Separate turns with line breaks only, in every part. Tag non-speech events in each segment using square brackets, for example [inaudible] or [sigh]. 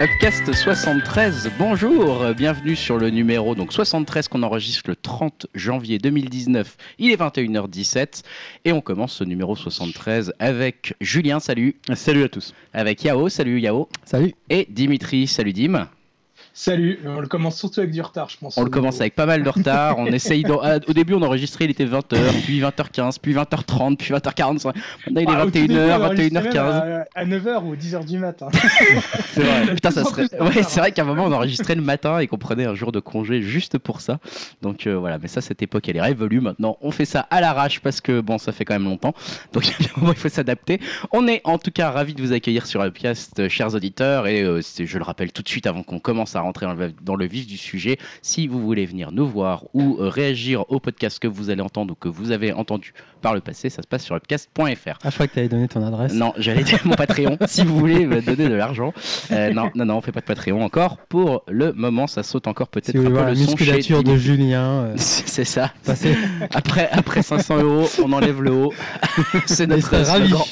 Upcast 73, bonjour, bienvenue sur le numéro donc 73 qu'on enregistre le 30 janvier 2019. Il est 21h17 et on commence ce numéro 73 avec Julien, salut.
Salut à tous.
Avec Yao, salut Yao.
Salut.
Et Dimitri, salut Dim.
Salut, on le commence surtout avec du retard, je pense.
On le commence avec pas mal de retard. On essaye d'en- ah, Au début, on enregistrait, il était 20h, puis 20h15, puis 20h30, puis 20h45. Maintenant, il est
Ah, au tout début, on
21h,
enregistrait
21h15.
même À, 9h ou 10h du matin. [laughs]
C'est vrai. Putain, ça
En
serait.
plus, on
Ouais,
part.
c'est vrai qu'à un moment, on enregistrait le matin et qu'on prenait un jour de congé juste pour ça. Donc euh, voilà, mais ça, cette époque, elle est révolue maintenant. On fait ça à l'arrache parce que bon, ça fait quand même longtemps. Donc [laughs] il y a un moment, il faut s'adapter. On est en tout cas ravis de vous accueillir sur Upcast, euh, chers auditeurs. Et euh, c'est- je le rappelle tout de suite avant qu'on commence à rentrer dans le, dans le vif du sujet. Si vous voulez venir nous voir ou euh, réagir au podcast que vous allez entendre ou que vous avez entendu par le passé, ça se passe sur upcast.fr.
Ah, je crois que t'avais donné ton adresse.
Non, j'allais dire mon
[laughs]
Patreon, si vous voulez me donner de l'argent. Euh, non, non, non, on fait pas de Patreon encore. Pour le moment, ça saute encore peut-être
si vous
un
voulez
peu
voir
le
la
son chez
musculature de
[laughs] Dimitri.
Julien, euh,
C'est ça.
passez,
Après, après 500 euros, on enlève
[laughs]
le haut. C'est
il
notre
serait ravi.
slogan.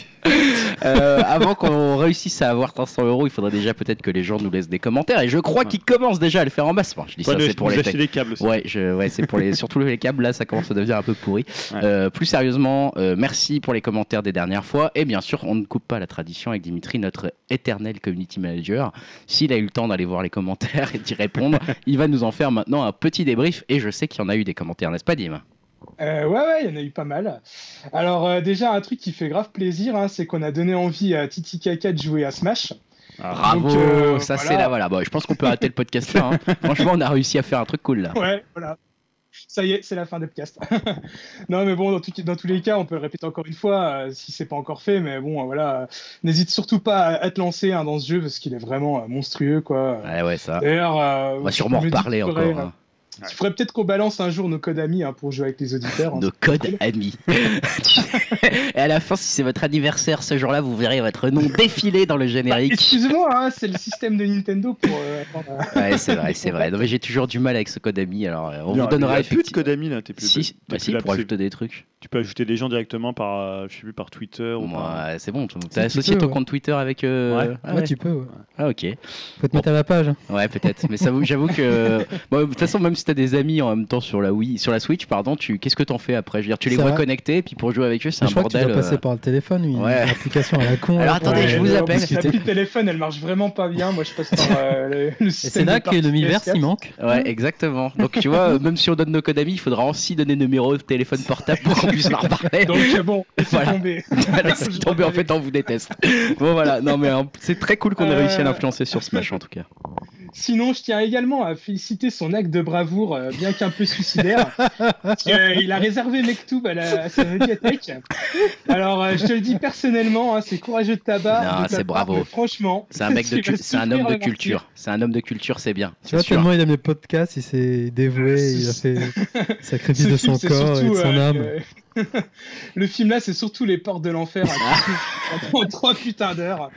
Euh, avant qu'on réussisse à avoir 500 euros, il faudrait déjà peut-être que les gens nous laissent des commentaires. Et je crois qu'ils commencent déjà à le faire en masse. Enfin, je dis
Pas
ça,
de-
c'est pour
vous
les
achetez des câbles aussi.
Ouais, je, ouais, c'est pour
[laughs]
les, surtout les câbles, là, ça commence à devenir un peu pourri.
Ouais.
Euh, plus sérieusement, euh, merci pour les commentaires des dernières fois. Et bien sûr, on ne coupe pas la tradition avec Dimitri, notre éternel community manager. S'il a eu le temps d'aller voir les commentaires et d'y
[laughs]
répondre, il va nous en faire maintenant un petit débrief. Et je sais qu'il y en a eu des commentaires, n'est-ce pas, Dim
Euh, ouais, ouais, il y en a eu pas mal. Alors, euh, déjà, un truc qui fait grave plaisir, hein, c'est qu'on a donné envie à Titi Kaka de jouer à Smash.
Ah,
Bravo,
Donc, euh,
ça
voilà.
c'est là, voilà. Bon, je pense qu'on peut arrêter le podcast là.
[laughs]
hein. Franchement, on a réussi à faire un truc cool là.
Ouais, voilà. Ça y est, c'est la fin d'Upcast. [laughs] non, mais bon, dans, tout- dans tous les cas, on peut le répéter encore une fois, euh, si c'est pas encore fait, mais bon, euh, voilà. euh, N'hésite surtout pas à, à te lancer hein, dans ce jeu, parce qu'il est vraiment euh, monstrueux, quoi.
Ouais, ouais, ça.
D'ailleurs, euh,
On va sûrement
je me dis
reparler
qu'il faudrait,
encore. hein.
Il faudrait peut-être qu'on balance un jour nos codes amis hein, pour jouer avec les auditeurs. hein.
de
[laughs]
code [laughs] ami. et à la fin, si c'est votre anniversaire ce jour-là, vous verrez votre nom défiler dans le
[laughs]
Bah,
générique.
Excuse-moi, hein, c'est le système de Nintendo pour. euh, attendre, euh,
Ouais, c'est vrai, c'est vrai. Non, mais j'ai toujours du mal avec ce code ami, alors euh, on
Il y a-
vous donnera
il y a plus de
effectivement-
Kodami là, t'es plus.
Si,
t'es
bah
plus
si,
là,
pour
c'est-
ajouter des trucs.
Tu peux ajouter des gens directement par, euh, je sais plus, par Twitter ou
Moi,
par.
euh, c'est bon, tu-
Si,
t'as
tu
associé
peux,
ton
ouais.
compte Twitter avec. euh,
Ouais.
Ah,
ouais,
ouais.
tu peux. ouais.
Ah, ok.
Faut te mettre à la page. hein.
Ouais, peut-être. Mais ça, vous- j'avoue que. Bon, de toute façon, même si t'as des amis en même temps sur la Wii, sur la Switch, pardon, tu... qu'est-ce que t'en fais après Je veux dire, tu les
Ça
vois
va.
connectés, puis pour jouer avec eux, c'est
Mais
un
Je crois
bordel.
que tu dois passer
euh,
par le téléphone, oui.
ouais.
L'application à la con.
Alors,
là, pour-
attendez, je vous
euh,
appelle.
en plus, L'appli de téléphone, elle marche vraiment pas bien. Moi, je passe par euh, le, le
Et
système.
c'est
de
là que
partie
l'univers
PS4.
s'y manque.
Ouais,
[laughs]
exactement. Donc tu vois, euh, même si on donne nos codes amis, il faudra aussi donner nos numéros de téléphone portable pour qu'on puisse leur parler.
Donc, euh, bon,
[laughs]
c'est
Voilà.
tombé.
Laissez tomber, en fait, on vous déteste. Bon, voilà. Non, mais hein, c'est très cool qu'on ait
Euh.
réussi à l'influencer sur Smash, en tout cas.
Sinon, je tiens également à féliciter son acte de bravoure, euh, bien qu'un
[laughs]
peu suicidaire. parce que, euh, il a réservé Mektoub à, la, à sa médiathèque. Alors, euh, je te le dis personnellement, hein, c'est courageux de tabac.
Non,
de ta
c'est
part,
bravo.
mais Franchement,
C'est un mec de,
[laughs] tu
cul-
vas
c'est un
souffrir
homme de
avant
culture. C'est un homme de culture, c'est bien.
Tu
C'est
vois,
sûr.
tellement il aime les podcasts, il s'est dévoué, il a fait
[laughs]
le
Ce
sacrifice de son
film, c'est
corps et de
surtout,
son
euh,
âme.
le- [laughs] le film là, c'est surtout les portes
[laughs]
de l'enfer hein, qui s'ouvrent pendant trois putains d'heures.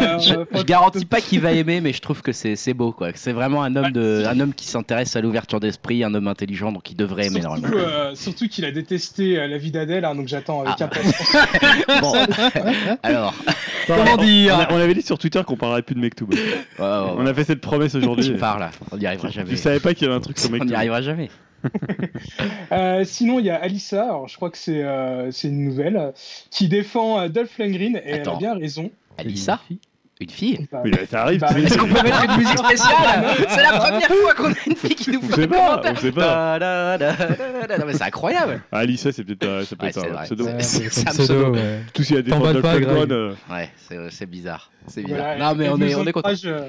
Euh,
Je, je
franchement,
garantis pas qu'il
[laughs]
va aimer, mais je trouve que c'est c'est beau, quoi. C'est vraiment un homme de, un homme qui s'intéresse à l'ouverture d'esprit, un homme intelligent, donc il devrait aimer
Surtout,
normalement.
euh, surtout qu'il a détesté euh, la vie d'Adèle, hein, donc j'attends avec
Ah.
impatience. euh,
Bon,
[laughs]
[laughs] alors,
Comment
On,
dire
a- on avait dit sur Twitter qu'on parlerait plus de Mektoub.
oh,
On a fait cette promesse aujourd'hui.
tu parles là. On n'y arrivera
Tu-
jamais.
Tu savais pas qu'il y avait un truc sur
[laughs] On n'y
Mektoub.
arrivera jamais.
Euh, sinon, il y a Alissa, alors, je crois que c'est euh, c'est une nouvelle, euh, qui défend euh, Dolph Lundgren et elle
Attends.
a bien raison.
Alissa, une fille.
Bah,
Mais ça arrive.
Bah,
tu
est-ce
sais.
On peut mettre une [laughs] musique spéciale C'est la [laughs] première fois qu'on a une fille qui nous
On
fait
sait
un
pas,
commentaire.
on sait pas.
Da, da, da, da, da, da. Mais c'est incroyable
Ah, Lisa, c'est peut-être un- ça peut
Ouais,
être
c'est
un
vrai.
pseudo.
Ouais,
C'est-
comme
c'est un pseudo.
pseudo,
[laughs]
ouais.
Tout s'il y a des gens
T'emballes pas, Greg.
Ouais, c'est c'est bizarre. C'est
voilà,
bizarre. Non, mais
elle
on est,
nous
on est content.
encourage, euh,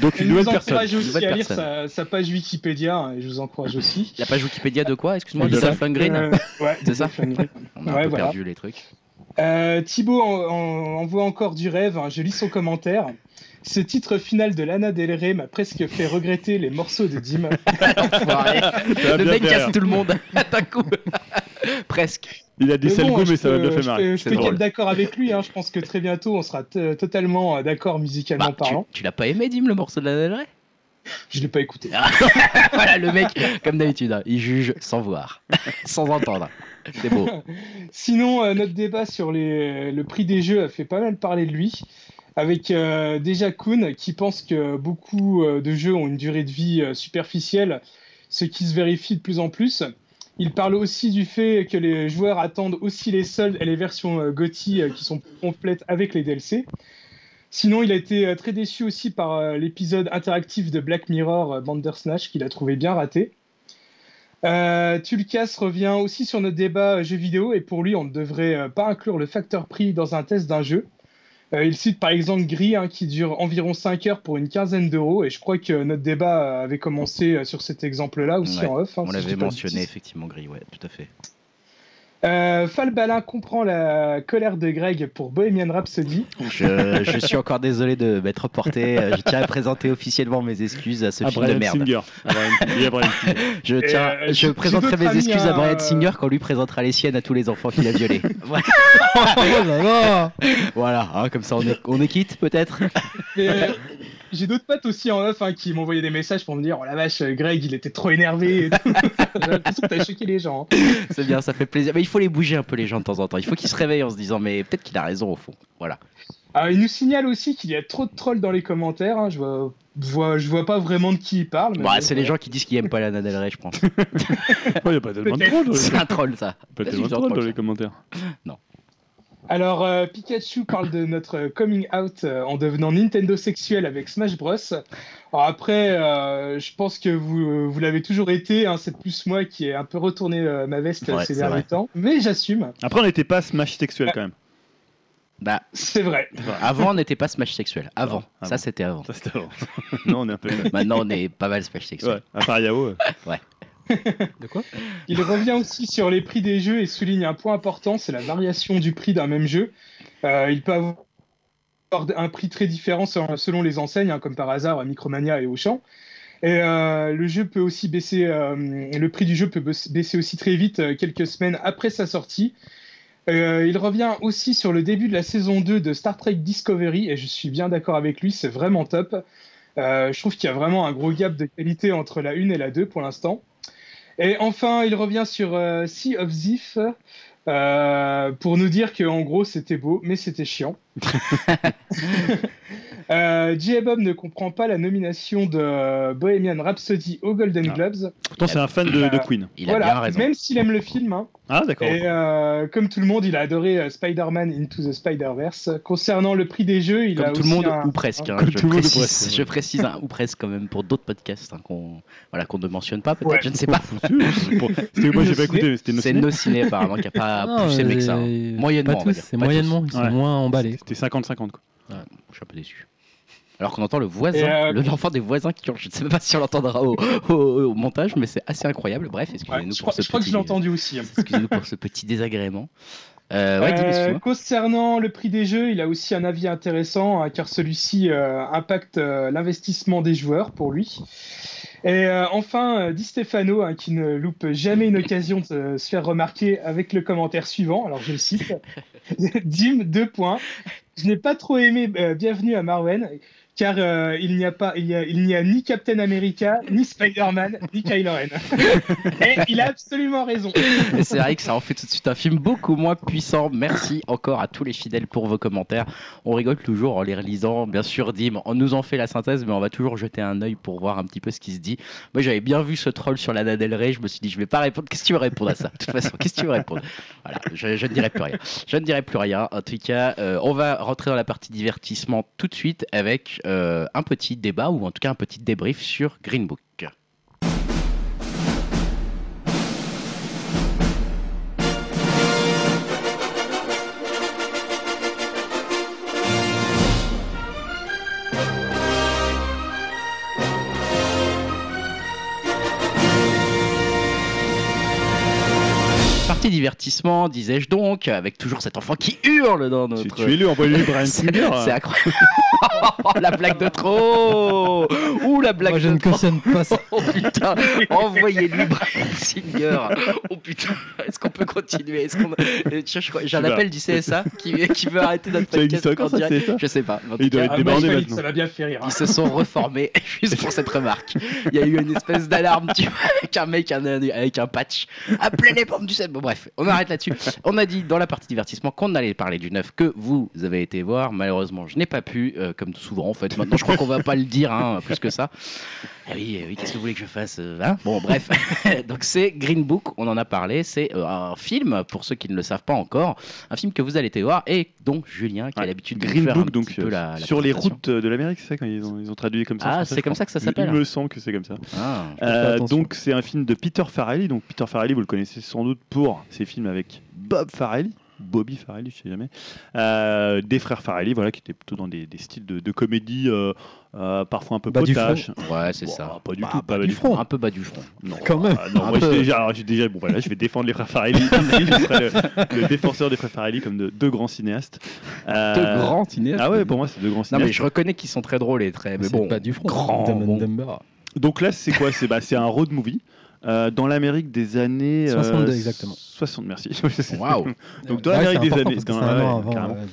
Donc
elle
une
nous
nouvelle
encourage
personne.
aussi
Nouvelle
à lire
personne.
sa, sa page Wikipédia, hein, et je vous encourage aussi.
La page Wikipédia de quoi Excuse-moi,
De
de
la-
Dolph Lundgren.
Euh, ouais,
[laughs] C'est ça
Dolph Lundgren.
On a un
ouais,
peu
voilà.
perdu les [laughs] trucs.
Euh, Thibaut en- en- envoie encore du rêve, hein. je lis son commentaire. Ce titre final de Lana Del Rey m'a presque fait regretter les morceaux de
[laughs]
Dim.
Enfoiré.
Ça va
Le
bien
mec
faire.
casse tout le [laughs] monde d'un coup. Presque.
Il a des
Mais
sales
bon,
goûts,
je
mais ça va
peux-
bien fait
je
marrer.
peux-
C'est
Je peux
drôle.
être d'accord avec lui, hein. je pense que très bientôt on sera t- totalement euh, d'accord musicalement
Bah, tu
parlant.
tu l'as pas aimé, Dim, le morceau de la Del Rey
Je l'ai pas écouté.
[laughs]
Ah.
Voilà, [laughs] le mec, comme d'habitude, hein, il juge sans voir, [laughs] sans entendre. C'est [laughs] beau.
Sinon, euh, notre débat sur les- le prix des jeux a fait pas mal parler de lui. avec euh, déjà Kuhn qui pense que beaucoup euh, de jeux ont une durée de vie euh, superficielle, ce qui se vérifie de plus en plus. Il parle aussi du fait que les joueurs attendent aussi les soldes et les versions euh, GOTY euh, qui sont plus complètes avec les DLC. Sinon, il a été euh, très déçu aussi par euh, l'épisode interactif de Black Mirror euh, Bandersnatch qu'il a trouvé bien raté. Euh, Tulkas revient aussi sur notre débat euh, jeux vidéo et pour lui, on ne devrait euh, pas inclure le facteur prix dans un test d'un jeu. Euh, il cite par exemple Gris hein, qui dure environ 5 heures pour une quinzaine d'euros et je crois que notre débat euh, avait commencé euh, sur cet exemple-là aussi
Ouais,
en off. hein,
On
si je dis
l'avait
pas de
mentionné,
bêtises.
effectivement, Gris, ouais, tout à fait.
Euh, Falbalin comprend la colère de Greg pour Bohemian Rhapsody.
Je, je suis encore désolé de m'être reporté. Euh, Je tiens à présenter officiellement mes excuses à ce
à
film de
Brian
merde.
Ah, Singer. À Brian- et à Brian Singer.
Je,
Et,
tiens,
euh,
je
j'ai- j'ai
présenterai
d'autres
mes excuses
amis,
à Brian
hein,
Singer quand lui présentera les siennes à tous les enfants qu'il a
[laughs]
violés. Ah, Voilà,
Oh là là
voilà hein, comme ça on est, on est quitte peut-être.
Et, euh, J'ai d'autres potes aussi en off hein, qui m'envoyaient des messages pour me dire Oh la vache, euh, Greg, il était trop énervé. et tout. J'ai l'impression que t'as choqué les gens. hein.
C'est bien, ça fait plaisir. Mais il faut les bouger un peu les gens de temps en temps. Il faut qu'ils se réveillent en se disant mais peut-être qu'il a raison au fond. Voilà.
Alors, Ah, il nous signale aussi qu'il y a trop de trolls dans les commentaires. hein. Je, vois, je, vois, je vois pas vraiment de qui il parle. mais
Bah,
bon,
c'est les gens qui disent qu'ils aiment pas Lana Del Rey, je pense.
Il n'y a pas tellement de
Peut-être.
trolls dans les-
C'est un troll ça.
pas
Vas-y,
tellement de
je
trolls
t'entends.
dans les commentaires.
Alors, euh, Pikachu parle de notre coming out euh, en devenant Nintendo sexuel avec Smash Bros. Alors après, euh, je pense que vous, vous l'avez toujours été. hein, c'est plus moi qui ai un peu retourné euh, ma veste
Ouais,
ces
c'est
derniers
vrai.
temps. Mais j'assume,
Après, on n'était pas smash sexuel quand même.
Bah,
c'est vrai.
avant on n'était pas smash sexuel. Avant,
Ah
ça
bon.
c'était avant.
Ça, c'était avant. [laughs] non, on est un peu. [laughs]
Maintenant on est pas mal smash sexuel.
Ouais, à part Yao. euh.
De quoi
Il revient aussi sur les prix des jeux et souligne un point important, c'est la variation du prix d'un même jeu. Euh, il peut avoir un prix très différent selon selon les enseignes, hein, comme par hasard Micromania et Auchan. Et euh, le jeu peut aussi baisser, euh, le prix du jeu peut baisser- baisser aussi très vite euh, quelques semaines après sa sortie. Euh, il revient aussi sur le début de la saison 2 de Star Trek Discovery et je suis bien d'accord avec lui, c'est vraiment top. Euh, je trouve qu'il y a vraiment un gros gap de qualité entre la 1 et la 2 pour l'instant. Et enfin, il revient sur euh, Sea of Thief euh, pour nous dire que en gros c'était beau, mais
[laughs]
c'était chiant. euh, J. Bob ne comprend pas la nomination de euh, Bohemian Rhapsody aux Golden
Ah.
Globes.
Pourtant, c'est un fan de,
Bah,
de Queen.
Il a
voilà,
bien raison.
même s'il aime le film. hein.
Ah, d'accord.
Et euh, comme tout le monde, il a adoré euh, Spider-Man Into the Spider-Verse. Concernant le prix des jeux, il a
Comme tout le
aussi
monde,
un-
ou presque. hein,
Comme
je,
tout le monde, ou
précise,
presque, ouais.
je précise un ou presque quand même pour d'autres podcasts hein, qu'on voilà, qu'on ne mentionne pas, peut-être,
Ouais.
je ne sais
[laughs]
pas.
Bon, c'était- moi, j'ai pas écouté, mais c'était
C'est
une
nos ciné apparemment qui a
[laughs]
pas
Non,
poussé
Ah, mais
mec ça. hein. Moyennement,
Pas
on va
tous,
dire.
c'est
Pas
moyennement, ils sont
Ouais.
moins emballés.
C'était 50-50. quoi.
Je suis un peu déçu. Alors qu'on entend le voisin,
Et, euh,
le- l'enfant des voisins qui hurle. Je ne sais même pas si on l'entendra au, au- au montage, mais c'est assez incroyable. Bref,
Ouais,
excusez-nous
je
pour
crois,
ce
je crois que
petit.
je l'ai entendu aussi. hein.
Excusez-nous pour ce petit désagrément. Euh, ouais, dis-moi,
Euh,
excuse-moi.
concernant le prix des jeux, il a aussi un avis intéressant hein, car celui-ci euh, impacte euh, l'investissement des joueurs pour lui. Et euh, enfin, euh, Di Stefano hein, qui ne loupe jamais une occasion de euh, se faire remarquer avec le commentaire suivant. Alors je le cite [laughs] Dim, deux points. Je n'ai pas trop aimé euh, Bienvenue à Marwen car euh, il n'y a pas il y a- il n'y a ni Captain America ni Spider-Man ni Kylo Ren. [laughs] Et il a absolument raison.
[laughs] Et C'est vrai que ça en fait tout de suite un film beaucoup moins puissant. Merci encore à tous les fidèles pour vos commentaires. On rigole toujours en les relisant. Bien sûr, Dim, on nous en fait la synthèse, mais on va toujours jeter un œil pour voir un petit peu ce qui se dit. Moi, j'avais bien vu ce troll sur Lana Del Rey. Je me suis dit, je vais pas répondre. Qu'est-ce que tu vas répondre à ça De toute façon, qu'est-ce que tu vas répondre Voilà, je, je ne dirai plus rien. Je ne dirai plus rien. En tout cas, euh, on va rentrer dans la partie divertissement tout de suite avec euh, un petit débat ou en tout cas un petit débrief sur Green Book. Partie divertissement, disais-je donc, avec toujours cet enfant qui hurle dans
Tu,
notre.
tu es lui, envoie-lui Brian
[laughs] C'est
Singer. euh.
c'est incroyable. [laughs] Oh, la blague de trop. Ouh la blague
Moi, je
de
ne
trop.
cautionne pas ça.
[laughs] Oh putain, envoyez-lui Brian Singer. Oh putain, est-ce qu'on peut continuer Est-ce qu'on- Euh, tiens, je crois- J'ai un
Tu vas.
appel du CSA qui, qui veut arrêter notre
Ça existe
podcast.
encore, ça,
en direct.
c'est ça
Je sais pas. En
Il
tout
doit
cas,
être
Ah,
des
moi, je
bandés
valide,
maintenant.
ça m'a bien fait rire. hein.
ils se sont reformés [laughs] juste pour cette remarque. Il y a eu une espèce d'alarme, tu vois, avec un mec un- avec un patch. Appelez les pommes du sel. Bon, bref. Bref, on arrête là-dessus. On a dit dans la partie divertissement qu'on allait parler du neuf que vous avez été voir. Malheureusement, je n'ai pas pu, euh, comme souvent en fait. Maintenant, je crois qu'on va pas le dire hein, plus que ça. Ah oui, euh, oui qu'est-ce que vous voulez que je fasse euh, hein Bon, bref. [laughs] Donc, c'est Green Book, on en a parlé. C'est euh, un film, pour ceux qui ne le savent pas encore, un film que vous allez été voir et dont Julien, qui a
Ouais.
l'habitude de
Green
faire
Book,
un
donc, euh,
petit peu la, la
sur les
présentation.
routes euh, de l'Amérique, c'est ça quand ils ont, ils ont traduit comme ça
Ah,
en français,
c'est
je
comme ça
pense.
que ça
Il-
s'appelle.
Il me semble que c'est comme ça.
Ah.
Euh,
attention.
donc c'est un film de Peter Farrelly. Donc Peter Farrelly, vous le connaissez sans doute pour ses films avec Bob Farrelly, Bobby Farrelly, je sais jamais, Euh, des frères Farrelly, voilà, qui étaient plutôt dans des, des styles de, de comédie euh, euh, parfois un peu
Bah, du
potache.
Ouais, c'est
Bah,
ça.
Pas du
Bah,
tout.
pas du front.
Un peu bas du front.
Non,
Quand même.
ah, non,
Un
moi, j'ai
peu.
déjà, alors, j'ai déjà- bon, voilà, je vais défendre les frères Farrelly. Je serai le, le défenseur des frères Farrelly comme de deux grands cinéastes. Euh,
Deux grands cinéastes.
Ah ouais, pour moi, c'est deux grands
Non,
cinéastes.
mais je reconnais qu'ils sont très drôles et très. Mais
C'est
bon,
pas du front.
grand,
Dumb and
bon.
Dumber.
Donc là, c'est quoi C'est bah, c'est un road movie euh, dans l'Amérique des années. euh,
62, exactement.
60, merci. [laughs]
Waouh.
Donc, dans l'Amérique
c'est
des
important
années-
parce que
dans-
c'est un
ouais,
an avant,
carrément.
euh,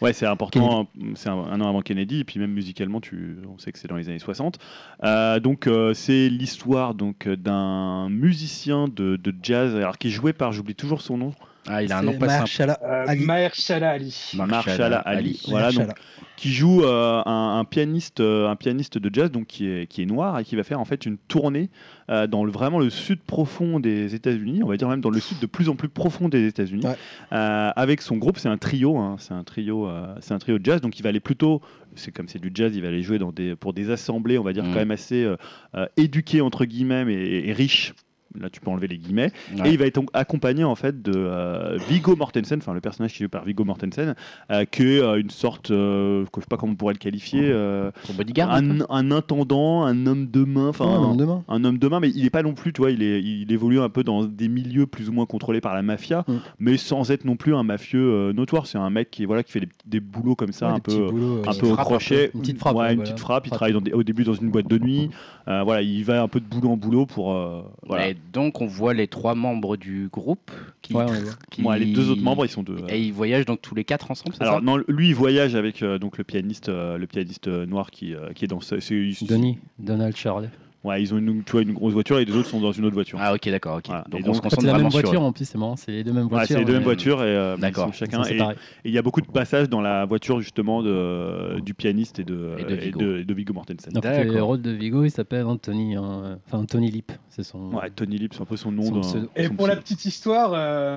Ouais, c'est important. C'est un, un an avant Kennedy, et puis même musicalement, tu, on sait que c'est dans les années 60. Euh, donc, euh, c'est l'histoire donc euh, d'un musicien de, de jazz, alors qui est joué par, j'oublie toujours son nom,
[laughs] Ah, il a un
c'est
nom pas simple.
Mahershala
Euh,
Ali.
Mahershala Ali.
Marshala Ali. Voilà, donc,
Mahershala.
qui joue euh, un, un pianiste, euh, un pianiste de jazz, donc qui est, qui est noir et qui va faire en fait une tournée euh, dans le, vraiment le sud profond des États-Unis, on va dire même dans le sud de plus en plus profond des États-Unis,
Ouais.
euh, avec son groupe. C'est un trio, hein, c'est un trio, euh, c'est un trio de jazz, donc il va aller plutôt, c'est comme c'est du jazz, il va aller jouer dans des, pour des assemblées, on va dire
Mhm.
quand même assez euh, euh, éduquées entre guillemets et, et riches. Là, tu peux enlever les guillemets. Et il va être accompagné en fait de euh, Viggo Mortensen, enfin le personnage qui est joué par Viggo Mortensen, euh, qui est euh, une sorte, euh, que je sais pas comment on pourrait le qualifier, euh,
Son bodyguard. un peu.
un, un intendant, un homme de main, enfin
Non,
un-
non, demain.
un homme de main, mais il n'est pas non plus, tu vois, il, est, il évolue un peu dans des milieux plus ou moins contrôlés par la mafia,
Mm.
mais sans être non plus un mafieux euh, notoire. C'est un mec qui voilà qui fait des, des boulots comme ça,
Ouais,
un
des
peu.
petits
euh,
boulots,
un
euh,
peu au
frappe,
crochet,
Une petite frappe.
Ouais, une
voilà.
petite frappe. Il
Frappe.
travaille dans des- au début dans une boîte
[laughs]
de nuit. Euh, voilà, il va un peu de boulot en boulot pour. euh, voilà.
Et donc, on voit les trois membres du groupe qui.
Ouais, on voit.
qui-
Bon, les deux autres membres, ils sont deux.
Et ils voyagent donc tous les quatre ensemble, c'est
Alors
ça
non, lui il voyage avec euh, donc le pianiste, euh, le pianiste euh, noir qui, euh, qui est dans ce, c'est- ils-
Denis, Donald Charles.
ouais, ils ont une, tu vois, une grosse voiture et les autres sont dans une autre voiture.
Ah, ok, d'accord. ok.
Voilà.
Donc,
Et
on
donc,
se
En fait,
concentre
c'est la
vraiment
même
sur.
voiture en plus, c'est marrant, c'est les deux mêmes
Ouais,
voitures.
c'est les deux
mais-
mêmes voitures et euh,
D'accord.
ils sont
Ils
chacun
sont
et et
séparés.
il y a beaucoup de passages dans la voiture justement de, du pianiste et de
Et de Viggo.
et de Viggo Mortensen.
En fait, le
D'accord.
rôle de Vigo, il s'appelle Anthony, hein, enfin Anthony Lip, c'est son.
Ouais, Tony Lip, c'est un peu son nom.
Son
d'un-
pseudo.
Et
son
pour la
pseudo.
petite histoire, euh,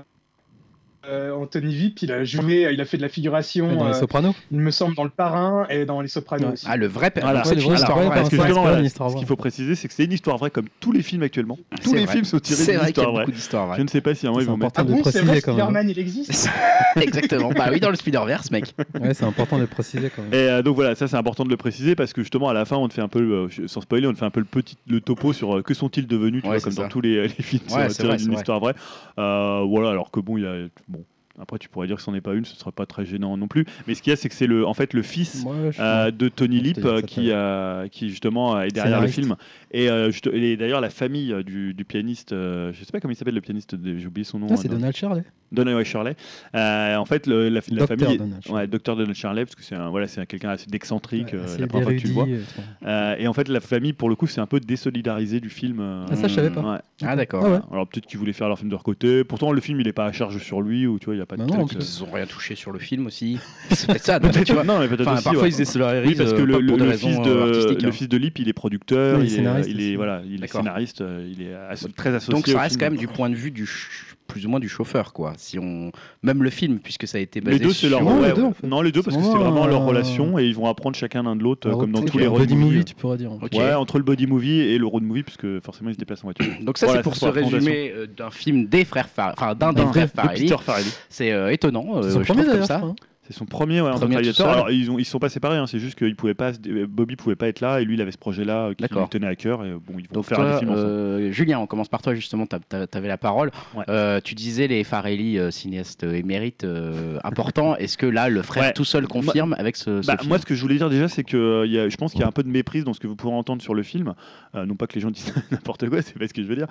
euh, Anthony Vip, il a joué, euh, il a fait de la
Ouais,
figuration,
dans les
euh,
Sopranos.
il me semble, dans Le Parrain et dans Les Sopranos
Ouais.
aussi.
Ah, le vrai. pe-
Voilà.
donc, C'est
Ouais,
une
le vrai
histoire
Soprano,
vraie.
Parce que
c'est
justement,
pas une
voilà,
histoire
ce qu'il
vraie.
faut préciser, c'est que c'est une histoire vraie comme tous les films actuellement. Tous
C'est
les
vrai.
films sont tirés
C'est
d'une
vrai qu'il y a
histoire vraie.
beaucoup d'histoires
Je
vraies.
ne sais pas si un mois
C'est
ils vont mettre.
important.
Ah
de
bon, c'est vrai,
préciser, quand même. hein.
Spider-Man, il existe
[laughs] Exactement. Bah oui, dans le Spider-Verse, mec.
Ouais, c'est important de le préciser quand même.
Et euh, donc voilà, ça c'est important de le préciser parce que justement à la fin on te fait un peu, le- euh, sans spoiler, on te fait un peu le petit le topo sur euh, que sont-ils devenus, tu
Ouais,
vois,
c'est
comme
ça.
dans tous les, [laughs] les films
Ouais,
sur euh,
c'est
tirés
vrai, c'est
d'une
vrai.
histoire vraie. Euh, voilà, alors que bon, il y a bon. Après, tu pourrais dire que c'en est pas une, ce serait pas très gênant non plus. Mais ce qu'il y a, c'est que c'est le, en fait, le fils
Moi, je-
euh, de Tony
Ouais,
Lip
ça
euh,
s'appelle.
qui, euh, qui justement euh, est derrière le
Scénariste.
film. Et, euh, juste- et d'ailleurs, la famille euh, du, du pianiste, euh, je sais pas comment il s'appelle le pianiste, de- j'ai oublié son nom.
Ah,
hein,
c'est
dans-
Donald Charles.
Donald Shirley. Euh, en fait, le- la, la
Docteur
famille. est-
Donald Shirley.
Ouais, docteur Donald Shirley, parce que c'est un, voilà, c'est un quelqu'un assez d'excentrique, euh,
C'est
la première fois que tu le vois.
d'érudit, euh,
Euh, et en fait, la famille, pour le coup, c'est un peu désolidarisée du film. euh,
Ah, ça, je savais pas.
ouais.
Ah, d'accord.
Ah ouais.
Alors peut-être qu'ils voulaient faire leur film de leur côté. Pourtant, le film, il est pas à charge sur lui, ou tu vois, il n'y a pas de
Bah non,
truc,
en plus,
euh,
Ils ont rien touché sur le film aussi. C'est peut-être ça. non, mais
[laughs] Peut-être,
tu vois.
non, mais peut-être
Enfin,
aussi,
parfois
ouais.
ils se désolidarisent.
Oui, parce que
euh,
le,
pas pour
le-
des
le
raisons,
fils de,
euh, artistiques,
le
hein.
fils de Lip, il est producteur,
Oui,
il, est, euh,
scénariste
il est-
aussi.
voilà, il est
D'accord.
scénariste, euh, il est asso- très associé.
Donc ça
au
reste
film.
quand même du point de vue du ch- plus ou moins du chauffeur quoi. Si on même le film puisque ça a été basé
Les deux, c'est
sur
leur
Non, les
ouais,
deux,
ouais.
en fait.
Non, les deux, parce que
C'est
c'est vraiment
vraiment
leur
un-
euh,
relation et ils vont apprendre chacun l'un de
bah,
l'autre, euh,
Un
comme dans
road
tous
trip,
les
un
road
buddy
movies.
movie, tu pourrais dire. en fait.
Ok.
Ouais, entre le body movie et le road movie, puisque forcément ils se déplacent en voiture.
Donc ça
Voilà,
c'est pour
c'est
ce
pour la
résumé euh, d'un film des frères Far... enfin d'un des
D'un
frères
des-
De
Farrelly.
Peter Farrelly.
C'est euh, étonnant.
C'est
euh,
son premier
je trouve, comme
d'ailleurs.
ça.
hein.
C'est son premier, ouais, en tant que
Premier tout
réalisateur.
seul.
Alors, ils ont, ils sont pas séparés, hein, c'est juste qu'ils pouvaient pas, se- euh, Bobby pouvait pas être là et lui il avait ce projet-là euh, qui
D'accord.
lui tenait à cœur et euh, bon, ils vont
Donc
faire
toi,
un film ensemble.
euh, Julien, on commence par toi justement. t'as- t'as- T'avais la parole.
Ouais.
Euh, tu disais les Farrelly euh, cinéastes euh, émérites euh, importants. Est-ce que là le frère
Ouais.
tout seul confirme avec ce, euh, ce
Bah,
film
moi, ce que je voulais dire déjà, c'est que euh, il y a- je pense qu'il y a un peu de méprise dans ce que vous pourrez entendre sur le film. Euh, non pas que les gens disent [laughs] n'importe quoi, c'est pas ce que je veux dire.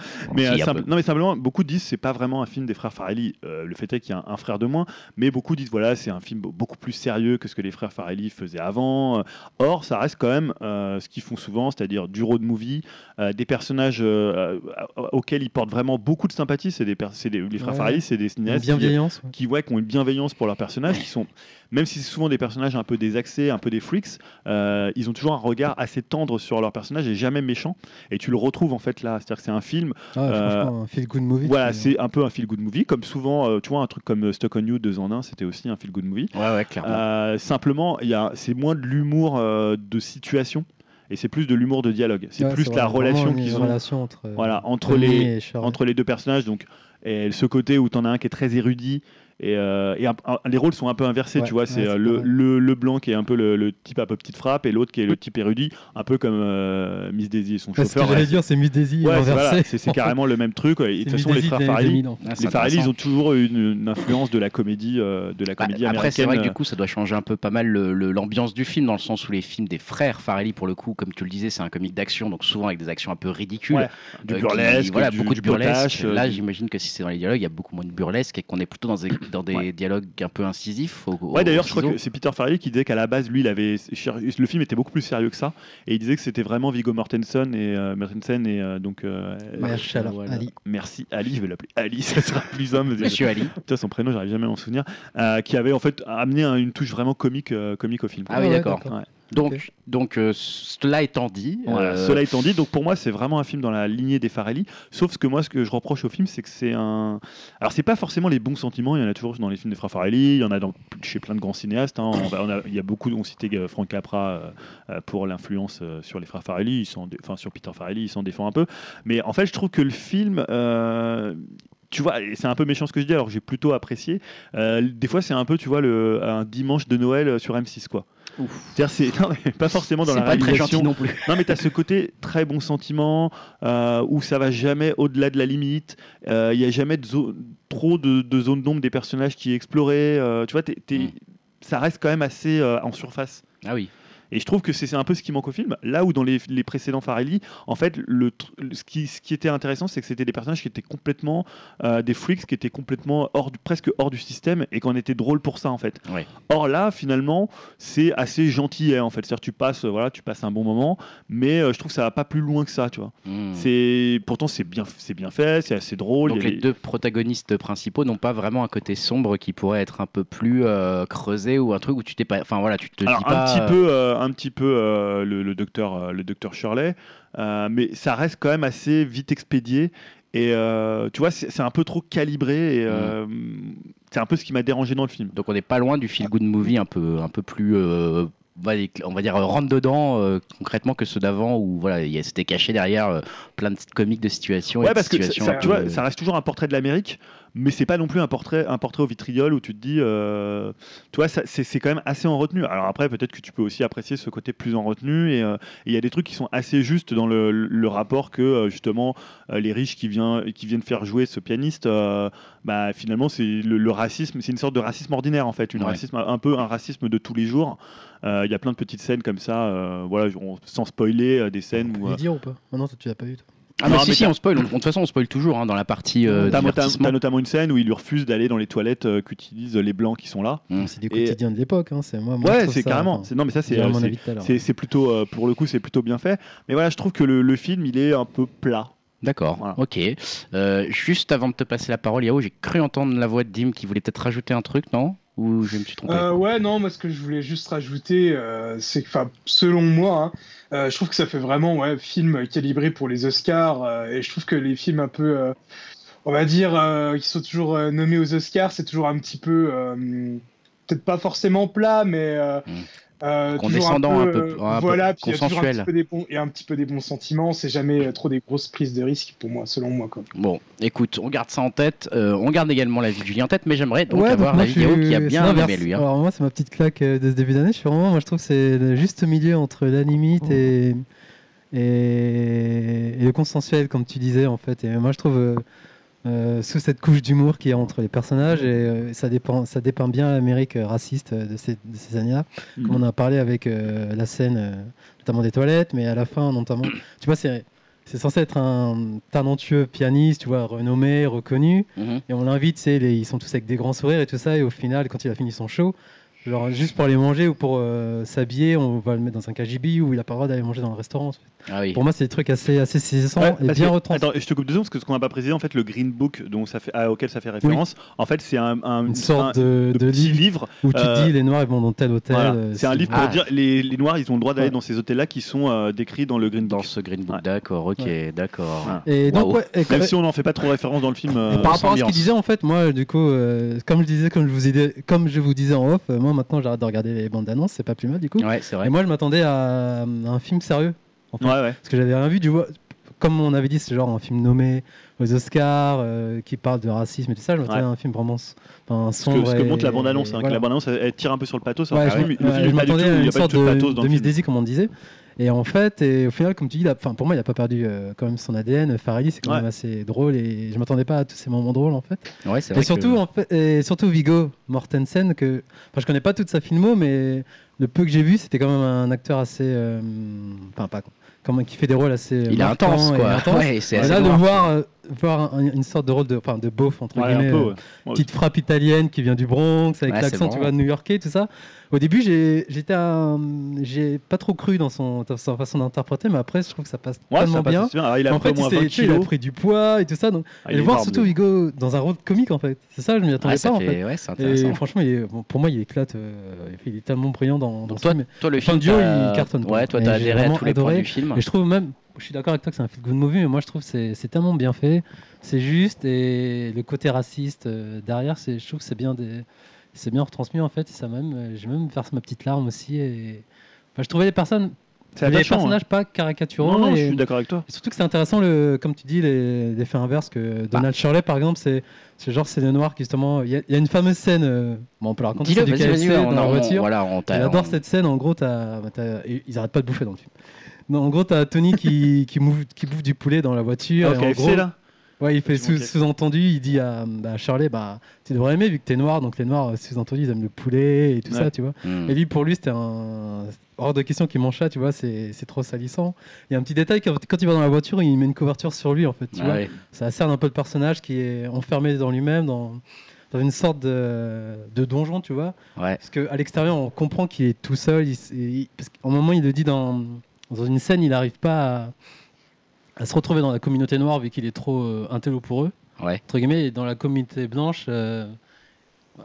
Si,
Mais, euh,
un
simple-
peu.
non, mais simplement, beaucoup disent c'est pas vraiment un film des frères Farrelly. Euh, le fait est qu'il y a un, un frère de moins, mais beaucoup disent voilà, c'est un film beaucoup plus sérieux que ce que les frères Farelli faisaient avant. Euh, Or, ça reste quand même euh, ce qu'ils font souvent, c'est-à-dire du road movie, euh, des personnages euh, auxquels ils portent vraiment beaucoup de sympathie. C'est des, c'est des- les frères
Ouais.
Farelli, c'est des
Une
cinéastes qui, euh,
bienveillance. ouais.
qui, ouais, qui ont une bienveillance pour leurs personnages, qui sont, même si c'est souvent des personnages un peu désaxés, un peu des freaks, euh, ils ont toujours un regard assez tendre sur leurs personnages et jamais méchant. Et tu le retrouves en fait là, c'est-à-dire que c'est un film
Ah,
euh,
franchement, un feel good movie.
voilà,
tu-
c'est un peu un feel good movie, comme souvent, euh, tu vois, un truc comme euh, Stuck on You 2 en 1, c'était aussi un feel good movie.
Ouais, ouais, clairement.
Euh, simplement, il y a- c'est moins de l'humour euh, de situation et c'est plus de l'humour de dialogue. C'est
Ouais,
plus
vrai,
la
vraiment
relation
une
qu'ils ont
relation euh, entre,
voilà, entre
Tony
les-
et Charles.
entre les deux personnages. Donc, et ce côté où t'en as un qui est très érudit. Et, euh, et un- un- les rôles sont un peu inversés,
Ouais,
tu vois.
ouais,
c'est
c'est pas
euh, le,
mal.
le- le blanc qui est un peu le, le type un peu petite frappe et l'autre qui est le type érudit, un peu comme euh, Miss Daisy et son
Parce que
chauffeur.
j'allais dire, c'est Miss Daisy
Ouais, c'est-
inversé.
voilà,
[laughs]
c'est c'est carrément le même truc. ouais. Et De
C'est
toute façon, les
Miss
frères
Daisy des années
Farrelly,
2000, en fait.
Ah, c'est
les Farrelly, ils
intéressant.
ont toujours eu une, une influence de la comédie, euh, de la
Bah,
comédie américaine. euh.
après, c'est vrai que du coup, ça doit changer un peu pas mal le- le- l'ambiance du film, dans le sens où les films des frères Farelli, pour le coup, comme tu le disais, c'est un comique d'action, donc souvent avec des actions un peu ridicules.
Ouais, du
euh, qui-
burlesque,
voilà,
du-
beaucoup
du
de burlesque.
potache, euh,
Là,
du-
j'imagine que si c'est dans les dialogues, il y a beaucoup moins de burlesque et qu'on est plutôt dans des, dans des
Ouais.
dialogues un peu incisifs. au- au-
Ouais, d'ailleurs,
au
je crois
ciseau.
que c'est Peter Farrelly qui disait qu'à la base, lui, il avait le film était beaucoup plus sérieux que ça, et il disait que c'était vraiment Viggo Mortensen et euh, Mortensen et euh, donc euh,
Marshall
Voilà.
Ali.
merci Ali, je vais l'appeler Ali, [laughs] ça sera plus homme.
Monsieur
[laughs]
Ali.
Putain, son prénom, j'arrive jamais à m'en souvenir, euh, qui avait en fait amené un- une touche vraiment comique, euh, comique au film.
Ah oui,
Ouais,
d'accord.
Ouais.
Donc,
Ok.
donc euh, cela étant dit,
Voilà,
euh,
Cela étant dit, donc pour moi c'est vraiment un film dans la lignée des Farelli. Sauf ce que moi ce que je reproche au film c'est que c'est un. Alors c'est pas forcément les bons sentiments. Il y en a toujours dans les films des frères Farelli. Il y en a dans, chez plein de grands cinéastes. hein. On va- on a- il y a beaucoup. On citait euh, Frank Capra euh, euh, pour l'influence euh, sur les frères Farelli. Ils sont enfin sur Peter Farelli. Il s'en défend un peu. Mais en fait je trouve que le film. euh, tu vois, et c'est un peu méchant ce que je dis, alors que j'ai plutôt apprécié. Euh, des fois, c'est un peu, tu vois, le, un dimanche de Noël euh, sur M6, quoi.
ouf,
C'est-à-dire, c'est [laughs] non, mais pas forcément dans
c'est
la
pas très gentil
réalisation.
non plus.
Non, mais t'as ce côté très bon sentiment euh, où ça va jamais au-delà de la limite. euh, Il y a jamais de zo- trop de, de zones d'ombre des personnages qui est explorée. euh, tu vois, t'es- t'es-
Mm.
ça reste quand même assez euh, en surface.
Ah oui.
Et je trouve que c'est c'est un peu ce qui manque au film. Là où dans les, les précédents Farelli, en fait, le, tr- le- ce, qui, ce qui était intéressant, c'est que c'était des personnages qui étaient complètement euh, des freaks, qui étaient complètement hors du, presque hors du système et qu'on était drôle pour ça en fait.
Ouais.
Or là, finalement, c'est assez gentil hein, en fait. C'est-à-dire tu passes, euh, voilà, tu passes un bon moment, mais euh, je trouve que ça va pas plus loin que ça, tu vois.
Hmm.
C'est pourtant c'est bien, c'est bien fait, c'est assez drôle.
Donc
il y a
les
des-
deux protagonistes principaux n'ont pas vraiment un côté sombre qui pourrait être un peu plus euh, creusé ou un truc où tu t'es pas. Enfin voilà, tu te
Alors
dis
un
pas.
petit
euh,
peu, euh, un petit peu euh, le, le docteur, euh, le docteur Shirley, euh, mais ça reste quand même assez vite expédié. Et euh, tu vois, c'est c'est un peu trop calibré. Et
Mm.
euh, c'est un peu ce qui m'a dérangé dans le film.
euh, Donc on n'est pas loin du feel good movie un peu, un peu plus. euh, on va dire- on va dire euh, rentre dedans euh, concrètement que ceux d'avant où voilà il y a- c'était caché derrière euh, plein de comiques de situation et
Ouais,
de
parce que ça,
situations
ça-
un
tu
peu-
vois, ça reste toujours un portrait de l'Amérique, mais c'est pas non plus un portrait, un portrait au vitriol où tu te dis, euh, tu vois, ça- c'est c'est quand même assez en retenue. Alors après, peut-être que tu peux aussi apprécier ce côté plus en retenue, et euh, et il y a des trucs qui sont assez justes dans le, le rapport que euh, justement euh, les riches qui, vient, qui viennent faire jouer ce pianiste, euh, bah finalement c'est le, le racisme, c'est une sorte de racisme ordinaire en fait, une
Ouais.
racisme un peu un racisme de tous les jours. Euh, Il y a plein de petites scènes comme ça, euh, voilà, on- sans spoiler, euh, des
On
scènes
peut
où
les
euh,
dire ou pas Ah non, toi, tu l'as pas vu. toi.
ah non,
Non,
si
mais
si
t'as-
on spoil on- de toute façon on spoil toujours hein, dans la partie euh,
T'as t'as-
divertissement
t'as notamment une scène où il lui refuse d'aller dans les toilettes euh, qu'utilisent les blancs qui sont là.
Hmm.
C'est des
Et-
quotidiens de l'époque. Hein. C'est moi. moi, je
Ouais,
trouve
c'est
ça-
carrément.
enfin,
c'est- Non, mais ça c'est
j'ai
euh,
mon
c'est-
avis tout à l'heure.
c'est c'est plutôt euh, pour le coup c'est plutôt bien fait. Mais voilà, je trouve que le, le film il est un peu plat.
D'accord,
Voilà.
ok. Euh, juste avant de te passer la parole, Yao, j'ai cru entendre la voix de Dim qui voulait peut-être rajouter un truc, non Ou je me suis trompé
Euh, ouais, non, moi ce que je voulais juste rajouter, euh, c'est que, enfin, selon moi, hein, euh, je trouve que ça fait vraiment ouais, film calibré pour les Oscars, euh, et je trouve que les films un peu, euh, on va dire, euh, qui sont toujours euh, nommés aux Oscars, c'est toujours un petit peu, euh, peut-être pas forcément plat, mais euh,
Mm.
euh, toujours
Condescendant, un peu-
euh,
un peu
voilà, puis il y a toujours un
consensuel.
petit peu des bons et un petit peu des bons sentiments. C'est jamais euh, trop des grosses prises de risques pour moi, selon moi. Quoi.
Bon, écoute, on garde ça en tête. Euh, on garde également la vie de Julien en tête, mais j'aimerais donc
Ouais, donc
avoir
moi,
la
je
vidéo
suis-
qui a
c'est
bien
l'inverse.
aimé lui. hein.
Alors moi, c'est ma petite claque euh, de ce début d'année. Je suis vraiment, moi, je trouve que c'est le juste milieu entre la limite et, et, et le consensuel, comme tu disais en fait. Et moi, je trouve euh, euh, sous cette couche d'humour qu'il y a entre les personnages, et euh, ça dépend, ça dépeint bien l'Amérique euh, raciste euh, de ces, de ces années-là.
Mm.
Comme on en a parlé avec euh, la scène, euh, notamment des toilettes, mais à la fin, notamment, tu vois, c'est c'est censé être un talentueux pianiste, tu vois, renommé, reconnu.
Mhm.
Et on l'invite, c'est les- ils sont tous avec des grands sourires et tout ça. Et au final, quand il a fini son show,
Genre, juste pour aller manger ou pour euh, s'habiller, on va le mettre dans un KGB où il a pas le droit d'aller manger dans le restaurant. en fait.
Ah oui.
Pour moi, c'est des trucs assez, assez saisissants
Ouais,
et
parce
bien
que-
retranscrits.
Attends, je te coupe deux secondes parce que ce qu'on n'a pas précisé, en fait, le Green Book dont ça fait, à- auquel ça fait référence, en fait, c'est un, un-
Une
un-
sorte de,
de
de
petit
livre
livre.
où tu
euh,
dis les noirs ils vont dans tel hôtel.
Voilà.
euh,
C'est un
si-
livre
Ah,
pour
Ah.
dire les, les Noirs, ils ont le droit d'aller
Ouais.
dans ces hôtels-là qui sont euh, décrits dans le Green
Dans
Book.
ce Green Book,
Ouais.
d'accord, ok, d'accord.
Ouais.
Et donc,
Waouh.
ouais, et
Même
que-
si on n'en fait pas trop référence dans le film.
Et
euh,
par rapport à ce
ambiance.
qu'il disait en fait, moi du coup, euh, comme je disais, comme je vous ai- comme je vous disais en off, euh, moi maintenant j'arrête de regarder les bandes annonces, c'est pas plus mal du coup.
Ouais, c'est
Et
vrai.
moi je m'attendais à, euh, un film sérieux,
Ouais, ouais.
parce que j'avais rien vu du vois. Comme on avait dit, c'est genre un film nommé aux Oscars, euh, qui parle de racisme et tout ça. Je m'attendais
Ouais.
à un film vraiment s- enfin,
Ce que,
sombre.
ce que
et-
montre la bande-annonce,
et
hein, que
voilà.
la bande-annonce, elle, elle tire un peu sur le pathos.
Ouais,
alors
je
que le film,
m-
le
ouais,
film
je
est pas du tout,
m'attendais à
il y a
une
pas du
sorte
tout de pathos
de,
dans
de
le
Miss
film.
Daisy, comme on disait. Et en fait, et au final, comme tu dis, il a- enfin, pour moi, il n'a pas perdu euh, quand même son ADN. Farrelly, c'est quand
Ouais.
même assez drôle et je m'attendais pas à tous ces moments drôles en fait.
Ouais, c'est vrai
Et surtout,
que-
en fait, et surtout Vigo Mortensen, que enfin, je connais pas toute sa filmo, mais le peu que j'ai vu, c'était quand même un acteur assez. euh, Enfin, pas. Comme, qui fait des rôles assez.
Il est
marquants
intense,
et
quoi.
intenses.
Ouais, c'est
Et
assez
là, de
noir.
voir, euh, voir un- une sorte de rôle de, enfin, de beauf, entre
Ouais,
guillemets,
un peu,
euh,
ouais.
petite frappe italienne qui vient du Bronx, avec
Ouais, c'est
l'accent, tu
marrant.
vois, new-yorkais, tout ça. Au début, j'ai j'étais un- j'ai pas trop cru dans, son, dans sa façon d'interpréter, mais après, je trouve que ça passe
Ouais,
tellement
ça passe
bien.
aussi bien. Ah, il a
en
pris
fait,
au moins
il, s'est-
20
tu sais, il a
kilos.
pris du poids et tout ça. Donc, et
Ah, il
le
est
voir
énorme,
surtout
lui.
Vigo dans un rôle comique en fait. C'est ça, je m'y attendais
Ah, ça
pas en fait.
fait- ouais, c'est intéressant.
Et franchement, il est- bon, pour moi, il éclate. euh, il est tellement brillant dans, dans
Donc
ce
toi,
film.
toi, le
Enfin,
film,
Dieu,
t'as-
il cartonne pas.
Ouais, toi,
Mais
t'as
j'ai
adhéré à
vraiment
tous les points
adoré.
du film.
Et je trouve même, je suis d'accord avec toi que c'est un feel good movie, mais moi je trouve que c'est c'est tellement bien fait, c'est juste et le côté raciste euh, derrière, c'est je trouve que c'est bien des, c'est bien retransmis en fait. Et ça même, euh, j'ai même versé ma petite larme aussi. Et enfin, je trouvais les personnes,
C'est
les
attachant. hein.
personnages pas caricaturaux.
Non, non, je
et-
suis d'accord avec toi.
et Surtout que c'est intéressant, le, comme tu dis, les, les faits inverses
Bah.
que Donald Shirley, par exemple, c'est c'est genre c'est les noirs qui justement. Il y, a- il y a une fameuse scène. euh, bon, on peut la raconter.
Dis-le,
c'est du
vas-y, vas-y,
KFC
ouais,
dans
on
la
en-
voiture.
Voilà, on t'a-
J'adore
on-
cette scène. En gros, t'as- bah, t'as- et ils arrêtent pas de bouffer dans le film. Non, en gros, t'as Tony qui, qui, mouf- qui bouffe du poulet dans la voiture.
Ah,
et
au
en gros,
KFC, là
Ouais, il fait
Ils vont
sous-
au KFC.
sous-entendu, il dit à, à Shirley, bah, tu devrais aimer vu que t'es noir, donc les noirs, euh, sous-entendu, ils aiment le poulet et tout
Ouais.
ça, tu vois.
Hmm.
Et lui, pour lui, c'était un... hors de question qu'il mange ça, tu vois, c'est c'est trop salissant. Il y a un petit détail, quand quand il va dans la voiture, il met une couverture sur lui, en fait, tu
Ah
vois.
ouais.
Ça sert un peu le personnage qui est enfermé dans lui-même, dans, dans une sorte de, de donjon, tu vois.
Ouais.
Parce qu'à l'extérieur, on comprend qu'il est tout seul. Il, s- et il- parce qu'à un moment, il le dit dans, dans une scène, il n'arrive pas à, à se retrouver dans la communauté noire vu qu'il est trop euh, intello pour eux.
Ouais.
Entre guillemets, et dans la communauté blanche, euh,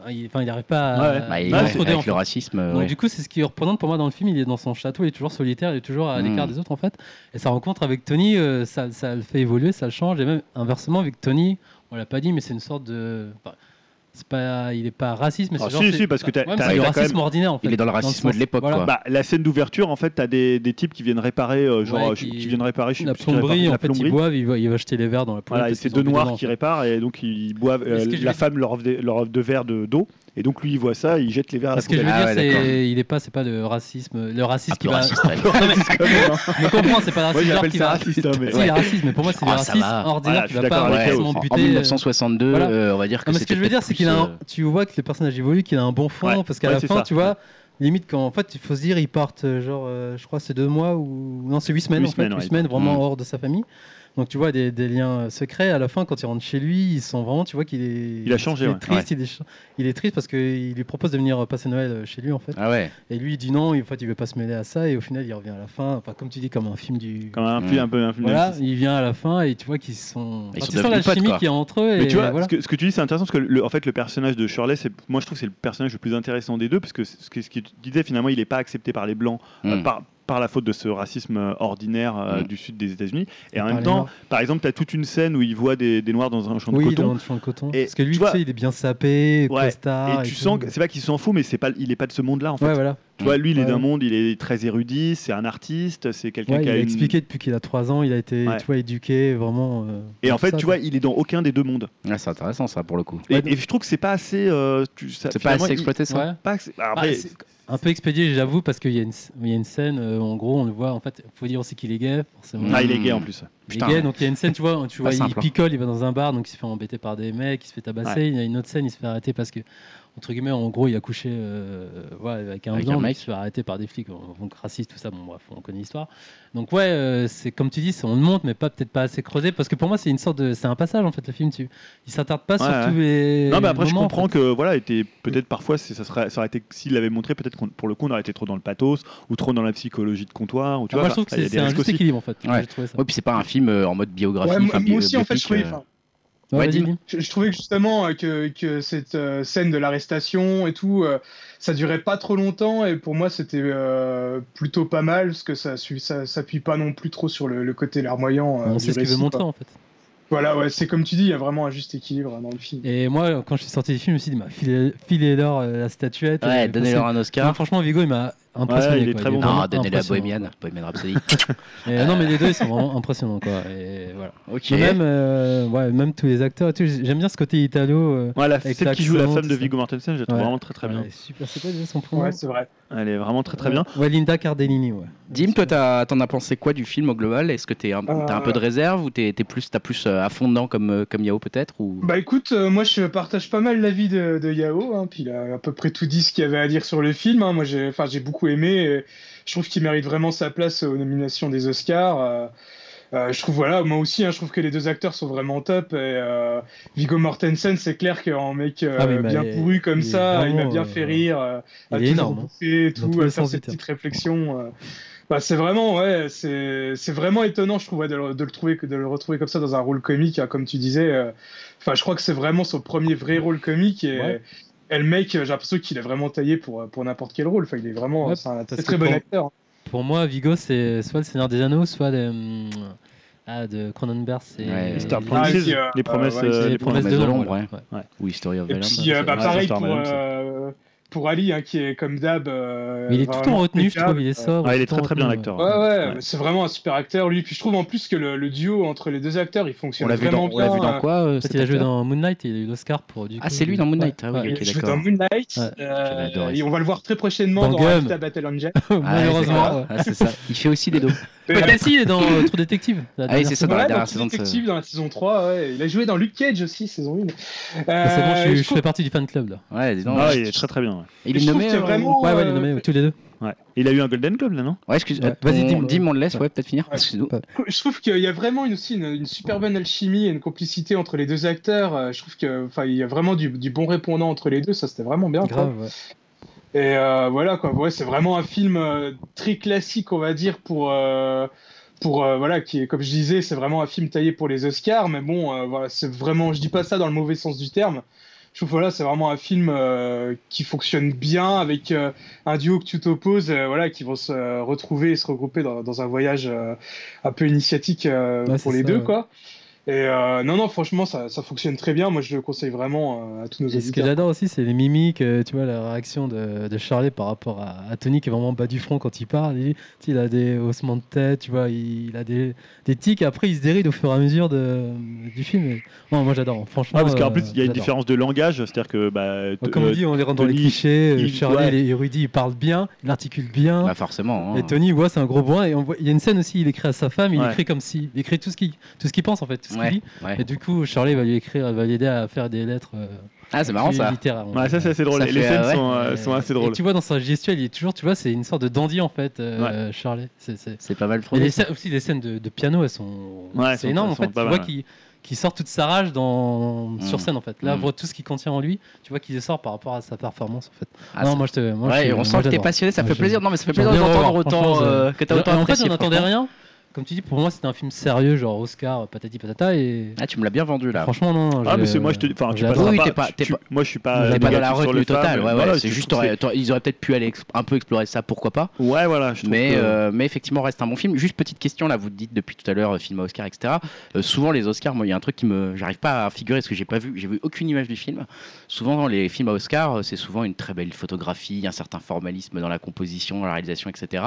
il enfin, il n'arrive pas à,
Ouais, ouais.
Bah, il-
à
ouais,
se retrouver, en
avec
fait.
le racisme, euh,
Donc
ouais.
du coup, c'est ce qui représente pour moi dans le film. Il est dans son château, il est toujours solitaire, il est toujours à
Mm.
l'écart des autres en fait. Et sa rencontre avec Tony, euh, ça, ça le fait évoluer, ça le change. Et même inversement avec Tony, on l'a pas dit, mais c'est une sorte de, enfin, c'est pas, il est pas raciste, mais
Ah,
c'est genre.
si,
c'est-
si, parce que t'as-
Ouais, mais
t'as-
c'est le
t'as quand
racisme
même-
ordinaire en fait.
Il est dans le
le
racisme
sens-
de l'époque,
voilà.
quoi.
Bah, la scène d'ouverture, en fait, t'as des, des types qui viennent réparer, euh, genre,
Ouais,
euh, je- qui...
qui-
viennent réparer, je sais
La
plus ce qu'ils réparent,
plomberie, en
la
fait, ils
plomberie.
boivent, il va, il va jeter les verres dans la plomberie.
Voilà, et
parce
c'est
qu'ils
deux
ont bu
noirs
dedans.
qui réparent et donc ils boivent.
Mais ce
euh,
que je
la
vais
femme leur offre, des- leur offre deux verres de- d'eau et donc lui il voit ça, il jette les verres à la
Parce que je
poubelle.
veux
Ah
dire,
ouais, d'accord.
c'est, il est pas, c'est pas le racisme, le racisme
Un
qui
peu
va.
raciste, ouais.
Non, mais- Je comprends, c'est pas le
Moi
racisme
j'appelle
qui
ça
va.
raciste, hein, mais
Si, il est raciste, mais pour moi, c'est le
Ah, ça
racisme
va.
Voilà,
ordinaire qui
je suis
va pas
d'accord avec toi,
forcément
En-
buter. euh,
En 1962,
Voilà.
euh, on va dire que
Non, mais ce que
c'était
je veux dire,
peut-être
c'est qu'il a
plus,
un-
euh,
tu vois que le personnage évolue, qu'il a un bon fond,
Ouais,
parce qu'à
ouais,
la
c'est
fin,
ça.
tu vois, limite quand en fait, il faut se dire, ils partent euh, genre, euh, je crois, c'est deux mois ou non, c'est huit semaines,
Huit
en fait,
semaines,
huit
ouais,
semaines vraiment
Mm.
hors de sa famille. Donc tu vois des, des liens euh, secrets. À la fin, quand il rentre chez lui, ils sont vraiment, tu vois qu'il est,
Il a changé,
il est
ouais.
triste, il, est, ch- il est triste parce qu'il lui propose de venir euh, passer Noël euh, chez lui en fait.
Ah ouais.
Et lui il dit non, en fait, il veut pas se mêler à ça. Et au final, il revient à la fin. Enfin, comme tu dis, comme un film du.
quand même un film un peu un film
Voilà,
d'M6.
il vient à la fin et tu vois qu'ils sont.
Ils
Enfin,
sont
tu sens
devenus potes,
l'alchimie
quoi.
qu'il y a entre eux.
Mais
et
tu vois,
voilà.
ce, que, ce que tu dis, c'est intéressant parce que le, en fait, le personnage de Shirley, c'est, moi je trouve que c'est le personnage le plus intéressant des deux parce que ce que, ce que tu disais, finalement, il n'est pas accepté par les blancs euh,
Hmm.
par, par la faute de ce racisme euh, ordinaire euh,
Mm.
du sud des États-Unis. Et en
Par
même
les
temps,
Noirs.
par exemple, tu as toute une scène où il voit des, des noirs dans un champ
oui,
de coton.
dans le champ de coton.
Et
Parce que lui, tu,
tu vois-
sais, il est bien sapé,
Ouais,
costard.
et tu
tout.
sens que c'est pas qu'il s'en fout, mais c'est pas, il n'est pas de ce monde-là en fait.
Ouais, voilà.
Tu vois, lui, il est
Ouais.
d'un monde, il est très érudit, c'est un artiste, c'est quelqu'un
Ouais,
qui
il
a
a
une-
expliqué depuis qu'il a 3 ans, il a été
Ouais.
tu vois, éduqué vraiment. euh,
Et en
pour
fait,
ça,
tu
quoi.
vois, il est dans aucun des deux mondes.
Ah, c'est intéressant ça pour le coup.
Et,
Ouais, donc-
et je trouve que c'est pas assez. euh, tu- ça-
C'est pas
finalement,
assez
il-
exploité ça.
Ouais.
pas assez- Après,
Ah, c'est un peu expédié, j'avoue, parce qu'il y, a une sc- il y a une scène, euh, en gros, on le voit, en fait, faut dire aussi qu'il est gay, forcément.
ah, il
Hmm.
est gay en plus.
Il est
Putain,
gay,
ouais.
donc il y a une scène, tu vois, tu
Pas
vois il
simple, hein.
picole, il va dans un bar, donc il se fait embêter par des mecs, il se fait tabasser. Il y a une autre scène, il se fait arrêter parce que, entre guillemets, en gros, il a couché euh, ouais, avec un
Avec un
blanc, donc
Ouais.
mec se fait arrêter par des flics, donc raciste, tout ça, bon bref, on connaît l'histoire. Donc ouais, euh, c'est comme tu dis, c'est- on le monte, mais pas peut-être pas assez creusé, parce que pour moi c'est une sorte de, c'est un passage en fait le film, tu, il s'attarde pas
Ouais,
sur tous les.
Non, mais après, je
moments, en
comprends
fait.
que voilà, était peut-être parfois, c'est- ça, serait, ça aurait été, s'il l'avait montré, peut-être qu'on- pour le coup, on aurait été trop dans le pathos ou trop dans la psychologie de comptoir. Ou, tu
Ah,
vois,
moi je trouve que
enfin, il y a
c'est
des
c'est un
risques
juste
aussi.
équilibre en fait.
Ouais.
J'ai trouvé ça.
Ouais, puis c'est pas un film euh, en mode biographie.
Ouais, moi,
enfin,
moi
bio-
aussi, en fait,
biopic,
je trouvais.
euh,
enfin,
Ouais,
Ouais,
vas-y,
dis-moi.
Lynn.
Je, je trouvais que justement euh, que, que cette euh, scène de l'arrestation et tout, euh, ça durait pas trop longtemps et pour moi c'était euh, plutôt pas mal parce que ça su- ça s'appuie pas non plus trop sur le, le côté larmoyant. euh,
On
du
sait ce qu'il
récit,
veut
quoi.
montrer en fait.
Voilà, ouais, c'est comme tu dis, il y a vraiment un juste équilibre hein, dans le film.
Et moi, quand je suis sorti du film, je me suis dit, bah, filez- filez-leur euh, la statuette.
Ouais,
euh,
donnez-leur
parce
un
que- Non,
Oscar.
franchement, Vigo, il m'a impressionné.
Ouais, il est
quoi.
très bon. hein.
vraiment
Non, donnez-la à
impressionnant.
Bohemian, Bohemian [laughs] Rhapsody.
Et non, mais les deux, ils sont vraiment impressionnants, quoi. Et voilà.
ok.
Mais Même, euh, ouais, même tous les acteurs et tout, j'aime bien ce côté italo. euh,
Ouais, la-
Avec
celle qui joue la
l'accent,
femme de
tout ça.
Viggo Mortensen, je la trouve
Ouais.
vraiment très très bien.
ouais, super, c'est quoi déjà son prénom
Ouais, c'est vrai.
Elle est vraiment très très bien.
Ouais, Linda Cardellini, ouais.
Dim, toi, t'as- t'en as pensé quoi du film au global Est-ce que t'es un,
Euh,
t'as un peu de réserve ou t'es t'es plus, t'as plus euh, à fond dedans comme, euh, comme Yao peut-être ou...
Bah écoute, euh, moi je partage pas mal l'avis de, de Yao, hein, puis il a à peu près tout dit ce qu'il y avait à dire sur le film. hein. Moi j'ai enfin, j'ai beaucoup aimé, euh, je trouve qu'il mérite vraiment sa place aux nominations des Oscars. euh, euh, je trouve voilà, moi aussi, hein, je trouve que les deux acteurs sont vraiment top. Et euh, Viggo Mortensen, c'est clair qu'en mec euh,
Ah, mais, bah,
bien
il-
pourru comme
il est
ça, il m'a
vraiment,
bien
euh,
fait rire. euh,
il
à
est
toujours
énorme, hein.
bouffer et
Dans
tout,
tous les
à faire
sens
ses
du terme.
petites réflexions. euh. Bah, c'est vraiment, ouais, c'est c'est vraiment étonnant, je trouve, ouais, de, le, de le trouver, de le retrouver comme ça dans un rôle comique, hein, comme tu disais. euh. Enfin, je crois que c'est vraiment son premier vrai rôle comique et,
Ouais.
et le mec, euh, j'ai l'impression qu'il est vraiment taillé pour, euh, pour n'importe quel rôle. Enfin, il est vraiment,
Ouais,
c'est un
parce
très,
que
très bon
pour-
acteur. hein.
Pour moi, Vigo, c'est soit le Seigneur des Anneaux, soit le, hum, ah, de Cronenberg, c'est
Ouais, Mr.
Ah, et
Promises,
puis, euh,
les promesses,
euh, ouais,
euh,
c'est
les promesses.
de
de
l'ombre,
l'ombre. voilà. Ouais.
Ou History of
Et
Violence
puis, euh, bah,
ouais,
pareil
Star
pour,
Madame, ça.
euh, pour Ali, hein, qui est comme d'hab. euh,
Mais il est tout en
vraiment
retenue, je trouve,
impeccable.
il est sobre.
Ah, il est
tout en
très très bien
retenue,
l'acteur.
Ouais, ouais,
Ouais.
c'est vraiment un super acteur, lui. Puis je trouve en plus que le, le duo entre les deux acteurs, il
On
fonctionne
l'a vu, dans-
vraiment
on
bien.
l'a vu dans
euh,
quoi euh,
En fait,
cet
il a joué
acteur
dans Moon Knight et il a eu l'Oscar pour du
Ah,
coup,
c'est lui dans Moon
ouais,
Knight, ah oui,
ouais.
ok,
Il joue
d'accord.
dans Moonlight.
Ouais.
euh,
J'avais adoré
et
ça.
on va le voir très prochainement dans
Bangum.
Alita Battle Angel.
Ah, ouais,
[laughs] Malheureusement.
d'accord.
ouais.
Ah, c'est ça. Il fait aussi des dos.
Et,
Ah, bah, si, il est dans euh, True Detective. la
Ah oui,
dernière
c'est ça, [laughs] dans
voilà,
la
dans
dernière
True
saison. de ce-
Detective, dans la saison 3. ouais. Il a joué dans Luke Cage aussi, saison Euh, 1.
Mais C'est bon, bah, je, suis- je
trouve,
fais partie du fan club là.
Ouais, dis donc.
Ah,
je-
il est très très bien. ouais.
il
je
est
trouve
nommé.
qu'il y a
euh,
vraiment,
Ouais, ouais,
euh,
les nommés, tous les deux.
Ouais. Il a eu un Golden Globe là, non
Ouais, excuse.
Ouais.
Vas-y,
Bah, Vas-y,
Dim,
Dim.
Dim, on le laisse,
Ouais.
ouais, peut-être finir. Excuse-nous.
[laughs] je trouve qu'il y a vraiment une, aussi une, une super bonne alchimie et une complicité entre les deux acteurs. Euh, Je trouve que, enfin, il y a vraiment du, du bon répondant entre les deux. Ça, c'était vraiment bien. quoi.
Grave, ouais.
Et euh, voilà quoi, ouais, c'est vraiment un film euh, très classique, on va dire, pour euh, pour euh, voilà qui est comme je disais, c'est vraiment un film taillé pour les Oscars, mais bon, euh, voilà, c'est vraiment, je dis pas ça dans le mauvais sens du terme. Je trouve voilà, c'est vraiment un film euh, qui fonctionne bien avec euh, un duo que tu t'opposes, euh, voilà, qui vont se euh, retrouver et se regrouper dans, dans un voyage euh, un peu initiatique euh,
Ouais,
pour
c'est
les
ça,
deux
ouais.
quoi. Et euh, non non, franchement, ça, ça fonctionne très bien. Moi, je le conseille vraiment euh, à tous nos
Et ce que
auditeurs.
j'adore aussi, c'est les mimiques, euh, tu vois, la réaction de, de Charlie par rapport à, à Tony qui est vraiment bas du front quand il parle. Il, tu sais, il a des haussements de tête, tu vois, il, il a des, des tics, et après il se déride au fur et à mesure de, du film. Et- Non, moi j'adore, franchement.
Ah, parce qu'en
euh,
plus, il y a une
j'adore.
différence de langage, c'est-à-dire que bah,
Ouais, Comme on
euh,
dit, on les rentre dans les
Tony,
clichés. euh,
il-
Charlie,
ouais.
il est érudit, il parle bien, il articule bien.
Bah, forcément. hein.
Et Tony, ouais, c'est un gros bourrin. Et on voit, il y a une scène aussi, il écrit à sa femme, il
Ouais.
écrit comme si, il écrit tout ce qu'il, tout ce qu'il pense en fait, tout ce
Ouais,
qu'il dit.
ouais.
Et du coup, Charlie va lui écrire, va l'aider à faire des lettres. euh,
Ah, c'est marrant
plus
ça.
littéraires, on
ouais,
va
ça
dire.
c'est assez drôle.
Ça
Les
fait,
scènes
euh,
sont, euh,
Euh,
sont assez
et
drôles.
tu vois dans sa gestuelle, il est toujours, tu vois, c'est une sorte de dandy en fait, euh, Charlie. C'est, c'est...
C'est pas mal
Et
trouvé.
les scè- aussi les scènes de, de piano, elles sont,
Ouais, elles
c'est
sont-
énorme
elles
en
sont
fait. Tu
pas
vois
mal,
qu'il, qu'il sort toute sa rage dans
Mm.
sur scène en fait. Là,
Mm.
vois tout ce qu'il contient en lui. Tu vois qu'il le sort par rapport à sa performance en fait.
Ah,
non,
ça-
moi je te, moi, je
Ouais,
suis-
on
moi,
sent que t'es
j'adore.
passionné, ça
Moi,
fait
je-
plaisir. Non, mais ça fait
j'aime
plaisir
bien le
d'entendre
revoir,
autant
franchement,
euh, que t'as
Et
autant
en fait,
apprécié.
on n'attendait
franchement.
rien. Comme tu dis, pour moi, c'était un film sérieux, genre Oscar, patati patata. Et
Ah, tu me l'as bien vendu là.
franchement, non.
Ah, mais
j'ai-
c'est moi je te. Enfin, tu
j'ai
passeras
adoré.
Oui,
pas-
t'es pas- t'es
tu-
pas-
Moi je suis pas.
T'es pas dans
négatif
la
sur
retenue
le film,
totale,
mais
ouais,
voilà,
ouais,
je
c'est
trouve
juste,
que
aurait- t'aurais- ils auraient peut-être pu aller ex- un peu explorer ça, pourquoi pas,
c'est- Ouais, voilà. je trouve
mais,
que-
euh, mais effectivement, reste un bon film. Juste petite question, là, vous dites depuis tout à l'heure, euh, film à Oscar, etc. Euh, souvent, les Oscars, moi, il y a un truc qui me. J'arrive pas à figurer parce que j'ai pas vu, j'ai vu aucune image du film. Souvent, dans les films à Oscar, euh, c'est souvent une très belle photographie, un certain formalisme dans la composition, dans la réalisation, etc.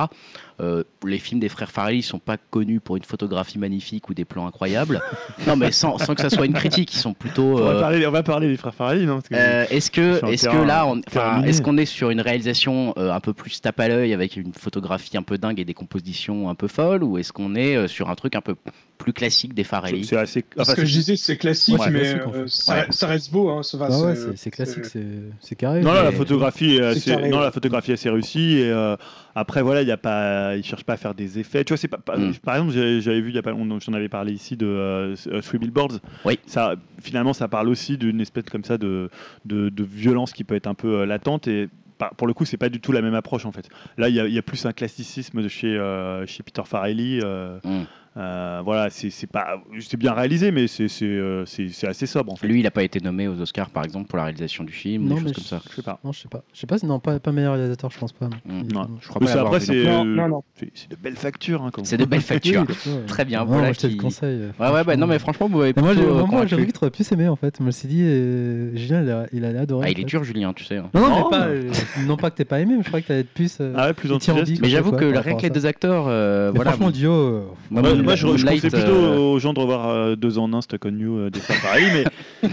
Euh, les films des frères Farrelly sont pas connus pour une photographie magnifique ou des plans
[laughs]
incroyables. non, mais sans, sans que ça soit une critique, ils sont plutôt.
On va
euh,
parler, on va parler des frères Farrelly, non Parce que-
euh, est-ce que,
Sur un
est-ce que
terrain-
là, on-
terrain
enfin,
miné.
est-ce qu'on est sur une réalisation euh, un peu plus tape à l'œil avec une photographie un peu dingue et des compositions un peu folles, ou est-ce qu'on est euh, sur un truc un peu plus classique des
C'est-
Farelli
c'est assez.
Ce
enfin,
que
c'est-
je disais, c'est classique,
Ouais,
mais
classique, en fait.
euh, ça,
Ouais.
ça reste beau. Hein, ça va,
Bah ouais,
c'est-
c'est- c'est classique, c'est c'est carré.
Non, là, la
mais-
photographie, est assez,
C'est carré,
non,
ouais.
la photographie est assez réussie. Et euh, après, voilà, il y a pas, ils cherchent pas à faire des effets. Tu vois, c'est pas, pas-
Mm.
par exemple, j'ai- j'avais vu, il y a pas, on- j'en avais parlé ici de euh, euh, Three Billboards.
Oui.
Ça, finalement, ça parle aussi d'une espèce comme ça de, de, de violence qui peut être un peu euh, latente et par- pour le coup, c'est pas du tout la même approche en fait. Là, il y, a- il y a plus un classicisme de chez, euh, chez Peter Farrelly. euh,
Mm.
euh, voilà, c'est c'est pas, c'est bien réalisé, mais c'est c'est, euh, c'est- c'est assez sobre en fait.
Lui, il n'a pas été nommé aux Oscars, par exemple, pour la réalisation du film,
Non,
des choses
mais
comme ça.
Je sais pas.
Non, je sais pas. Je sais pas, non, pas, pas meilleur réalisateur, je pense pas. non.
Mm.
Non,
Je crois
Mais
pas
ça,
l'avoir
après,
vu
c'est
Non,
euh,
non, non.
c'est- c'est de belles factures. hein, quand
C'est
[laughs]
de belles factures. Très bien,
Non,
voilà
moi, je te
qui-
le conseille.
Ouais, ouais, bah, non, mais franchement, vous m'avez
Et moi, j'ai
plutôt, euh,
vraiment
convaincu.
j'avoue que tu aurais pu s'aimer en fait. Je me suis dit, euh, Julien, il, a- il allait adorer.
Ah,
en
il est
fait.
dur, Julien, tu sais. hein.
Non, non,
Non,
mais pas,
mais-
euh, non pas que t'es pas aimé, mais je crois que t'allais être plus. euh,
Ah ouais, plus
Et Thierry
enthousiaste.
Mais
Je
j'avoue
vois
que
pas par
rien que
rapport
les
à
deux acteurs, euh,
mais
voilà.
franchement, le duo. euh,
moi,
Moi,
mon-
moi, je, je
Moonlight,
conseille plutôt
euh,
aux gens de revoir euh, Deux en un, Stock on You, euh, des fois pareil,
[laughs]
mais,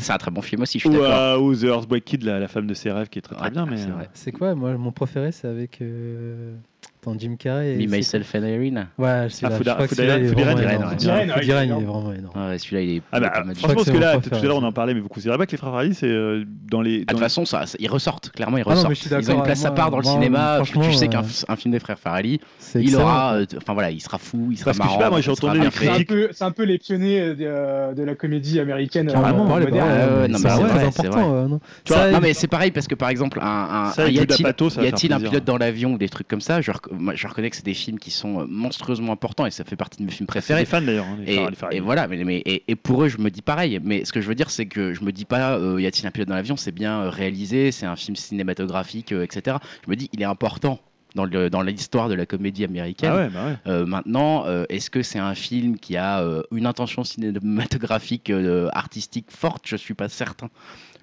C'est un très bon film aussi, je suis
ou,
d'accord.
euh, ou The Earthboy Kid, la, la femme de ses rêves, qui est très Ah, très
Ouais,
bien. Mais, euh,
c'est vrai.
C'est quoi Moi, mon préféré, c'est avec. euh, Attends, Jim Carrey. et-
Me, Myself and Irene.
Ouais, celui-là,
Ah,
je
Food-
crois que
Food
celui-là,
Irene,
il est
Food
vraiment
Irene,
énorme.
ouais.
Food
Food Irene, ouais,
Irene,
il est
il est vraiment énorme.
Ah ouais, Celui-là, il est.
Ah
il
bah,
est pas mal.
franchement,
que
parce
c'est
que
mon
là, tout
préféré,
à l'heure on
ça.
en parlait, mais vous considérez pas que les frères Farrelly, c'est euh, dans les.
Ah, de
dans-
toute façon, ça, ça- ils ressortent, clairement, ils
Ah non, mais
ressortent.
je suis
ils ont une
d'accord,
place à
moi,
part dans le
moi,
cinéma.
franchement,
Tu sais qu'un
euh,
un film des frères Farrelly,
C'est
il
excellent.
aura. euh, Enfin voilà, il sera fou, il sera
Parce que je sais
marrant.
pas, moi, j'ai
il sera
entendu les
malgré-
C'est un
critiques.
peu- c'est un, peu les pionniers euh, de, euh, de la comédie américaine. euh,
Carrément,
ouais,
les
moderne.
bah
barres,
ouais, ouais, non, mais
c'est
c'est
très
vrai, c'est
important. euh, non.
Tu vois,
Ça,
non
il-
mais c'est pareil parce que par exemple un, un,
Ça,
un
avec
ah, y
Judas
a-t-il
Pato, ça va
y
faire
a-t-il un
plaisir.
pilote dans l'avion ou des trucs comme ça je, rec- moi, je reconnais que c'est des films qui sont euh, monstrueusement importants et ça fait partie de mes films
c'est
préférés
des fans d'ailleurs, hein, les
et,
frères- les frères
et
Farrelly.
voilà mais, mais- et, et pour eux je me dis pareil mais ce que je veux dire c'est que je me dis pas euh, y a-t-il un pilote dans l'avion c'est bien euh, réalisé c'est un film cinématographique euh, etc je me dis il est important dans le- dans l'histoire de la comédie américaine
Ah ouais, bah ouais.
euh, maintenant, euh, est-ce que c'est un film qui a euh, une intention cinématographique, euh, artistique forte Je suis pas certain.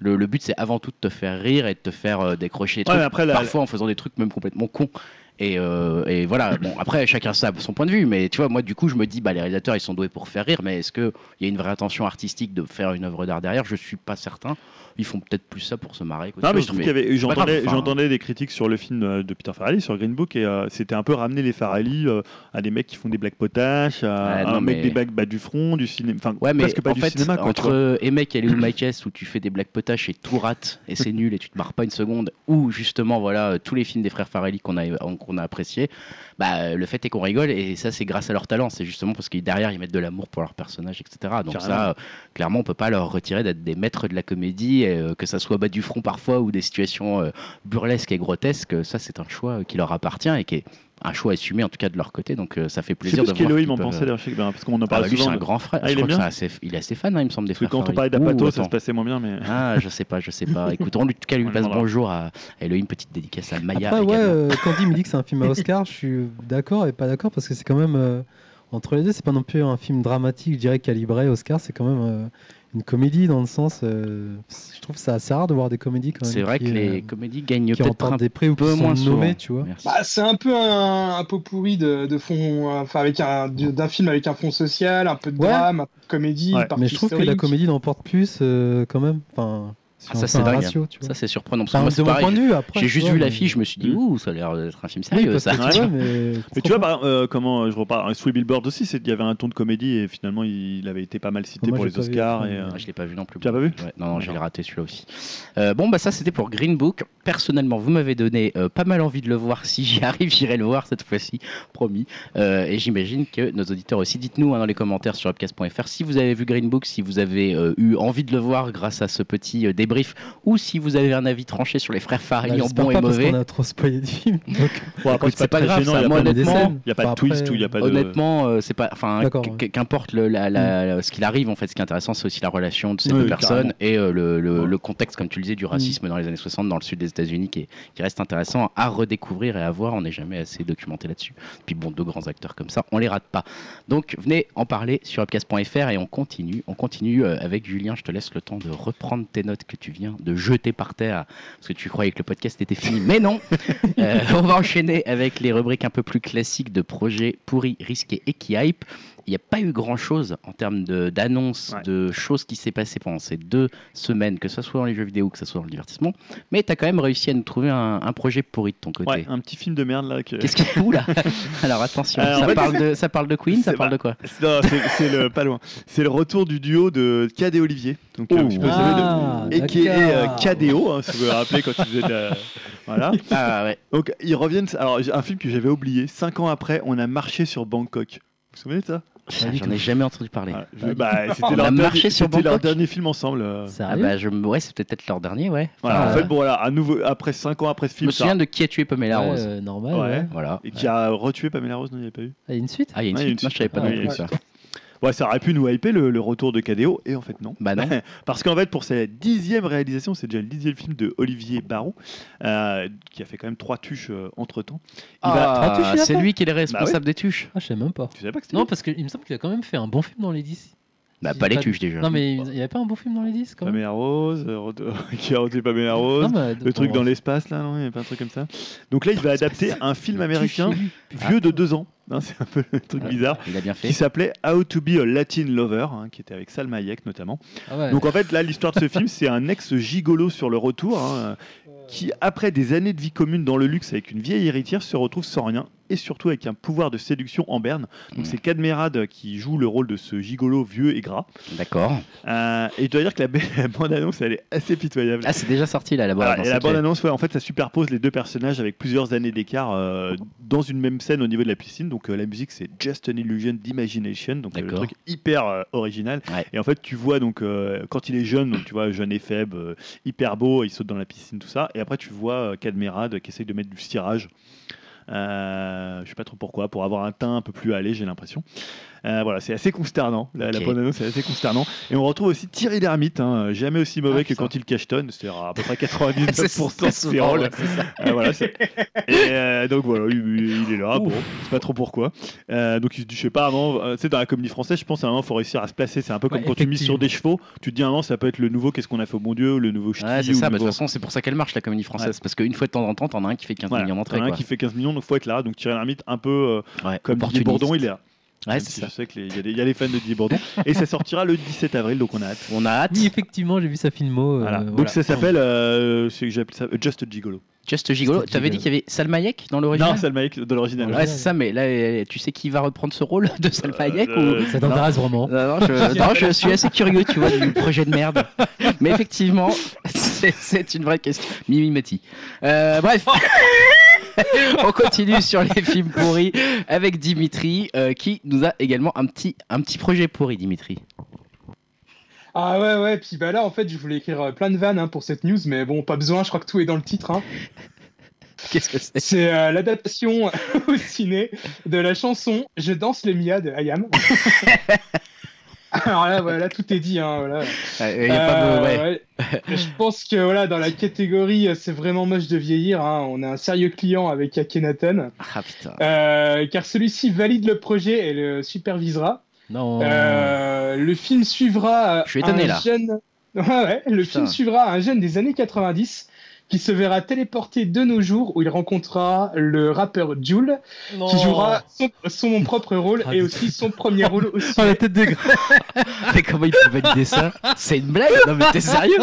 Le, le but, c'est avant tout de te faire rire et de te faire euh, décrocher des
Ouais, mais
trucs,
après, la-
parfois en faisant des trucs même complètement cons. Et, euh, et voilà, bon, après, chacun sa- son point de vue, mais tu vois, moi, du coup, je me dis, bah, les réalisateurs, ils sont doués pour faire rire, mais est-ce qu'il y a une vraie intention artistique de faire une œuvre d'art derrière Je suis pas certain. Ils font peut-être plus ça pour se marrer. qu'autre
Non, mais
chose,
je trouve qu'il y avait. J'entendais
grave, enfin.
j'entendais des critiques sur le film euh, de Peter Farrelly, sur Green Book, et euh, c'était un peu ramener les Farrelly euh, à des mecs qui font des blagues potaches, à
Ah, non,
un mec
mais-
des blagues bas du front, du cinéma. Enfin,
Ouais, mais
presque pas
en
du
fait,
cinéma, quoi. tu vois.
entre Emek et Léo Maïkès, où tu fais des blagues potaches et tout rate, et c'est nul, et tu te marres pas une seconde, ou justement, voilà, euh, tous les films des frères Farelli qu'on a, qu'on a appréciés, bah, euh, le fait est qu'on rigole, et ça, c'est grâce à leur talent, c'est justement parce que derrière, ils mettent de l'amour pour leur personnage, etc. Donc,
Carrément.
ça, euh, clairement, on peut pas leur retirer d'être des maîtres de la comédie, et, euh, que ça soit bas du front parfois, ou des situations euh, burlesques et grotesques, euh, ça, c'est un choix euh, qui leur appartient, et qui est un choix assumé, en tout cas, de leur côté, donc euh, ça fait
Je sais
plaisir
plus
de
ce
voir.
qu'Elohim
qu'ils
en
peuvent,
pensait d'ailleurs, je sais que- ben, parce qu'on en
ah,
parle
bah, lui, c'est
souvent.
un grand frère.
Ah,
je
il est
crois que
bien
c'est assez- il est assez fan, hein, il me semble, des
Parce que
frères.
quand on
Farrelly.
parlait d'Apato,
Ouh,
ça se
attends.
passait moins bien,
[laughs]
mais.
Ah, je sais pas, je sais [laughs] pas. Écoute, on lui, en tout cas, lui
On lui
passe
demandera.
bonjour à Elohim, petite dédicace à Maya.
Après, ouais,
également.
euh, quand il me dit que c'est un film à Oscar, je suis d'accord et pas d'accord parce que c'est quand même. euh, entre les deux, c'est pas non plus un film dramatique, je dirais, calibré. Oscar, c'est quand même euh, une comédie dans le sens. euh, je trouve ça assez rare de voir des comédies quand même.
c'est vrai que
qui, euh,
les comédies gagnent
qui
peut-être un
remportent des prix ou qui
peu
sont
moins souvent.
nommés, tu vois.
Merci.
Bah, c'est un peu un, un pot pourri de, de fond, euh, enfin avec un du- d'un film avec un fond social, un peu de
Ouais.
drame, un peu de comédie.
Ouais.
une partie
Mais je trouve que la
historique.
comédie l'emporte plus euh, quand même. Enfin, sur
Ah, ça,
un-
c'est
un
dingue.
ratio, tu vois.
Ça, c'est surprenant. Parce que
Enfin,
moi,
de
c'est
mon
pareil,
point de vue, après.
J'ai
tu
juste
vois,
vu
mais-
l'affiche, je me suis dit,
Mm.
ouh, ça a l'air d'être un film [laughs]
Oui,
sérieux,
parce
ça.
que tu vois, mais.
Mais tu vois, par, euh, comment euh, je repars, un Sweet Billboard aussi, c'est- il y avait un ton de comédie et finalement il avait été pas mal cité
Moi,
pour
j'ai
les
pas vu le
Oscars.
film,
et, euh,
Ouais, Ah, je l'ai pas vu non plus.
Tu l'as pas vu
Ouais, Non, non, j'ai
D'accord.
raté celui-là aussi. Euh, bon, bah ça, c'était pour Green Book. Personnellement, vous m'avez donné euh, pas mal envie de le voir. [laughs] Si j'y arrive, j'irai le voir cette fois-ci, promis. Euh, et j'imagine que nos auditeurs aussi. Dites-nous hein, dans les commentaires sur webcast.fr si vous avez vu Green Book, si vous avez euh, eu envie de le voir grâce à ce petit euh, débrief, ou si vous avez un avis tranché sur les frères
Bah,
Farrelly
Bah,
en bon et mauvais.
On a trop spoilé du film. donc,
bon, après,
écoute, c'est pas grave, ça,
il y a
moi,
pas de-
honnêtement,
il y a pas de
Enfin,
twist
après,
ou il y a pas de.
Honnêtement, euh, c'est pas. Enfin,
D'accord,
qu-
ouais. Mm.
qu'importe le- la- la- ce qu'il arrive, en fait, ce qui est intéressant, c'est aussi la relation de ces
Oui,
deux
oui,
personnes et euh, le, le-
Ouais.
le contexte, comme tu le disais,
Mm.
du racisme dans les années 60 dans le sud des États-Unis qui, est- qui reste intéressant à redécouvrir et à voir. On n'est jamais assez documenté là-dessus. Puis bon, deux grands acteurs comme ça, on les rate pas. Donc, venez en parler sur upcast.fr et on continue. On continue euh, avec Julien. Je te laisse le temps de reprendre tes notes que tu viens de jeter par terre parce que tu croyais que le podcast était fini, mais non.
[laughs]
Euh, on va enchaîner avec les rubriques un peu plus classiques de projets pourris, risqués et qui hype. Il n'y a pas eu grand chose en termes de- d'annonces,
Ouais.
de, choses qui s'est passé pendant ces deux semaines, que ce soit dans les jeux vidéo, que ce soit dans le divertissement. Mais tu as quand même réussi à nous trouver un, un projet pourri de ton côté.
Ouais, un petit film de merde là. que-
Qu'est-ce qu'il y a où
[laughs]
là Alors attention,
Alors, Euh, en
ça,
fait,
parle de, ça parle de Queen, ça
c'est-
parle de quoi
Non, c'est c'est le pas loin. C'est le retour du duo de Cad et Olivier. Donc, euh,
Oh.
je sais pas si vous savez,
Ah,
le- et qui est euh, KDO, hein, si vous vous rappelez quand tu faisais de la- Voilà.
Ah
[laughs]
ouais.
Donc ils reviennent. Alors j'ai un film que j'avais oublié. Cinq ans après, on a marché sur Bangkok. Vous vous souvenez de ça
Putain, J'en ai jamais entendu parler.
Voilà. Je- bah, C'était
On a
leur,
marché
dernier-
sur
c'était leur
Bangkok
dernier film ensemble. euh.
Ah
Sérieux
bah, je... me- Ouais, c'est peut-être leur dernier, ouais.
Voilà, en
Enfin,
fait, bon, voilà, à nouveau, après 5 ans après ce
je
film,
me
ça-
souviens de qui a tué Pamela
Ouais,
Rose.
euh, normal.
Ouais.
ouais.
Voilà.
et qui a retué Pamela Rose, non, il n'y avait pas eu.
Ah, il y a une suite
Ah, il y a une
Ouais,
suite.
il y a une
Non, je savais pas
suite.
non plus
Ouais.
ça.
Ouais, ça aurait pu nous hyper le, le retour de KDO, et en fait, non.
Bah non.
Parce qu'en fait, pour sa dixième réalisation, c'est déjà le dixième film de Olivier Baron, euh, qui a fait quand même trois tuches euh, entre temps.
Ah,
Ah, tu sais
c'est
pas
lui qui est le responsable
Bah
des tuches.
Ah, je sais même pas.
Tu savais pas que c'était
Non,
lui
parce qu'il me semble qu'il a quand même fait un bon film dans les 10.
Bah
Si,
pas les
pas-
tuches déjà.
Non, mais il n'y avait pas un bon film dans les 10 quand même.
Pamela Rose, euh, retour- [laughs] qui a rendu
Non,
Pamela Ah, Rose.
mais-
Le truc dans l'espace, là, non Il n'y a pas un truc comme ça Donc là, il va adapter un film américain vieux de deux ans. [laughs] hein, c'est un peu le truc bizarre.
Il a bien
Qui
fait.
s'appelait How to be a Latin Lover, hein, qui était avec Salma Hayek notamment.
Ah ouais.
Donc en fait, là, l'histoire de ce film, c'est un ex-gigolo sur le retour, hein,
euh.
qui, après des années de vie commune dans le luxe avec une vieille héritière, se retrouve sans rien, et surtout avec un pouvoir de séduction en berne.
Mm.
Donc c'est Cadmerade qui joue le rôle de ce gigolo vieux et gras.
[laughs] D'accord.
Euh, et je dois dire que la, [laughs] la bande-annonce, elle est assez pitoyable.
Ah c'est déjà sorti là la
Ah,
bande.
et la bande-annonce, ouais, en fait, ça superpose les deux personnages avec plusieurs années d'écart euh, dans une même scène au niveau de la piscine. Donc euh, la musique, c'est Just an Illusion d'Imagination, donc euh, le
D'accord.
truc hyper euh, original.
Ouais.
Et en fait, tu vois donc euh, quand il est jeune, donc tu vois jeune et faible, euh, hyper beau, il saute dans la piscine, tout ça. Et après, tu vois euh, Cadmerade qui essaye de mettre du cirage. Euh, je sais pas trop pourquoi, pour avoir un teint un peu plus allé, j'ai l'impression. Euh, voilà, c'est assez consternant. La,
Ok.
la bande-annonce est assez consternant. Et on retrouve aussi Thierry Lhermitte, hein, jamais aussi mauvais
Ah,
que
putain.
quand il cachetonne, c'est-à-dire
[laughs]
à peu près
[laughs] C'est
99% de
souvent,
ses rôles.
ouais, c'est ça.
Ah,
[laughs]
voilà, c'est- et euh, donc voilà, il, il est là, bon, je sais pas trop pourquoi. Euh, donc il se dit, je sais pas, avant, euh, tu sais, dans la comédie française, je pense à un moment, faut réussir à se placer. C'est un peu comme
Ouais,
quand tu mises sur des chevaux, tu te dis, un moment, ça peut être le nouveau, qu'est-ce qu'on a fait au bon Dieu, le nouveau ch'ti,
Ouais, c'est
ou le
ça. bah, De
nouveau-
toute façon, c'est pour ça qu'elle marche la comédie française. Parce qu'une fois de temps en temps, t'en as un qui fait 15
Voilà,
millions d'entrées.
t'en as un
quoi.
qui fait 15 millions, donc faut être là. Donc Thierry Lhermitte, un peu euh,
Ouais,
comme Didier
opportuniste.
Bourdon, il est là.
Ouais,
Même
c'est
si
ça.
Je sais qu'il y, a des fans de Didier Bourdon. et ça
[laughs]
sortira le 17 avril, donc on a hâte.
On a hâte.
Oui, effectivement, j'ai vu sa filmo. euh,
Voilà.
voilà.
Donc ça s'appelle, euh, c'est que j'appelle ça euh, Just a Gigolo.
Just Gigolo.
Just
T'avais dit
Gigolo.
qu'il y avait Salma Hayek dans l'original
Non, c'est le mec de l'original.
Ouais, c'est ça, mais là, euh, tu sais qui va reprendre ce rôle de Salma Hayek ou...
Euh,
Ça t'intéresse vraiment
Non, non, [laughs] je, non, je suis assez curieux, tu vois, du projet de merde. Mais effectivement, [laughs] c'est- c'est une vraie question. Mimi Mati. Euh, [laughs] bref. On continue sur les films pourris avec Dimitri euh, qui nous a également un petit, un petit projet pourri, Dimitri.
Ah ouais, ouais, puis bah là, en fait, je voulais écrire euh, plein de vannes hein, pour cette news, mais bon, pas besoin, je crois que tout est dans le titre. Hein.
Qu'est-ce que c'est
C'est euh, l'adaptation [laughs] au ciné de la chanson Je danse les Mia de
[laughs]
Ayam. Alors là, voilà, tout est dit. Hein, voilà.
Euh, y a pas de- ouais.
Euh,
[laughs]
ouais. Je pense que voilà, dans la catégorie, euh, c'est vraiment moche de vieillir. hein. On a un sérieux client avec Akhenaten,
Ah putain.
euh, car celui-ci valide le projet et le supervisera.
Non.
Euh, le film suivra euh,
Je suis étonné,
un
là.
jeune. [laughs] Ouais, ouais, le
Putain.
film suivra un jeune des années 90 qui se verra téléporté de nos jours où il rencontrera le rappeur Jul
Non.
Oh.
qui jouera son, son propre rôle
Ah,
et
putain.
aussi son premier rôle
[laughs]
aussi.
Ah, la tête de gras.
Mais comment il peut valider ça C'est une blague Non mais t'es sérieux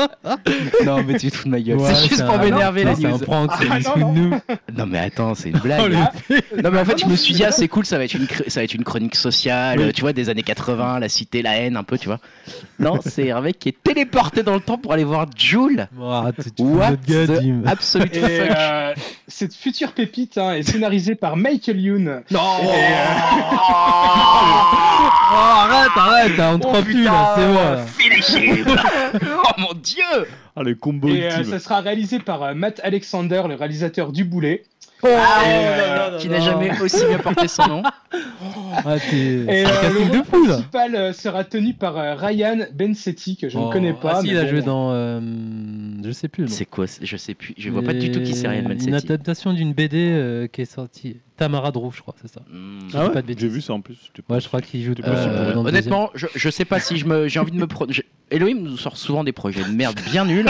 Non mais tu te fous de ma gueule.
Ouais,
c'est juste
un-
pour m'énerver
non,
la
C'est un
news.
prank, c'est
Ah,
une
non,
fake
non.
news.
Non mais attends, c'est
[laughs]
une
Oh,
blague.
Ah,
Non mais en fait je
non,
me
c'est
suis dit ah
une
c'est cool ça va être une cr- ça va être une chronique sociale
Oui.
tu vois des années 80 la cité la haine un peu tu vois non c'est un mec qui est téléporté dans le temps pour aller voir Jules
Ouah, Ah, tu- tu fous
What
notre gueule, Dim.
the absolute
Et,
fuck
euh, cette future pépite hein, est scénarisée par Michael Youn.
non
Et, euh,
[laughs] Oh, arrête, arrête,
Oh,
on te croit plus là, c'est moi. là.
Philippe
[laughs]
oh mon dieu
Ah, le combo
et, euh,
ultime.
ça sera réalisé par euh, Matt Alexander, le réalisateur du Boulet.
Oh. Ah,
euh,
non, non,
qui n'a
non.
jamais aussi bien porté son
[laughs]
nom
Ah, t'es.
Et
t'es
euh,
un
le
film
rôle
de fou là.
principal euh, sera tenu par euh, Ryan Bensetti, que je
Oh,
ne connais pas.
Ah, si,
mais
il a
bon.
joué dans. euh, Je sais plus. le nom.
c'est quoi c'est- je sais plus je vois pas du tout qui c'est Ryan
Mais Une
Mansetti
adaptation d'une BD euh, qui est sortie. Tamara Drew, je crois, c'est ça.
Hmm.
dis
Ah
pas de
ouais,
bêtises.
j'ai vu ça en plus. c'était pas-
Ouais, je crois qu'il joue
C'est possible,
euh,
ouais.
dans le
Honnêtement, je, je sais pas si je me, j'ai envie de me pro- j'ai- Elohim nous sort souvent des projets de merde bien nuls.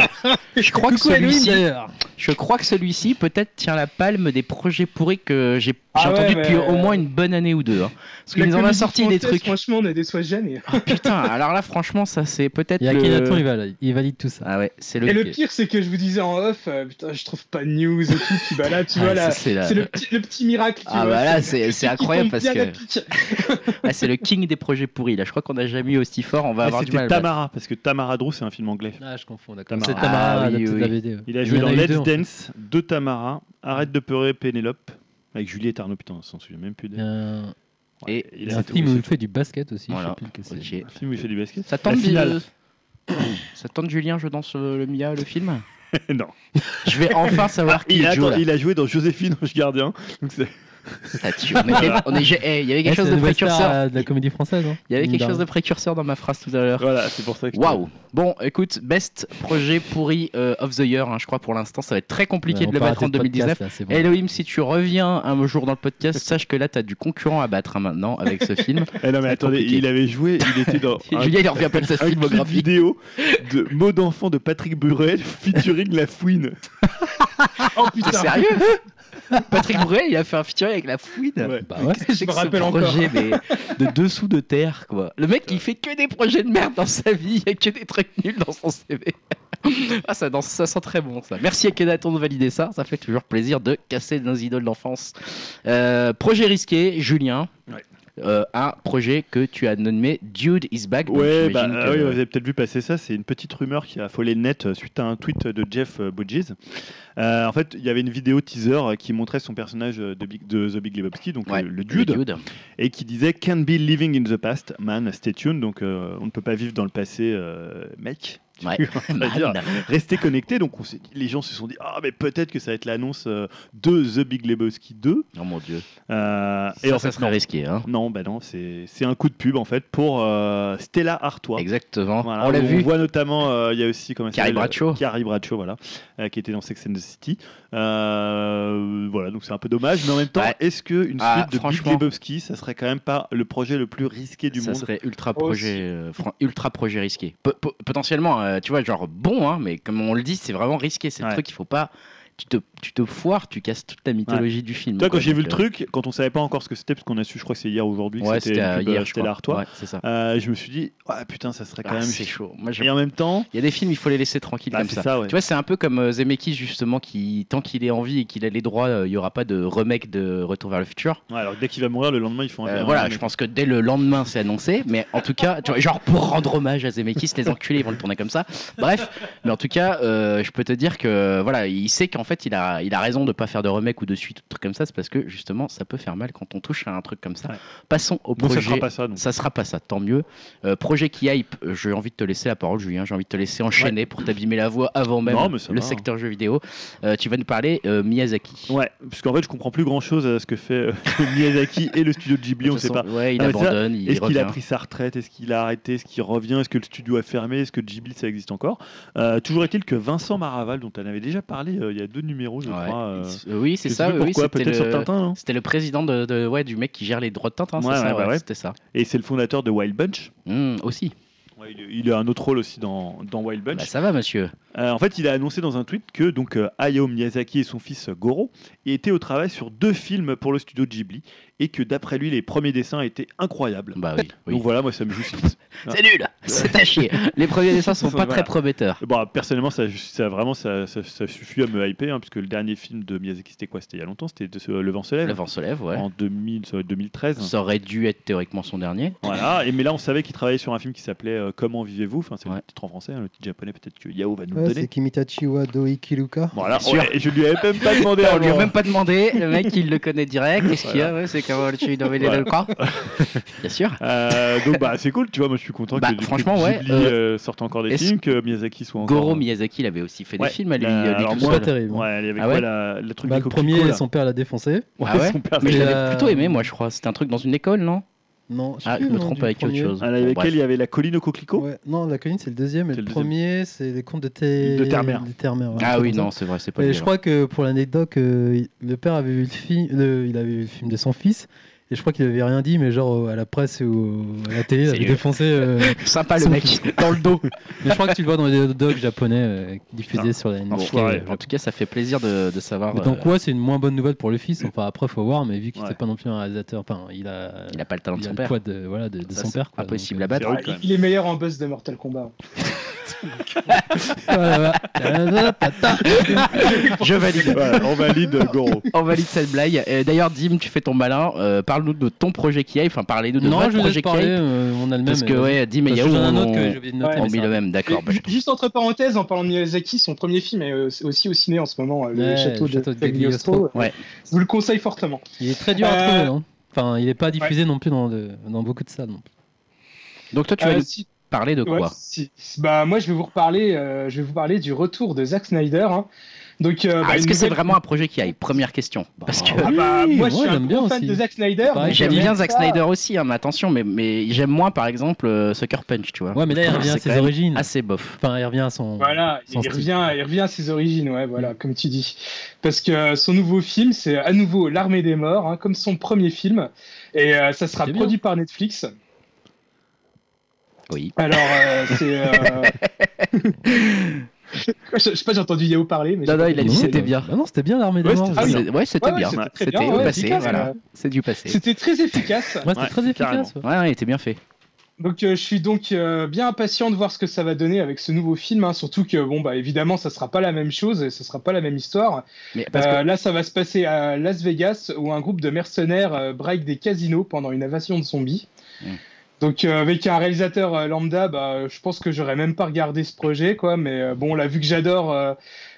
Je crois que celui-ci, je crois que celui-ci peut-être tient la palme des projets pourris que j'ai j'ai
Ah ouais,
entendu depuis
mais-
au moins une bonne année ou deux. hein. Parce
La
qu'ils en ont
comédie
sorti des
française,
trucs.
Franchement, on ne déçoit jamais.
Ah, putain, alors là franchement ça c'est peut-être
Il y a
le...
Kenaton, il valide, il valide tout ça.
Ah ouais, c'est
Et
le.
le pire, c'est que je vous disais en off, euh, putain, je trouve pas de news et tout. Puis bah là, tu
Ah,
vois,
ça,
là,
c'est la-
c'est le, petit- le petit miracle. tu
Ah
vois,
bah là c'est c'est
qui
incroyable
tombe
parce
bien à
que
pic.
ah, c'est le king des projets pourris là. Je crois qu'on n'a jamais eu aussi fort. On va
Ah,
avoir du mal.
C'était
à le battre.
Tamara, parce que Tamara Drew, c'est un film anglais.
Ah, je confonds, d'accord.
Tamara.
C'est Tamara,
Ah, oui,
adapté de
oui,
la
oui.
BD. ouais.
Il a
Il
joué
y en
dans
a eu
Let's
deux, en fait.
Dance de Tamara, Arrête de pleurer Pénélope, avec Juliette Arnaud, putain, on s'en souvient même plus.
Il y a
d'elle.
un,
Ouais,
Et
il
il
y a
a
un
fait tout, il
film où
fait
il fait du basket aussi.
Voilà,
Je sais plus lequel c'est.
ok.
tout. Un film où il fait du basket
Ça tente,
La finale.
euh, [coughs] ça tente Julien, je danse euh, le Mia, le film.
[laughs] Non.
Je
[laughs]
vais enfin savoir qui
Il a,
est Joe. Ah, là.
il a joué dans Joséphine, Ange Gardien. Donc c'est- [laughs]
Ça tue, on était- on est- j'ai- eh, Il y avait
Ouais,
quelque chose
c'est
de
la nouvelle star,
précurseur.
euh, de la comédie française. hein.
Il y avait quelque
Mine
chose de précurseur dans ma phrase tout à l'heure.
voilà, c'est pour ça que. je-
Waouh! Bon, écoute, best projet pourri euh, of the year, hein, je crois, pour l'instant. Ça va être très compliqué
Ouais,
de
Bah, on
le
peut
battre
arrêter
en
le
2019.
podcast, là, c'est bon.
Elohim, si tu reviens un jour dans le
[laughs]
podcast, sache que là, t'as du concurrent à battre hein, maintenant avec ce film.
Eh non, mais
C'est
attendez,
compliqué.
il avait joué, [laughs] il était dans. un-
Julien, il en revient pas de sa
[laughs] un clip
filmographie.
vidéo de mots d'enfant de Patrick Burel featuring
[laughs]
la fouine.
Oh
T'es
putain,
Ah, sérieux?
[laughs]
Patrick Bruel, il a fait un featuring avec la fouine.
Ouais.
Bah
[laughs]
ouais.
Qu'est-ce que c'est
me
que ce
rappelle encore.
projet, mais de dessous de terre, quoi. Le mec, il fait que des projets de merde dans sa vie, il y a que des trucs nuls dans son
[laughs]
CV. ah, ça, danse, ça sent très bon, ça. Merci à Kenaton de valider ça, ça fait toujours plaisir de casser nos idoles d'enfance. Euh, projet risqué, Julien.
Ouais.
Euh, un projet que tu as nommé Dude is back. donc
Ouais, bah,
j'imagine
ah
que-
oui, vous avez peut-être vu passer ça. C'est une petite rumeur qui a affolé le net euh, suite à un tweet de Jeff euh, Bridges. Euh, en fait, il y avait une vidéo teaser euh, qui montrait son personnage euh, de, Big- de The Big Lebowski, donc euh,
Ouais,
le, le dude,
le
[laughs]
dude.
et qui disait Can't be living in the past, man, stay tuned. Donc, euh, on ne peut pas vivre dans le passé, euh, mec.
Ouais.
C'est-à-dire, rester connecté. Donc, on s'est dit- les gens se sont dit Ah, mais peut-être que ça va être l'annonce euh, de The Big Lebowski 2.
[laughs] Oh mon dieu.
Euh,
Ça,
et en
ça
fait,
serait
non.
risqué, hein.
Non, bah non, c'est c'est un coup de pub en fait pour euh, Stella Artois.
Exactement.
Voilà,
on l'a
où
vu.
voit notamment, euh, il y a aussi comment elle
Carrie
s'appelle,
Bradshaw.
euh, Carrie Bradshaw, voilà, euh, qui était dans Sex and the City. Euh, voilà, donc c'est un peu dommage, mais en même temps,
Ouais.
est-ce que une suite
Ah,
de Big
franchement.
Lebowski, ça serait quand même pas le projet le plus risqué du
ça
monde
serait ultra
Aussi.
projet, euh, fran- ultra projet risqué. Pe- pe- potentiellement, euh, tu vois, genre bon, hein, mais comme on le dit, c'est vraiment risqué. C'est le
Ouais.
truc, il faut pas. Tu te, tu te foires, tu casses toute la mythologie du film.
Toi,
quoi,
quand j'ai vu
donc,
le
euh,
truc, quand on savait pas encore ce que c'était, parce qu'on a su, je crois que c'est hier ou aujourd'hui, que
ouais,
c'était
c'était
une
euh,
pub, euh,
hier, je
Stella
crois.
Artois,
Ouais, c'est ça.
euh, je me suis dit, ah putain, ça serait quand
Ah,
même.
c'est chaud. Moi, j'ai-
Et en même temps,
il y a des films, il faut les laisser tranquilles
Ah,
comme
c'est
ça.
ça, ouais.
Tu vois, c'est un peu comme euh, Zemeckis justement, qui tant qu'il est en vie et qu'il a les droits, euh, il y aura pas de remake de Retour vers le futur.
ouais, alors dès qu'il va mourir, le lendemain, ils font.
Euh,
un-
voilà,
un-
je pense que dès le lendemain, c'est annoncé. Mais en tout cas, tu vois, genre pour rendre hommage à Zemeckis, les enculés ils vont le tourner comme ça. Bref, mais en tout cas, euh, je peux te dire que voilà, il sait qu'en fait, il a, il a raison de pas faire de remake ou de suite ou de trucs comme ça. C'est parce que justement, ça peut faire mal quand on touche à un truc comme ça.
Ouais.
Passons au
Bon,
projet.
ça sera pas ça. Donc.
Ça sera pas ça, tant mieux. Euh, projet qui hype, euh, j'ai envie de te laisser la parole, Julien. J'ai envie de te laisser enchaîner pour t'abîmer la voix avant même
Non, mais ça
le
va. hein.
secteur jeux vidéo. Euh, tu vas nous parler euh, Miyazaki.
Ouais, parce qu'en fait, je comprends plus grand chose à ce que fait euh, [laughs] Miyazaki et le studio de Ghibli,
De
on
toute
sait
façon,
pas.
Ouais, il
Ah, mais ça,
abandonne, il
Est-ce qu'il
revient.
a pris sa retraite Est-ce qu'il a arrêté Est-ce qu'il revient Est-ce que le studio a fermé Est-ce que Ghibli ça existe encore Euh, Toujours est-il que Vincent Maraval, dont on avait déjà parlé euh, il y a deux numéros, je
Ouais.
crois. euh,
Euh, oui,
je
c'est
sais
ça.
plus
oui,
pourquoi
c'était
Peut-être sur
le-
Tintin. non
C'était le président de, de- ouais, du mec qui gère les droits de Tintin,
Ouais,
c'est ça
ouais, bah ouais.
C'était ça.
Et c'est le fondateur de Wild Bunch.
Hmm, aussi.
Ouais, il, il a un autre rôle aussi dans, dans Wild Bunch.
Bah, ça va, monsieur.
Euh, en fait, il a annoncé dans un tweet que donc euh, Hayao Miyazaki et son fils euh, Goro étaient au travail sur deux films pour le studio Ghibli et que d'après lui, les premiers dessins étaient incroyables.
Bah oui. oui.
Donc voilà, moi ça me
[laughs]
justifie.
C'est nul C'est à chier Les premiers dessins
[laughs]
sont pas
Voilà.
très prometteurs.
Bon, personnellement, ça, ça vraiment, ça, ça- ça suffit à me hyper, hein, puisque le dernier film de Miyazaki, c'était quoi C'était il y a longtemps, c'était de- euh, Le Vent se lève,
Le vent se lève, ouais.
en 2000, ça doit être 2013.
Ça aurait dû être théoriquement son dernier.
Voilà. Et mais là, on savait qu'il travaillait sur un film qui s'appelait euh, Comment vivez-vous Enfin, c'est
Ouais.
le titre en français, hein, le titre japonais peut-être que Yao va nous le
Ouais, c'est
donner.
Kimitachi wa Doikiruka.
Voilà.
Bien sûr.
ouais, et je lui avais même pas demandé.
on lui a
avant.
même pas demandé, le mec il le connaît direct. Qu'est-ce qu'il y a Ouais, C'est Kawauchi Dovele
Voilà.
le
[laughs]
corps. Bien sûr.
Euh, donc bah c'est cool, tu vois, moi je suis content
Bah,
que du coup,
franchement, ouais,
Ghibli
euh,
euh, sorte encore des
est-ce
films, que Miyazaki soit encore.
Goro Miyazaki, il avait aussi fait
Ouais,
des films à lui.
euh,
euh, lui
alors
tout
C'est
moi,
pas
seul.
[laughs]
terrible. hein.
Ouais, elle avait
Ah
quoi
ouais
la, le truc
Bah,
des
le premier,
coquelicots,
son père l'a défoncé.
là.
Ah ouais
son père,
Mais
Et,
je
c'est-
l'avais
euh,
plutôt aimé, moi je crois. C'était un truc dans une école, non
Non, je sais
Ah,
plus
je
le
me
nom
trompe
du
avec autre
premier.
chose.
Ah, là, avec
Bon, bref.
elle, il y avait la colline aux coquelicots.
Ouais, non, la colline c'est le deuxième, mais
C'est
le,
le
premier c'est les contes de Thé-
De Terre-Mère.
de Terre-Mère, ouais, un
Ah
truc
oui,
comme ça.
non, c'est vrai, c'est pas
Et
lui,
je
alors.
crois que pour l'anecdote, euh, il- le père avait vu le film, le- il avait vu le film de son fils
Et je crois qu'il avait rien dit, mais genre euh, à la presse ou à la télé, il avait
nul.
défoncé.
[laughs]
euh,
Sympa Ah, le mec, dans le dos.
[laughs] mais je crois que tu le vois dans les docs japonais euh, diffusés sur la NHK.
Enfoiré.
En tout cas, ça fait plaisir de, de savoir.
Mais
euh,
donc ouais, c'est une moins bonne nouvelle pour le fils. Enfin après, faut voir, mais vu qu'il
Ouais.
n'était pas non plus un réalisateur, enfin il a,
il a pas le talent de
il a
son
le
père.
poids de voilà de, de
Ça,
son
c'est
père. quoi.
Impossible à
Donc,
battre.
C'est rude, quand même.
Ah, Il est meilleur en buzz de Mortal Kombat. hein.
euh, voilà, voilà.
Je valide.
Ouais, on valide Goro.
On valide cette blague. Euh, D'ailleurs, Dim, tu fais ton malin. Euh, Parle-nous de ton projet qui Enfin, parlez-nous de
non,
votre
je vous
projet
ai
qui
parlé. euh, on a le même.
Parce que,
euh,
ouais, Dim et
parce que
Yahoo
j'en ai un autre
ont-
que j'ai oublié de noter.
Ouais,
ont
mais
mis
ça-
le même. D'accord.
Et
bah, je-
ju- Juste entre parenthèses, en parlant de Miyazaki, son premier film est euh, aussi au ciné en ce moment, euh,
Ouais,
le château
le
de,
château de
Cagliostro.
Ouais.
Je vous le conseille fortement.
Il est très dur à
Euh,
trouver. hein. Enfin, il n'est pas diffusé non plus dans, de- dans beaucoup de salles. non plus.
Donc, toi, tu vas
Euh,
nous
si-
parler de
Ouais,
quoi
si- si- Bah moi je vais vous reparler, euh, je vais vous parler du retour de Zack Snyder. hein. Donc euh,
Ah,
bah,
Est-ce
une
que c'est
nouvelle-
vraiment un projet qui aille Première question. Parce que.
Ah bah,
Oui,
moi
ouais,
je suis un
j'aime bien
gros fan
aussi.
de Zack Snyder.
Pareil,
donc,
J'aime
euh,
bien Zack
ça-
Snyder aussi, hein, mais attention, mais, mais j'aime moins par exemple euh, Sucker Punch, tu vois.
Ouais, mais là, il
C'est
revient à
quand
ses
même
origines.
Assez bof.
Enfin, il revient à son.
Voilà, il
son style.
revient, il revient à ses origines, ouais, voilà, comme tu dis. Parce que euh, son nouveau film, c'est à nouveau L'Armée des Morts, hein, comme son premier film. Et euh, ça sera
C'est
produit par Netflix.
Oui.
Alors, euh, c'est. euh,
[laughs]
je, je sais pas, j'ai entendu Yao parler, mais.
Non, non, il a dit
Non,
c'était
non.
bien.
Ah non, c'était bien l'armée des
Ouais,
morts.
c'était très
j'ai vu.
bien.
C'est- Ouais, c'était
Ouais,
bien.
ouais, c'était très
C'était
bien,
au
ouais,
passé,
efficace,
voilà.
ouais.
C'est du passé.
C'était très efficace.
Ouais, c'était
Ouais,
très
carrément.
efficace. ouais.
Ouais, ouais, il était bien fait.
Donc euh, je suis donc euh, bien impatient de voir ce que ça va donner avec ce nouveau film, hein, surtout que bon bah évidemment ça sera pas la même chose et ça sera pas la même histoire.
Mais parce que
Euh, Là ça va se passer à Las Vegas où un groupe de mercenaires euh, braque des casinos pendant une invasion de zombies.
Mm.
Donc euh, avec un réalisateur euh, lambda, bah, euh, je pense que j'aurais même pas regardé ce projet quoi, mais euh, bon là vu que j'adore euh,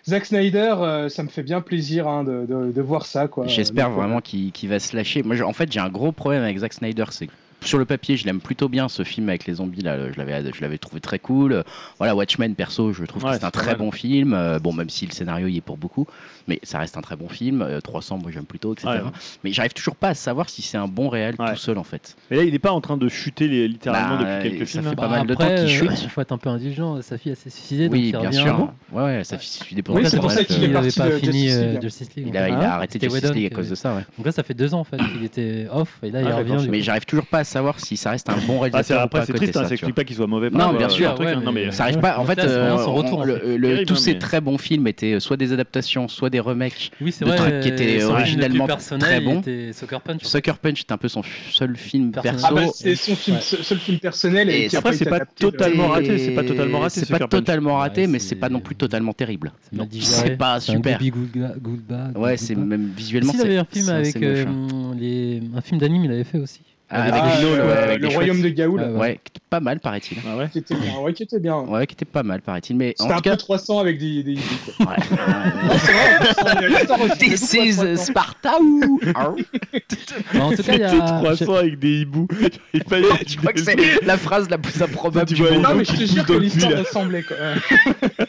Zack Snyder, euh, ça me fait bien plaisir hein, de, de- de voir ça quoi.
J'espère
Donc, euh,
vraiment qu'il qu'il va se lâcher. Moi, je- en fait, j'ai un gros problème avec Zack Snyder. C'est que sur le papier, je l'aime plutôt bien ce film avec les zombies. Là, je l'avais, je l'avais trouvé très cool. Euh, Voilà, Watchmen perso, je trouve
Ouais,
que c'est un
c'est
très
pas mal.
bon film. Euh, bon, même si le scénario y est pour beaucoup, mais ça reste un très bon film. Euh, 300, moi j'aime plutôt, etc.
Ouais.
Mais j'arrive toujours pas à savoir si c'est un bon réel
Ouais.
tout seul en fait.
Mais là, il n'est pas en train de chuter les- littéralement
Bah,
depuis quelques
ça
films.
fait
hein.
pas mal de
Après,
temps qu'il
euh,
chute.
Il faut être un peu indulgent. Sa fille a s'est suicidée. donc
oui,
il
bien
revient.
sûr.
Bon,
Ouais, ouais, ça fait- je suis dépendant.
Oui,
de
c'est pour
ça,
ça
en fait,
qu'il est
euh,
Il avait
parti
pas
de
fini
Justice
euh,
League.
Justice League.
il
en
a,
fait.
il a arrêté
C'était
Justice
Whedon
League à
qui
cause
avait-
de ça. Ouais.
Donc là, ça fait deux ans en fait qu'il était off et là il
Ah,
revient.
d'accord,
du
Mais
coup.
j'arrive toujours pas à savoir si ça reste un bon
Ah, c'est-
réalisateur. ou pas
après,
à
c'est
côté,
triste, hein,
ça,
ça
tu vois.
n'explique pas qu'il soit mauvais.
Non,
par-
bien
euh,
sûr,
un truc,
ouais,
hein. Non,
mais-
mais
Ça arrive pas. En
Donc
fait,
là, c'est vraiment
euh,
son retour,
on-
en
le-
fait.
le-
Terrible,
tous
hein,
ces
mais-
très bons films étaient euh, soit des adaptations, soit des remakes.
Oui, c'est
de
vrai. euh,
trucs qui étaient
son film le plus
originalement
personnel,
très bons.
Il était Soccer Punch.
Sucker Punch est un peu son f- seul film
Personnel.
perso.
Ah bah, c'est son film,
Ouais.
seul film personnel
Et
et, qui a
après,
pas
c'est
été
pas
adapté euh, de-
totalement raté, c'est pas
Et
totalement raté,
C'est
c'est
pas
Sucker Punch.
totalement raté,
Ouais,
mais
c'est-
c'est pas non plus totalement terrible.
C'est mal
Non,
digéré.
C'est pas
C'est un
super.
Goody Goodba- Goodba-
Ouais, c'est
Goodba.
même visuellement.
Ah, S'il avait
c'est-
un film
c'est
avec
moche,
euh,
hein.
les- un film d'anime, il avait fait
[laughs]
aussi.
Ah,
Ah,
avec Gino,
euh,
le, avec
le
les
royaume de Gaoul.
Ah,
chouettes. Ouais, qui était pas mal, paraît-il.
[laughs] Ah ouais
qui était bien. Ouais, qui était bien.
Ouais, qui était pas mal, paraît-il. Mais en
C'était un
tout cas.
peu 300 avec
[laughs]
des. des... des-
Ouais.
Non, c'est vrai, 300, il y a l'histoire aussi, il y a
This
beaucoup de
is
300.
Sparta ou
Bah, en tout cas, il y
C'était
a.
300 avec
[laughs]
des hiboux. Il fallait-
Je crois que c'est la phrase la plus improbable
Tu
du
vois,
monde.
Non, mais je te jure que
Dans le
l'histoire
cul, là.
ressemblait. Quoi. Euh,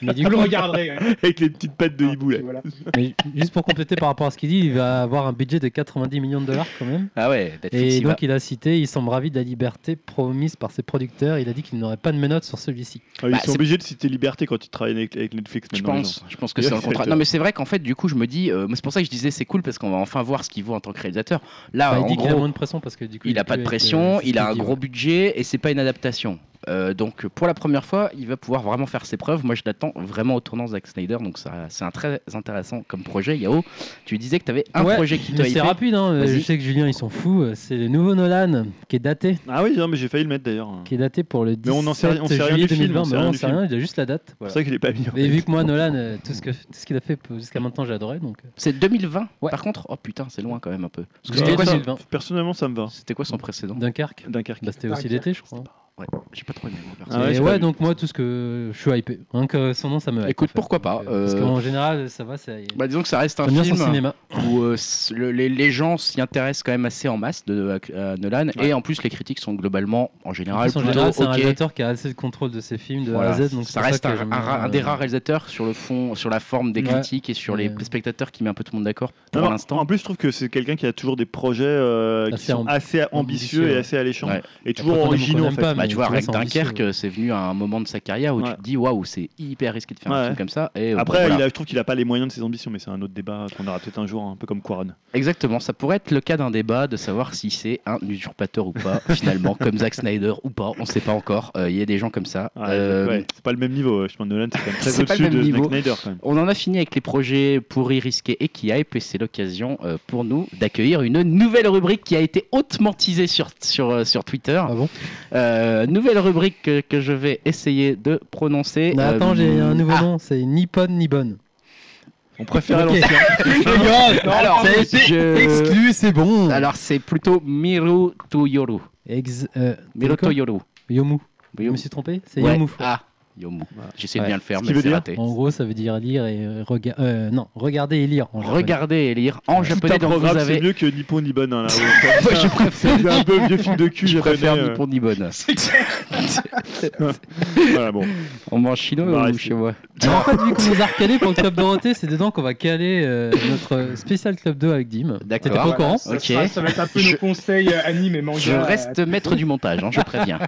mais du
Ah,
Vous le
coup,
regarderez. ouais.
Avec les petites pattes de hibou, là.
Bah,
Voilà.
mais juste pour compléter par rapport à ce qu'il dit, il va avoir un budget de 90 millions de dollars quand même.
Ah ouais, Netflix,
Et
il va.
donc il a cité, il semble ravi de la liberté promise par ses producteurs. Il a dit qu'il n'aurait pas de menottes sur celui-ci.
Ah, Ils
Bah,
sont
c'est-
obligés de citer liberté quand ils travaillent avec avec Netflix
Je
maintenant. les gens.
pense, je pense que [laughs] c'est un contrat. Non, mais c'est vrai qu'en fait, du coup, je me dis, euh, moi, c'est pour ça que je disais, c'est cool parce qu'on va enfin voir ce qu'il vaut en tant que réalisateur. Là,
Enfin, Bah, il
Ah, en
dit qu'il a
gros,
moins de pression parce que du coup
il a pas de pression, il a un gros budget et c'est pas une adaptation. Euh, donc, pour la première fois, il va pouvoir vraiment faire ses preuves. Moi, je l'attends vraiment au tournant Zack Snyder, donc ça- c'est un très intéressant comme projet. Yao, tu disais que tu avais un
Ah Ouais,
projet qui t'a
Mais c'est
hypé.
rapide, hein. euh,
Vas-y.
je sais que Julien ils sont fous. euh, C'est le nouveau Nolan qui est daté,
Ah oui, non, mais j'ai failli le mettre d'ailleurs. hein.
qui est daté pour le 17
Mais on en sait rien- on sait rien
juillet
du film,
2020.
on sait
mais
rien
on
du
sait
film.
rien, il a juste la date.
[laughs] C'est pour
voilà.
ça que je l'ai pas mis. en
Et
fait.
vu que moi Nolan, euh, tout ce que tout ce qu'il a fait pour- jusqu'à maintenant, j'ai adoré. Donc euh,
C'est 2020
Ouais.
par contre. Oh putain, c'est loin quand même un peu. Parce que C'était
Ouais,
quoi,
ça-
son-
2020.
Personnellement, ça me va.
c'était quoi son précédent
Dunkerque,
Dunkerque.
bah, c'était aussi l'été, je crois.
Ouais, j'ai pas trop aimé. moi, perso.
Ah ouais,
et
j'ai pas
ouais,
vu.
donc moi tout ce que je suis hypé. Rien que son nom, ça me. hype,
Écoute,
en fait.
pourquoi pas,
Donc, euh, Parce
euh,
qu'en général, ça va, c'est.
Bah, disons que ça reste un
J'aime bien son
film.
cinéma.
où euh, c- le- les, les gens s'y intéressent quand même assez en masse de, à- à Nolan
Ouais.
et en plus les critiques sont globalement en
En
général
plus, en
plutôt
général, c'est un
ok.
réalisateur qui a assez de contrôle de ses films de A à
Voilà.
Z. Donc c'est
ça
pour
reste
que
un,
j'aime
un
bien,
ra- un des
euh,
rares réalisateurs sur le fond, sur la forme des
Ouais. euh,
critiques et sur les
Ouais.
spectateurs qui met un peu tout le monde d'accord
Non,
pour
non, En
l'instant.
plus, je trouve que c'est quelqu'un qui a toujours des projets euh, qui
Assez
sont
amb-
assez ambitieux
ambitieux,
et
ouais.
assez alléchants
Ouais.
et toujours
qu'on aime ou qu'on
originaux en
aime
fait.
pas,
Bah,
mais-
tu vois, rien que Dunkerque, c'est venu à un moment de sa carrière où tu te dis waouh, c'est hyper risqué de faire un truc comme ça. Et, euh,
Après, il a- je trouve qu'il n'a pas les moyens de ses ambitions, mais c'est un autre débat qu'on aura peut-être un jour, un peu comme Quaron.
Exactement, ça pourrait être le cas d'un débat de savoir si c'est un usurpateur ou pas, finalement, comme Zack Snyder ou pas, on sait pas encore. Euh, Il y a des gens comme ça.
Ouais,
Euh,
ouais, c'est pas le même niveau. Je pense Nolan, c'est quand même très
c'est pas le
au-dessus
même
de
niveau.
Zack Snyder quand même.
On en a fini avec les projets pourris, risqués et qui hype, et c'est l'occasion euh, pour nous d'accueillir une nouvelle rubrique qui a été hautement teasée sur, sur, euh, sur Twitter.
Ah bon
Euh, nouvelle rubrique que, que je vais essayer de prononcer.
Mais
Euh,
attends, j'ai un nouveau
ah,
nom, c'est ni Pon ni Bonne.
On préfère
Ok. [laughs]
l'ancien.
alors,
ça a été
je-
Exclu, c'est bon
Euh, alors, c'est plutôt Miru Toyoru.
Ex, euh,
Miru
quoi
Toyoru.
Yomu. Je me
Yomu.
suis trompé C'est
Ouais.
Yomu.
Ah, Yomu. J'essaie de
Ouais.
bien le faire,
Ce qui
mais
veut
c'est
dire
raté.
En gros, ça veut dire lire et euh, rega- euh, non, regarder et lire. En japonais.
Regardez et lire en japonais,
Tout un
donc vous
programme,
[laughs]
c'est
avez.
mieux que Nippon Nibbon. Hein, là, ouais.
Moi, je préfère,
C'est un peu vieux film de cul
je
japonais.
préfère
euh,
ni pour ni bonne.
C'est clair.
Voilà, bon.
On mange chinois
Bah,
ou
reste-
chez moi
Alors, en fait, vu qu'on
[laughs]
nous a recalé pour le Club Dorothée, c'est dedans qu'on va caler euh, notre spécial Club 2 avec Dim.
D'accord.
T'étais pas au
Bah, Voilà.
courant
ça,
Ok.
sera- ça va être un peu
Je-
nos conseils euh, anime et manga.
Je
euh,
reste maître du montage, hein, je [laughs] préviens.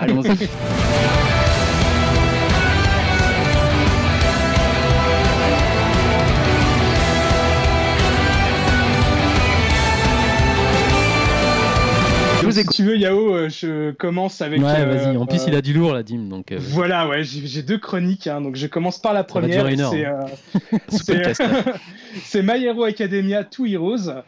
Allons-y. Je vous
Euh, si
écoute.
tu veux, Yao, euh, je commence avec.
Ouais,
euh,
vas-y. En plus,
euh,
il a du lourd, la Dim. Donc, euh,
Voilà, ouais, j'ai j'ai deux chroniques, hein, donc je commence par la
va
première.
durer une heure, hein.
C'est euh,
[laughs]
Ce
c'est-
podcast, là.
[laughs] c'est My Hero Academia Two Heroes.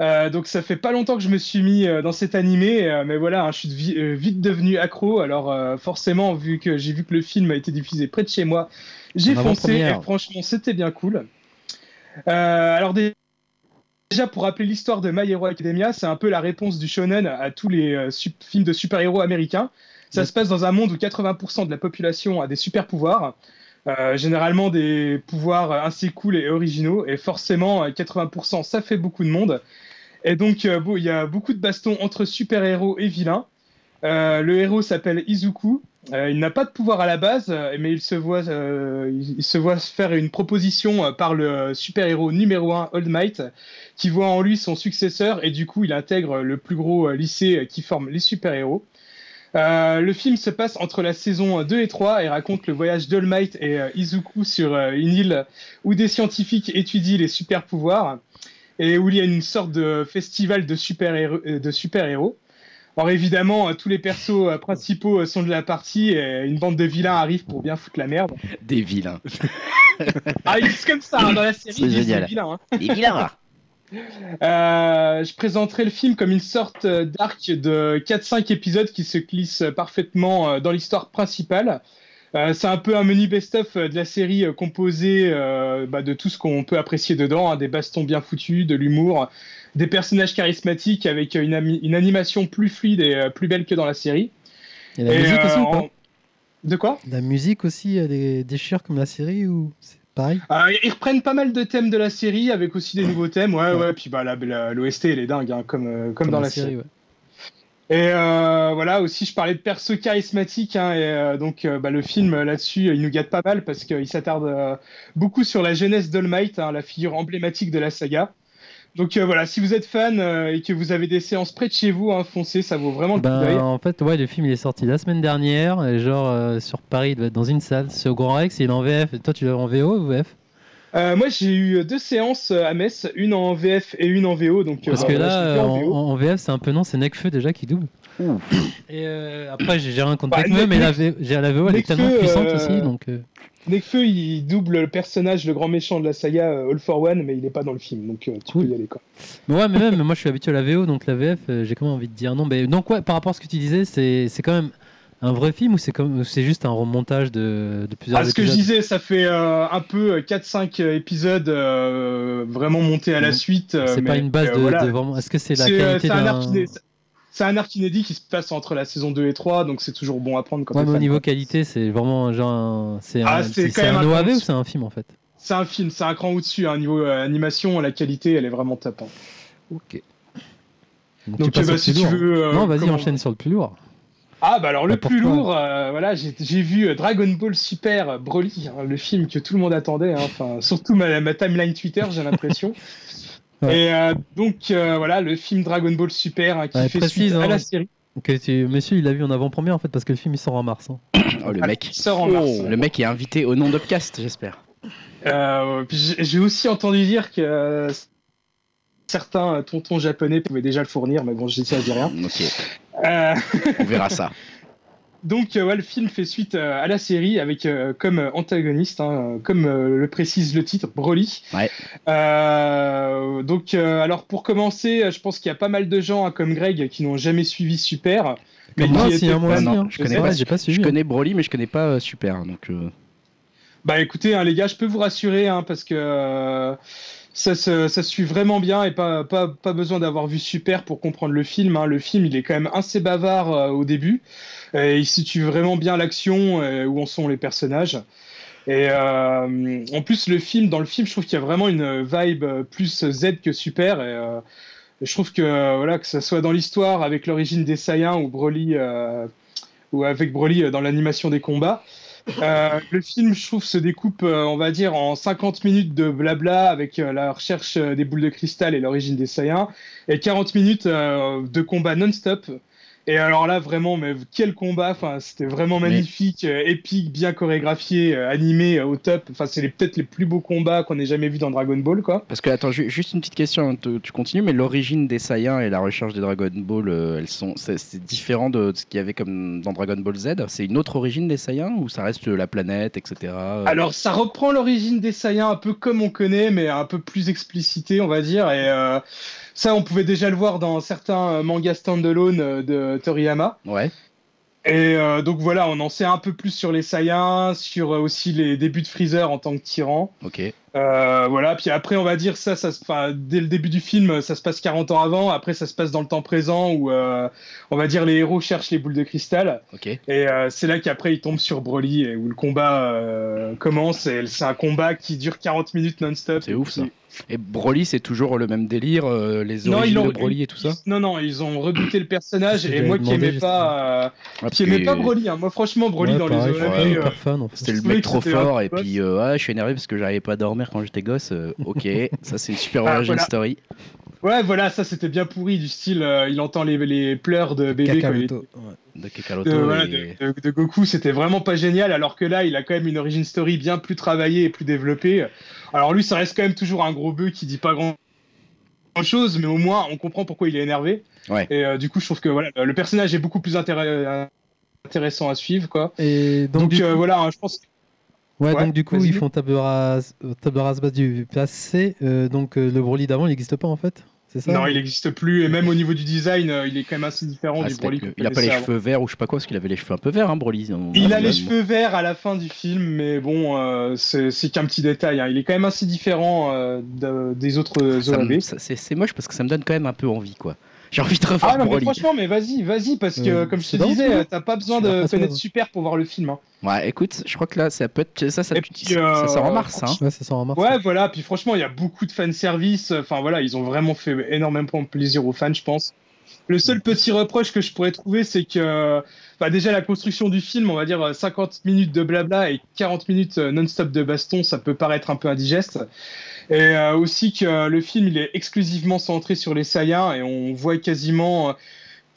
Euh, donc ça fait pas longtemps que je me suis mis euh, dans cet animé, euh, mais voilà, hein, je suis devi- euh, vite devenu accro. Alors euh, forcément, vu que j'ai vu que le film a été diffusé près de chez moi, j'ai
En
foncé et
avant-première.
franchement, c'était bien cool. Euh, alors déjà. Déjà, pour rappeler l'histoire de My Hero Academia, c'est un peu la réponse du shonen à tous les euh, sup- films de super-héros américains. Ça se passe dans un monde où 80% de la population a des super-pouvoirs, euh, généralement des pouvoirs euh, assez cool et originaux, et forcément, euh, 80%, ça fait beaucoup de monde. Et donc, euh, bon, il y a beaucoup de bastons entre super-héros et vilains. Euh, le héros s'appelle Izuku. Euh, il n'a pas de pouvoir à la base, euh, mais il se voit, euh, il il se voit se faire une proposition euh, par le euh, super-héros numéro 1, Old Might, qui voit en lui son successeur, et du coup, il intègre le plus gros euh, lycée euh, qui forme les super-héros. Euh, le film se passe entre la saison 2 et 3 et raconte le voyage d'All Might et euh, Izuku sur euh, une île où des scientifiques étudient les super-pouvoirs et où il y a une sorte de festival de super-héros. euh, de super-héros. Alors évidemment, euh, tous les persos euh, principaux euh, sont de la partie et une bande de vilains arrive pour bien foutre la merde.
Des vilains.
Ah, ils disent comme ça hein, dans la série,
C'est
ils disent
génial.
des vilains. hein.
Des vilains
Euh, je présenterai le film comme une sorte euh, d'arc de 4-5 épisodes qui se glisse parfaitement euh, dans l'histoire principale. Euh, c'est un peu un menu best-of euh, de la série euh, composé euh, bah, de tout ce qu'on peut apprécier dedans, hein, des bastons bien foutus, de l'humour, des personnages charismatiques avec euh, une, ami- une animation plus fluide et euh, plus belle que dans la série.
et la
Et,
musique
euh,
aussi, ou pas
en- De quoi
La musique aussi, elle est déchire comme la série ou c'est pareil
Euh, ils reprennent pas mal de thèmes de la série avec aussi des nouveaux thèmes. Ouais, ouais. Puis bah, la- la- l'OST, elle est dingue, hein, comme, euh, comme, dans la série.
ouais.
Et euh, voilà, aussi, je parlais de perso charismatique. Hein, et euh, donc, euh, bah, le film euh, là-dessus, euh, il nous gâte pas mal parce qu'il s'attarde euh, beaucoup sur la jeunesse d'All Might, hein, la figure emblématique de la saga. Donc euh, voilà, si vous êtes fan euh, et que vous avez des séances près de chez vous, hein, foncez, ça vaut vraiment le coup d'œil.
Ben, en fait, ouais, le film il est sorti la semaine dernière, et genre euh, sur Paris, il doit être dans une salle. C'est au Grand Rex, il est en VF. Et toi, tu l'as en VO ou VF
Euh, moi, j'ai eu deux séances euh, à Metz, une en VF et une en VO. Donc, euh,
Parce que
bah, je
là,
l'ai fait
euh,
en
en,
VO.
en VF, c'est un peu non, c'est Necfeu déjà qui double. Et euh, après, j'ai j'ai rien contre
Bah,
Necfeu,
Nec-
mais la, V- j'ai- la VO elle est
Necfeu,
tellement puissante
euh,
aussi, donc. euh,
Nekfeu, il double le personnage, le grand méchant de la saga euh, All for One, mais il n'est pas dans le film, donc euh, tu
Cool.
peux y aller. Quoi.
Mais ouais, mais même moi je suis habitué à la VO, donc la VF, euh, j'ai quand même envie de dire non. Mais donc ouais, par rapport à ce que tu disais, c'est c'est quand même un vrai film ou c'est comme ou c'est juste un remontage de, de plusieurs
Ah, ce que je
épisodes
disais, ça fait euh, un peu euh, 4-5 épisodes euh, vraiment montés à la
Mhm.
suite. euh,
C'est pas
mais,
une base
euh,
de,
voilà.
de vraiment. Est-ce que c'est la
C'est euh,
qualité
c'est un
d'un
arc iné- c'est un arc inédit qui se passe entre la saison 2 et 3, donc c'est toujours bon à prendre quand
Ouais,
t'es
mais au
fan,
niveau
quoi.
qualité, c'est vraiment un genre. un- C'est
Ah,
un,
c'est
c'est-
quand
c'est
même
un
un
OAV
grand-
ou c'est un film en fait
C'est un film, c'est un cran au-dessus. Hein, niveau euh, animation, la qualité, elle est vraiment top. hein.
Ok.
Donc,
passes
euh, bah,
au
si
plus
tu
lourd.
veux. euh,
non, vas-y,
comment-
enchaîne sur le plus lourd.
Ah bah alors le
Bah,
plus
pourquoi
lourd, euh, voilà, j'ai j'ai vu euh, Dragon Ball Super euh, Broly, hein, le film que tout le monde attendait, hein, enfin [laughs] surtout ma, ma timeline Twitter, j'ai l'impression.
[laughs] Ouais.
Et euh, donc euh, voilà, le film Dragon Ball Super hein, qui
Ouais,
fait
précise,
suite
hein.
à la série.
Ok, tu- Monsieur, il l'a vu en avant-première en fait parce que le film il sort en mars. hein.
Oh, le
Ah,
mec.
il sort en mars.
Le mec est invité au nom d'Upcast, j'espère.
Euh, puis j'ai j'ai aussi entendu dire que euh, certains euh, tontons japonais pouvaient déjà le fournir, mais bon, je dis ça, je dis rien.
Ok,
Euh,
on verra ça.
donc, euh, ouais, le film fait suite euh, à la série avec euh, comme euh, antagoniste, hein, euh, comme euh, le précise le titre, Broly.
Ouais.
Euh, donc, euh, alors pour commencer, euh, je pense qu'il y a pas mal de gens hein, comme Greg qui n'ont jamais suivi Super. Mais
Comme moi
qui
aussi,
étaient
hein, moi
fans.
aussi.
non,
hein.
je connais
C'est vrai,
pas.
j'ai pas
Je
suivi.
connais Broly, mais je connais pas euh, Super. hein, Donc, euh,
Bah écoutez, hein, les gars, je peux vous rassurer hein, parce que euh, ça, se, ça se suit vraiment bien et pas, pas, pas besoin d'avoir vu Super pour comprendre le film. hein. Le film, il est quand même assez bavard euh, au début. Et il situe vraiment bien l'action, euh, où en sont les personnages. Et euh, en plus, le film, dans le film, je trouve qu'il y a vraiment une vibe euh, plus Z que Super. Et, euh, je trouve que euh, voilà que ça soit dans l'histoire avec l'origine des Saiyans ou Broly euh, ou avec Broly euh, dans l'animation des combats. Euh, le film, je trouve, se découpe, euh, on va dire, en 50 minutes de blabla avec euh, la recherche euh, des boules de cristal et l'origine des Saiyans, et 40 minutes euh, de combat non-stop. Et alors là, vraiment, mais quel combat Enfin, c'était vraiment
Mais-
magnifique, euh, épique, bien chorégraphié, euh, animé euh, au top. Enfin, c'est les- peut-être les plus beaux combats qu'on ait jamais vus dans Dragon Ball, quoi.
Parce que, attends, ju- juste une petite question, hein, tu, tu continues, mais l'origine des Saiyans et la recherche des Dragon Ball, euh, elles sont, c'est, c'est différent de ce qu'il y avait comme dans Dragon Ball Z C'est une autre origine des Saiyans ou ça reste euh, la planète, etc. euh,
Alors, ça reprend l'origine des Saiyans un peu comme on connaît, mais un peu plus explicité, on va dire. Et euh, ça, on pouvait déjà le voir dans certains euh, mangas standalone euh, de Toriyama.
Ouais,
Et euh, donc voilà, on en sait un peu plus sur les Saiyans, sur euh, aussi les débuts de Freezer en tant que tyran.
ok.
Euh, voilà, puis après, on va dire ça, ça se- enfin, dès le début du film, ça se passe 40 ans avant. Après, ça se passe dans le temps présent où, euh, on va dire, les héros cherchent les boules de cristal.
Ok.
Et euh, c'est là qu'après il tombe sur Broly et où le combat euh, commence. Et c'est un combat qui dure 40 minutes non-stop.
C'est ouf ça.
Qui-
Et Broly, c'est toujours le même délire, euh, les
Non,
origines
ils l'ont-
de Broly et tout ça
Non, non, ils ont rebooté le personnage.
Je
et
l'avais
moi qui
demandé,
aimais pas, euh,
Ah,
qui aimais pas Broly, hein. moi franchement, Broly
Ouais,
dans
pareil,
les
je
ONG,
suis pas
ONG. euh,
hyper fan en fait.
C'était le
Oui,
mec trop
c'était un
fort,
petit
et
boss.
puis euh, ah, je suis énervé parce que j'arrivais pas à dormir quand j'étais gosse. euh,
[laughs]
ok, ça c'est une super
Ah,
origin
voilà.
story.
Ouais, voilà, ça c'était bien pourri du style. euh, il entend les, les pleurs de bébé. quand il est-
Kakaroto. ouais.
De
De,
Kakaroto.
Euh, voilà,
et-
de- de- de Goku, c'était vraiment pas génial, alors que là, il a quand même une origin story bien plus travaillée et plus développée. Alors lui, ça reste quand même toujours un gros bœuf qui dit pas grand chose, mais au moins, on comprend pourquoi il est énervé.
Ouais.
Et euh, du coup, je trouve que voilà, le personnage est beaucoup plus intér- intéressant à suivre, quoi.
Et donc,
Donc,
du
euh, voilà, hein, je pense.
Ouais,
Ouais,
donc du coup,
vas-y.
ils font table rase, euh, table rase basse du passé. euh, donc euh, le Broly d'avant, il n'existe pas en fait C'est ça
Non, il n'existe plus, et même au niveau du design, euh, il est quand même assez différent
Ah,
du
c'était
Broly.
avec le-
qu'on
Il a pas les
connaissait
cheveux verts ou je sais pas quoi, parce qu'il avait les cheveux un peu verts, hein, Broly. on-
Il a
on-
les cheveux verts à la fin du film, mais bon, euh, c'est c'est qu'un petit détail. hein. Il est quand même assez différent euh, de- des autres euh,
Ah, Ça me-
OAV.
ça- c'est, c'est moche parce que ça me donne quand même un peu envie, quoi. [laughs] J'ai envie de revoir
Ah non, mais
Broly.
franchement, mais vas-y, vas-y, parce que
Euh,
comme je te
c'est dingue,
disais,
ouais.
t'as pas besoin
Je suis
de
pas
connaître
sûr.
Super pour voir le film. hein.
Ouais, écoute, je crois que là, ça peut être. Ça, ça,
Et puis,
ça- ça sort en
euh,
mars, hein.
Ouais, ça sort en mars.
Ouais, voilà, puis franchement, il y a beaucoup de fanservice. euh, Enfin voilà, ils ont vraiment fait énormément plaisir aux fans, je pense. Le seul petit reproche que je pourrais trouver, c'est que bah, déjà la construction du film, on va dire euh, 50 minutes de blabla et 40 minutes euh, non-stop de baston, ça peut paraître un peu indigeste. Et euh, aussi que euh, le film, il est exclusivement centré sur les Saiyans et on voit quasiment euh,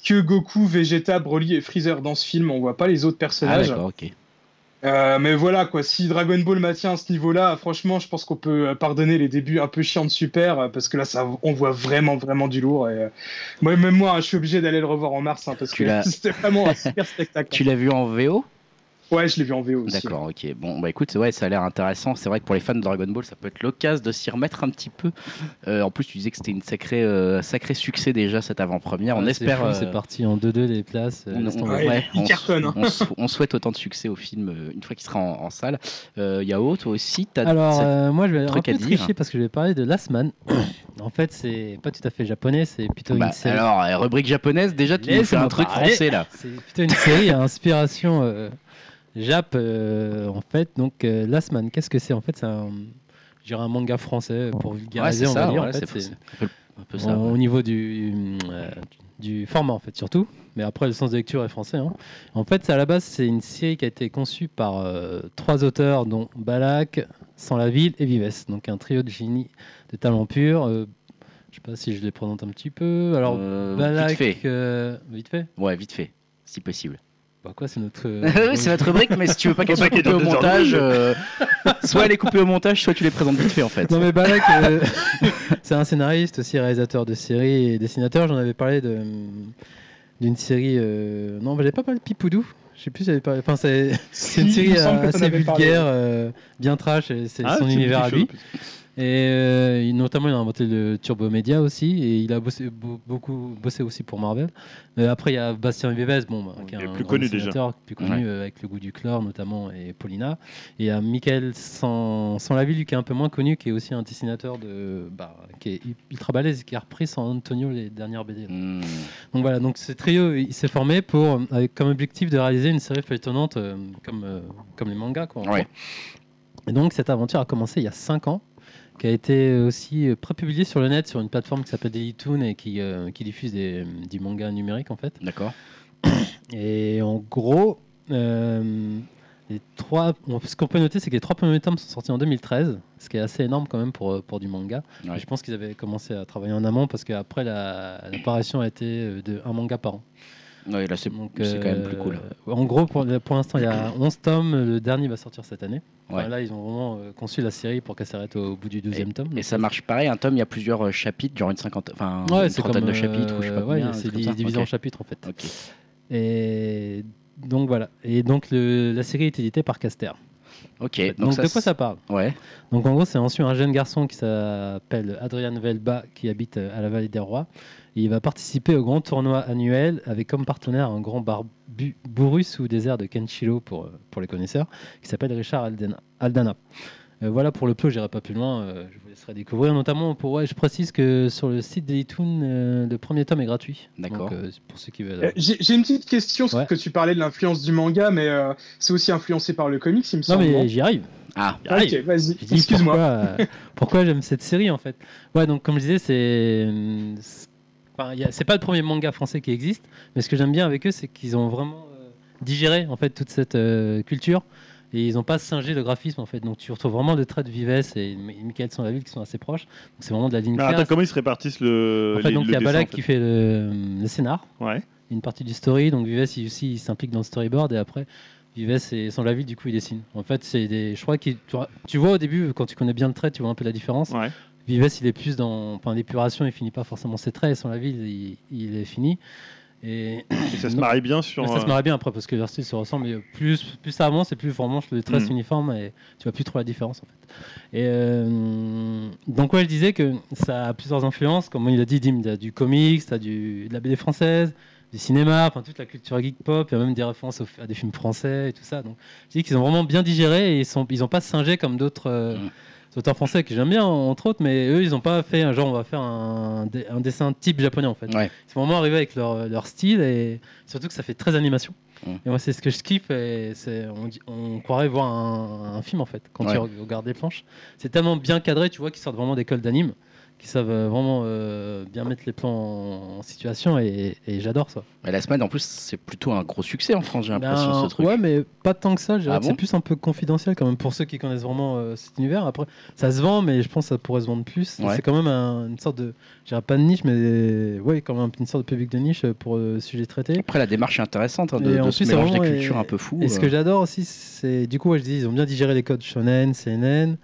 que Goku, Vegeta, Broly et Freezer dans ce film. On voit pas les autres
Ah,
personnages.
d'accord, ok.
Euh, mais voilà quoi, si Dragon Ball maintient à ce niveau-là, franchement, je pense qu'on peut euh, pardonner les débuts un peu chiants de Super euh, parce que là, ça, on voit vraiment vraiment du lourd. Et euh, moi, même moi, hein, je suis obligé d'aller le revoir en mars hein, parce
Tu l'as-
que [laughs] c'était vraiment un super spectacle.
Tu l'as vu en VO
Ouais, je l'ai vu en VO aussi.
D'accord, ok. Bon, bah écoute, ouais, ça a l'air intéressant. C'est vrai que pour les fans de Dragon Ball, ça peut être l'occasion de s'y remettre un petit peu. Euh, en plus, tu disais que c'était une sacrée, euh, sacré succès déjà cette avant-première. on
Ouais,
espère.
C'est fou,
euh,
c'est parti en 2-2 les places. euh,
on-
laisse
on-
tomber.
Ouais,
ouais,
il
on-
cartonne, hein.
on sou- on souhaite autant de succès au film euh, une fois qu'il sera en, en salle. Euh, Yao, toi aussi, t'as.
Alors,
c'est-
euh, moi, je vais un peu
truc à dire.
tricher parce que je vais parler de Last Man. [coughs] en fait, c'est pas tout à fait japonais, c'est plutôt
Bah,
une série.
alors, euh, rubrique japonaise, déjà, tu nous fais
Laisse-moi
un truc
parler.
français là.
C'est plutôt une série à inspiration euh, Jap, euh, en fait. Donc, euh, Last Man, qu'est-ce que c'est En fait, c'est un, je dirais un manga français pour vulgariser,
c'est
on va
ça,
dire. en
ouais,
fait,
c'est-
c'est- Oh,
c'est un peu, un peu ça.
au,
ouais.
au niveau du, euh, du format en fait surtout mais après le sens de lecture est français hein. en fait à la base c'est une série qui a été conçue par euh, trois auteurs dont Balak, Sans la ville et Vives donc un trio de génie de talent pur euh,
Je sais pas si je les présente un petit peu. Alors,
Euh,
bah,
Balak,
vite fait.
euh, vite fait.
Ouais, vite fait, si possible.
Bah quoi,
[laughs]
c'est notre.
euh,
Ah oui, c'est votre rubrique, mais si tu veux Euh, pas qu'elle soit coupée au montage, euh, soit elle est coupée au montage, soit tu les présentes vite fait en fait.
Non mais Balak, euh,
[laughs]
c'est un scénariste aussi, réalisateur de séries et dessinateur. J'en avais parlé de hum, d'une série. euh, Non, j'avais pas parlé de Pipoudou. Je sais plus, j'avais parlé. Enfin, c'est c'est une
Si, il
série euh,
me semble que t'en
assez
avais parlé.
vulgaire, euh, bien trash. et C'est
Ah,
son
tu me dis
univers à
quelque
lui.
chose.
Et euh, il- notamment, il a inventé le Turbo Media aussi, et il a bossé, bo- beaucoup bossé aussi pour Marvel. Euh, après, il y a Bastien Vives, bon, bah, qui
Il est
un
plus
grand
connu déjà.
dessinateur, plus connu euh, avec le goût du chlore notamment, et Paulina. Et il y a Michael sans, sans la ville, qui est un peu moins connu, qui est aussi un dessinateur de, bah, qui est ultra balèze, qui a repris San Antonio les dernières BD.
Hmm.
Donc voilà, donc ce trio, il s'est formé pour, euh, avec comme objectif de réaliser une série feuilletonnante euh, comme, euh, comme les mangas. Quoi, en
Ouais.
gros. Et donc cette aventure a commencé il y a 5 ans, qui a été aussi euh, prépubliée sur le net sur une plateforme qui s'appelle Dailytoon et qui, euh, qui diffuse des, du manga numérique en fait.
D'accord.
Et en gros, euh, les trois, bon, ce qu'on peut noter, c'est que les trois premiers tomes sont sortis en 2013, ce qui est assez énorme quand même pour, euh, pour du manga.
Ouais.
Mais Je pense qu'ils avaient commencé à travailler en amont parce qu'après, la, la parution a été euh, de un manga par an.
Ouais, là c'est
Donc,
c'est quand même
euh,
plus cool.
En gros, pour, pour l'instant, il y a 11 tomes. Le dernier va sortir cette année. Enfin,
Ouais.
là, ils ont vraiment euh, conçu la série pour qu'elle s'arrête au bout du deuxième tome.
Et ça marche pareil, un tome, il y a plusieurs euh, chapitres, genre une cinquantaine, enfin
Ouais,
une
c'est
trentaine
comme,
de chapitres, ou je sais pas
euh, ouais,
combien,
c'est
un truc
divisé
comme ça.
en
Ok.
chapitres en fait.
Ok.
Et donc voilà. Et donc le- la série est éditée par Caster.
Ok,
Donc, de quoi ça parle
Ouais,
Donc en gros, c'est ensuite un jeune garçon qui s'appelle Adrian Velba qui habite euh, à la Vallée des Rois. Et il va participer au grand tournoi annuel avec comme partenaire un grand barbu bourru sous désert de Kenshiro pour, euh, pour les connaisseurs qui s'appelle Richard Alden- Aldana. Euh, voilà pour le plot, j'irai pas plus loin, euh, je vous laisserai découvrir. Notamment, pour, ouais, je précise que sur le site d'Elitoon, le premier tome est gratuit.
D'accord.
Donc, euh, pour ceux qui veulent.
Euh, J'ai j'ai une petite question, parce
Ouais.
que tu parlais de l'influence du manga, mais euh, c'est aussi influencé par le comics, il me
non,
semble.
mais j'y arrive.
ah,
j'y arrive.
Ok, vas-y,
Je dis
excuse-moi.
Pourquoi, euh, pourquoi j'aime cette série en fait Ouais, donc comme je disais, c'est. hum, c'est- enfin, y a- c'est pas le premier manga français qui existe, mais ce que j'aime bien avec eux, c'est qu'ils ont vraiment euh, digéré en fait toute cette euh, culture et ils n'ont pas singé le graphisme en fait. Donc tu retrouves vraiment le trait de Vives et M- Michael Sandaville qui sont assez proches. Donc c'est vraiment de la ligne
Ah, attends,
claire.
comment ils se répartissent le.
En fait,
les-
donc
le
il y a
dessin,
Balak
en fait
qui fait le, le scénar,
Ouais.
une partie du story, donc Vives il, aussi il s'implique dans le storyboard et après Vives et Sandaville du coup il dessine. En fait, c'est des. Je crois que tu, tu vois au début, quand tu connais bien le trait, tu vois un peu la différence.
Ouais.
Vives, il est plus dans enfin, l'épuration, il finit pas forcément ses traits, sans la ville, il, il est fini. Et
Et ça se
Non.
marie bien sur.
ça se
euh,
marrait bien après parce que leur style se ressemble. mais plus, plus ça avance et plus vraiment les traits
Mhm.
s'uniforment et tu vois plus trop la différence en fait. Et euh, donc, ouais, je disais que ça a plusieurs influences. Comme il a dit, Dim, il y a du comics, t'as du, de la BD française, du cinéma, enfin toute la culture geek pop, il y a même des références au- à des films français et tout ça. Donc, je dis qu'ils ont vraiment bien digéré et ils sont, ils ont pas singé comme d'autres euh,
Mhm.
auteurs français que j'aime bien, entre autres, mais eux, ils ont pas fait un genre, on va faire un, dé- un dessin type japonais en fait.
ouais.
C'est vraiment arrivé avec leur, leur style et surtout que ça fait très animation.
Mm.
Et moi, c'est ce que je kiffe. Et c'est, on, dit- on croirait voir un, un film en fait quand
Ouais.
tu regardes les planches. C'est tellement bien cadré, tu vois, qu'ils sortent vraiment d'écoles d'anime, qui savent euh, vraiment euh, bien mettre les plans en, en situation et, et j'adore ça.
Mais la semaine en plus, c'est plutôt un gros succès en France, j'ai l'impression,
Ben,
ce truc.
Ouais, mais pas tant que ça. je dirais
Ah
que
bon
c'est plus un peu confidentiel quand même pour ceux qui connaissent vraiment euh, cet univers. Après, ça se vend, mais je pense que ça pourrait se vendre plus. Et
Ouais.
C'est quand même un- une sorte de, je dirais pas de niche, mais ouais, quand même une sorte de public de niche euh, pour le sujet traité.
Après, la démarche est intéressante hein, de,
Et
de
en
ce
plus, c'est
mélange des
vraiment,
cultures
et-
un peu fou.
Et ce que
euh.
j'adore aussi, c'est du coup, ouais, je dis, ils ont bien digéré les codes shonen, CNN.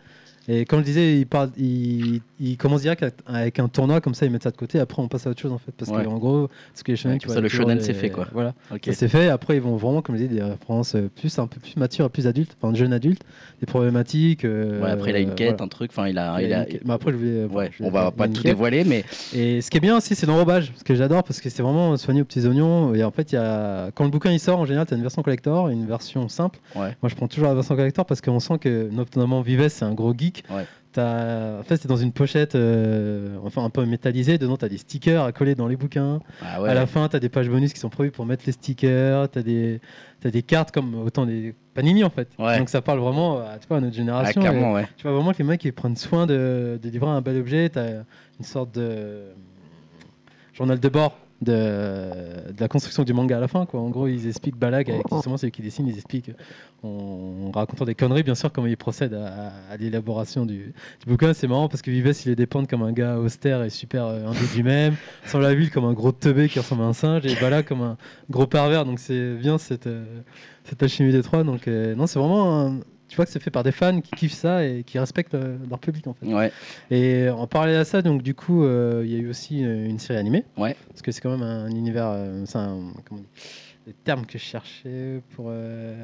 Et comme je disais, ils, parlent, ils, ils commencent direct avec un tournoi, comme ça ils mettent ça de côté. Après, on passe à autre chose en fait. Parce
Ouais.
qu'en gros, ce que les shonen,
Ouais,
tu
comme
vois,
ça, le
toujours
shonen,
des-
c'est fait, quoi.
Voilà,
Ok.
ça, c'est fait. Après, ils vont vraiment, comme je dis, des références euh, plus, un peu plus matures, et plus adultes, enfin de jeunes adultes, des problématiques. euh,
Ouais, après, il a une quête,
voilà.
un truc, enfin, il a.
Il
il a-
a une quête. Mais après, je voulais. euh,
Ouais,
je-
on va
il a
pas
une
tout
quête.
dévoiler, mais
Et ce qui est bien aussi, c'est l'enrobage, ce que j'adore parce que c'est vraiment soigné aux petits oignons. Et en fait, il y a... quand le bouquin il sort, en général, tu as une version collector et une version simple.
Ouais.
Moi, je prends toujours la version collector parce qu'on sent que, notamment Vives, c'est un gros geek.
Ouais.
T'as- En fait, c'est dans une pochette, euh, enfin un peu métallisée. Dedans, tu as des stickers à coller dans les bouquins.
Ah ouais,
À la fin, tu as des pages bonus qui sont prévues pour mettre les stickers. Tu as des... t'as des cartes comme autant des panini en fait.
Ouais.
Donc, ça parle vraiment à, tu vois, à notre
ah,
génération. et-
clairement, ouais.
tu vois vraiment que les mecs ils prennent soin de, de livrer un bel objet. T'as une sorte de euh, journal de bord de, de la construction du manga à la fin. Quoi. En gros, ils expliquent Balag, avec justement celui qui dessine, ils expliquent euh, en, en racontant des conneries, bien sûr, comment ils procèdent à, à l'élaboration du, du, bouquin. C'est marrant parce que Vives, il est dépendre comme un gars austère et super euh, indé lui-même, [laughs] sans la ville comme un gros teubé qui ressemble à un singe, et Balag comme un gros pervers. Donc c'est bien cette, euh, cette alchimie des trois. Donc euh, non, c'est vraiment un, tu vois que c'est fait par des fans qui kiffent ça et qui respectent euh, leur public en fait.
Ouais.
Et en parallèle à ça, donc du coup, il euh, y a eu aussi euh, une série animée.
Ouais.
Parce que c'est quand même un univers, c'est un, comment on dit, le terme que je cherchais pour euh,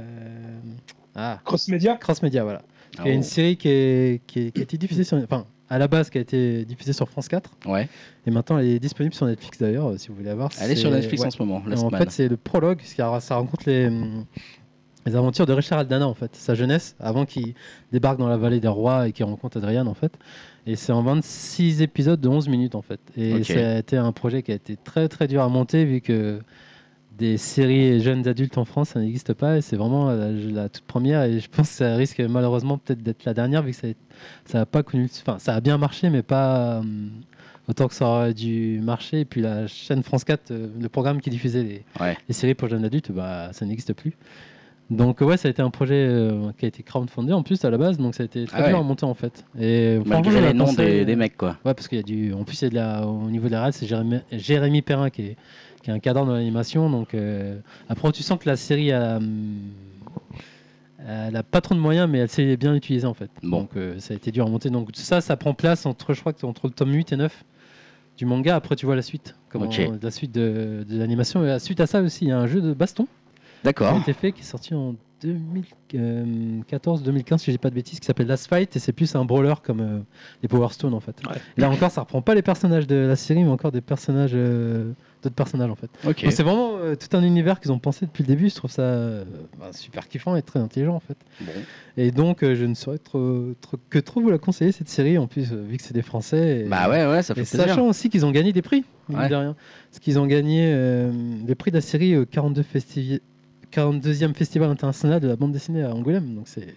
ah.
Cross média.
Cross média, voilà.
Ah
Il y a une série qui, est, qui, est, qui a été diffusée sur, enfin, à la base qui a été diffusée sur France 4.
Ouais.
Et maintenant, elle est disponible sur Netflix d'ailleurs, euh, si vous voulez la voir.
Elle est, sur Netflix
ouais.
en ce moment.
En fait, c'est le prologue, parce que ça rencontre les hum, les aventures de Richard Aldana en fait, sa jeunesse, avant qu'il débarque dans la vallée des rois et qu'il rencontre Adrian en fait. Et c'est en 26 épisodes de 11 minutes en fait. Et
Ok.
ça a été un projet qui a été très très dur à monter vu que des séries jeunes adultes en France ça n'existe pas et c'est vraiment la, la toute première et je pense que ça risque malheureusement peut-être d'être la dernière vu que ça, ça a pas connu, enfin ça a bien marché mais pas hum, autant que ça aurait dû marcher. Et puis la chaîne France 4, euh, le programme qui diffusait les,
Ouais.
les séries pour jeunes adultes, bah ça n'existe plus. Donc ouais, ça a été un projet euh, qui a été crowdfundé en plus à la base, donc ça a été très
Ah
dur
ouais.
à monter en fait. Et euh, franchement,
Malgré
j'aurais
les noms
pensé-
des, des mecs, quoi.
Ouais, parce qu'il y a du, en plus il y a de la, au niveau de la réal, c'est Jérémy, Jérémy Perrin qui est, qui est un cadre dans l'animation. Donc euh, après, tu sens que la série a, hum, elle a pas trop de moyens, mais elle s'est bien utilisée en fait.
Bon.
Donc euh, ça a été dur à monter. Donc ça, ça prend place entre, je crois que entre le tome 8 et 9 du manga. Après, tu vois la suite, comment,
Ok.
la suite de, de l'animation. Et la suite à ça aussi, il y a un jeu de baston qui
D'accord.
a [laughs] été fait, qui est sorti en euh, 2014-2015, si j'ai pas de bêtises, qui s'appelle Last Fight, et c'est plus un brawler comme euh, les Power Stone en fait.
Ouais.
Là encore, ça reprend pas les personnages de la série, mais encore des personnages, euh, d'autres personnages en fait.
Ok.
Donc, C'est vraiment euh, tout un univers qu'ils ont pensé depuis le début, je trouve ça euh, bah, super kiffant et très intelligent en fait.
Bon.
Et donc, euh, je ne saurais trop, trop- que trop vous la conseiller cette série, en plus, euh, vu que c'est des Français. et-
Bah ouais, ouais, ça fait
et
plaisir.
sachant aussi qu'ils ont gagné des prix, mine
Ouais.
de rien. Parce qu'ils ont gagné euh, les prix de la série au 42 festivi- 42e Festival international de la bande dessinée à Angoulême. Donc c'est.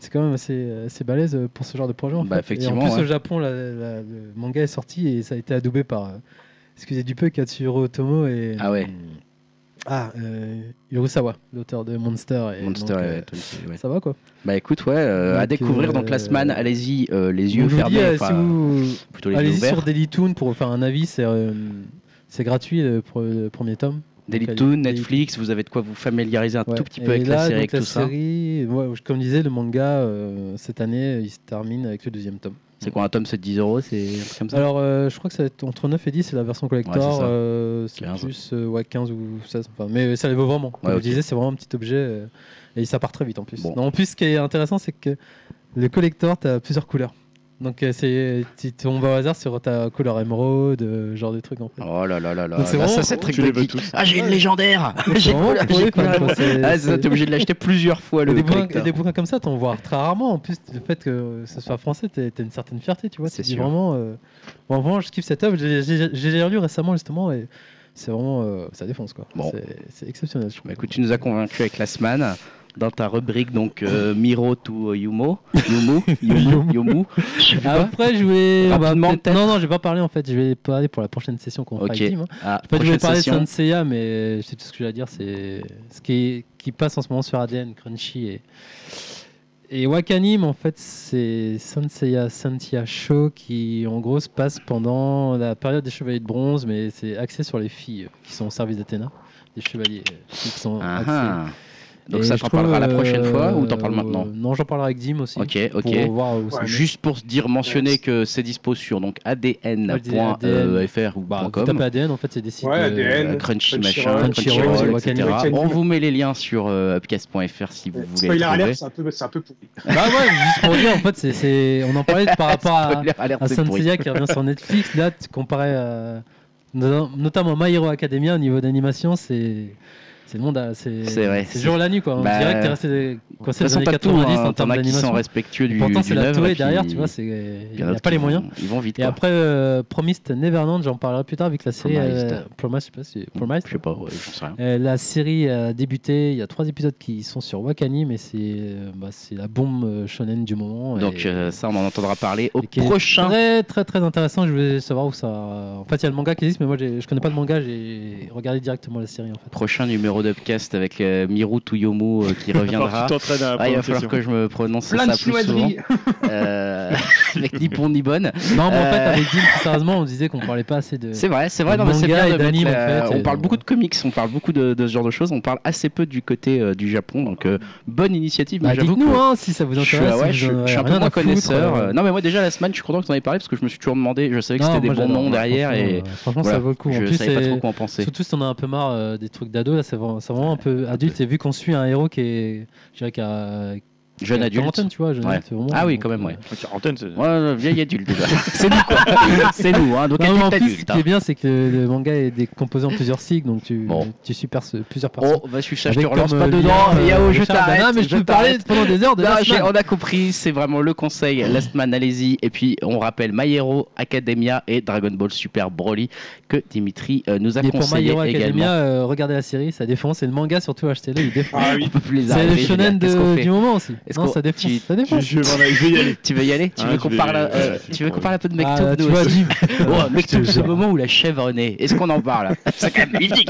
C'est quand même assez, assez balèze euh, pour ce genre de projet. En
Bah,
fait.
effectivement,
Et en plus,
ouais.
au Japon, la- la- le manga est sorti et ça a été adoubé par, euh, excusez du peu, Katsuhiro Otomo et.
Ah ouais.
Ah, euh, Yurusawa, l'auteur de Monster. Et
Monster,
donc,
ouais,
euh,
toi aussi, ouais.
Ça va quoi
Bah écoute, ouais, euh, à
Donc,
découvrir.
euh,
donc, Last Man, allez-y, euh, les
On
yeux
vous
fermés.
dit, euh,
enfin,
si vous-
plutôt les yeux
Allez-y
ouverts.
sur Dailytoon pour faire un avis, c'est euh, c'est gratuit euh, pour le premier tome.
Dailytoon,
Daily-
Netflix, vous avez de quoi vous familiariser un
Ouais.
tout petit peu
Et
avec
là,
la série,
donc,
avec
la
tout ça.
série, ouais, je- comme disait, le manga euh, cette année, il se termine avec le deuxième tome.
C'est quoi un tome, c'est 10 euros, c'est un truc comme ça
Alors, euh, je crois que ça va être entre 9 et 10, c'est la version
Ouais,
collector.
c'est ça.
euh, c'est
15.
plus euh, ouais, 15 ou 16. enfin, mais ça les vaut vraiment. Comme
Ouais,
je
ok.
disais, c'est vraiment un petit objet euh, et ça part très vite en plus.
Bon.
Non, en plus, ce qui est intéressant, c'est que le collector, tu as plusieurs couleurs. Donc, euh, c'est tu tombes au hasard sur ta couleur émeraude, euh, genre de truc en fait.
Oh là là là là.
Donc, c'est
là,
vraiment-
ça, c'est truc
Tu
de
les veux
geek.
tous.
Ah, j'ai une légendaire J'ai
vraiment
coulé-
pour
j'ai
les
coulé-
fans, quoi, c'est-
Ah, ça, t'es obligé de l'acheter plusieurs fois le
des, bouquins,
collector.
des bouquins comme ça, t'en vois très rarement. En plus, le fait que ce soit français, t'as t'as une certaine fierté, tu vois.
C'est
C'est
sûr.
vraiment. euh, bon, vraiment, je kiffe cette œuvre. J'ai- J'ai j'ai relu récemment, justement, et c'est vraiment. euh, ça défonce, quoi.
Bon.
C'est- C'est exceptionnel, je trouve.
Bah, écoute, tu nous as convaincus avec Last Man. Dans ta rubrique, donc euh, Miro to euh, Yumo, Yumu,
[laughs]
Yumu, Yumu. Ah Je sais pas.
Après, je vais. on va
Rapidement,
peut-être-
peut-être.
non, non, je vais pas parler en fait. Je vais parler pour la prochaine session qu'on fera
Ok.
avec Tim, hein.
Ah,
Je vais pas
prochaine
te parler
session.
de Senseiya, mais c'est tout ce que j'ai à dire. C'est ce qui, est- qui passe en ce moment sur ADN, Crunchy et, et Wakanim. En fait, c'est Senseiya, Sentia Show qui, en gros, se passe pendant la période des Chevaliers de Bronze, mais c'est axé sur les filles qui sont au service d'Athéna. Des chevaliers euh, qui sont.
Ah,
axés.
ah. Donc
Et
ça,
je
t'en
trouve,
parleras la prochaine
euh,
fois ou t'en parles maintenant
Non, j'en parlerai avec Dim aussi.
Ok, ok.
Pour voir où ça en est.
Juste pour se dire, mentionner que c'est dispo sur donc
Moi, je disais ADN.
adn.fr E ou
Bah, vous
.com.
tapez ADN, en fait, c'est des sites.
Ouais,
euh,
ADN.
euh, Crunchy,
Crunchyroll,
machin,
Crunchyroll,
Crunchyroll,
Wakanim.
etc.
Wakanim.
On vous met les liens sur euh, upcast.fr si vous voulez.
Spoiler
les trouver.
alert, c'est un peu, c'est un peu pourri.
Bah ouais, juste pour dire, en fait, c'est- c'est, on en parlait par rapport
[laughs]
à,
Spoiler alert,
à
c'est
Saint
pourri.
Seiya
[laughs]
qui revient sur Netflix, là, tu comparais à- no- notamment My Hero Academia au niveau d'animation, c'est C'est le monde, à- c'est
C'est vrai,
c'est le jour et la nuit quoi.
Bah,
On dirait que t'es resté des-
De
coincé
toute façon,
dans les années
t'as tout,
90
hein,
en
t'en
termes
as qui sont
d'animation.
respectueux du
Pourtant,
du
c'est la
l'œuvre,
Toei
et
derrière,
puis
tu vois, c'est il
il y
n'y
en
a pas
qui
les
vont-
moyens.
Ils vont vite.
Et
quoi.
après, euh, Promised Neverland, j'en parlerai plus tard vu que la série.
Promised.
euh, Promised, je sais pas si. Promised,
je sais pas, ouais, j'en sais rien.
Euh, la série a débuté, il y a trois épisodes qui sont sur Wakani, mais c'est euh, bah, c'est la bombe euh, shonen du moment. et-
Donc euh, ça, on en entendra parler au
et qui est
prochain.
Très très très intéressant, je voulais savoir où ça... En fait il y a le manga qui existe, mais moi j'ai- je connais pas de manga, j'ai regardé directement la série en fait.
Prochain numéro d'Upcast avec euh, Miru Tuyomo euh, qui reviendra.
Alors, tu t'entraînes à la
Ah, il va
prononciation.
falloir que je me prononce
Plein
ça
de
plus souvent.
chinoiseries.
[laughs]
Euh, avec ni bon ni bonne.
Non mais en fait
Euh.
[laughs] avec Dim, plus sérieusement on disait qu'on parlait pas assez de...
C'est vrai, c'est vrai.
Le
Non, mais c'est
manga
bien
et
de
d'anime,
mettre,
en
euh,
fait,
on
et
parle
on-
beaucoup de comics, on parle beaucoup de, de ce genre de choses, on parle assez peu du côté euh, du Japon. Donc euh, bonne initiative, mais
Bah,
j'avoue
Dites-nous
que-
hein, si ça vous
Je
intéresse.
suis, ah ouais,
si
je
vous
suis-
en avez
je suis un peu
rien à
moins
foutre,
connaisseur.
euh,
euh, Non, mais moi déjà la semaine, je suis content que tu en aies parlé parce que je me suis toujours demandé, je savais que
non,
c'était des
moi,
bons
j'adore,
noms
ouais,
derrière
franchement,
et
euh, Franchement ça
voilà,
vaut le coup. En
je
plus,
savais pas
c'est-
trop quoi en penser.
Surtout si on a un peu marre euh, des trucs d'ado, là c'est vraiment, c'est vraiment un peu adulte. Et vu qu'on suit un héros qui est, je dirais, qui a
Ah, Jeune
qui a
adulte.
quarantaine, tu vois, jeune
Ouais.
adulte, vraiment.
Ah oui,
Donc,
quand même, ouais.
La quarantaine, c'est.
Ouais, ouais, vieil adulte déjà. [laughs] c'est nous quoi. c'est nous, hein. Donc
euh, Non, mais en
adulte,
plus, ce
adulte.
qui
hein.
est bien, c'est que le, le manga est décomposé en plusieurs cycles, donc tu,
Bon.
tu suis perso- plusieurs personnes.
Oh, va suivre ça, je te relance
euh,
pas dedans. euh, Yao, je t'arrête.
mais je,
je
peux parler
t'arrête.
pendant des heures de
Non,
Last
j'ai-
Man.
on a compris, c'est vraiment le conseil. Last Man, allez-y. Et puis, on rappelle My Hero Academia et Dragon Ball Super Broly que Dimitri euh, nous a
Et pour My
conseillé
Hero Academia,
également.
euh, regardez la série, ça défonce. Et le manga, surtout, achetez-le, il défonce.
Ah oui.
On peut plus les
C'est le
arrêter, les gars.
shonen de-
Qu'est-ce qu'on fait
du moment aussi.
Est-ce
Non,
qu'on-
ça défonce.
tu-
Ça défonce.
Je, je, voilà, je vais y aller.
Tu veux y aller Tu
Ah,
veux
je
qu'on
vais-
parle, euh,
ouais,
tu veux qu'on
ouais.
parle un peu de
Ah,
Mektoub
tu
nous
vois,
aussi [laughs]
Jim.
Oh, Mektoub,
Je te
ce
jure.
moment où la chèvre naît. Est-ce qu'on en parle [laughs] C'est quand même mythique.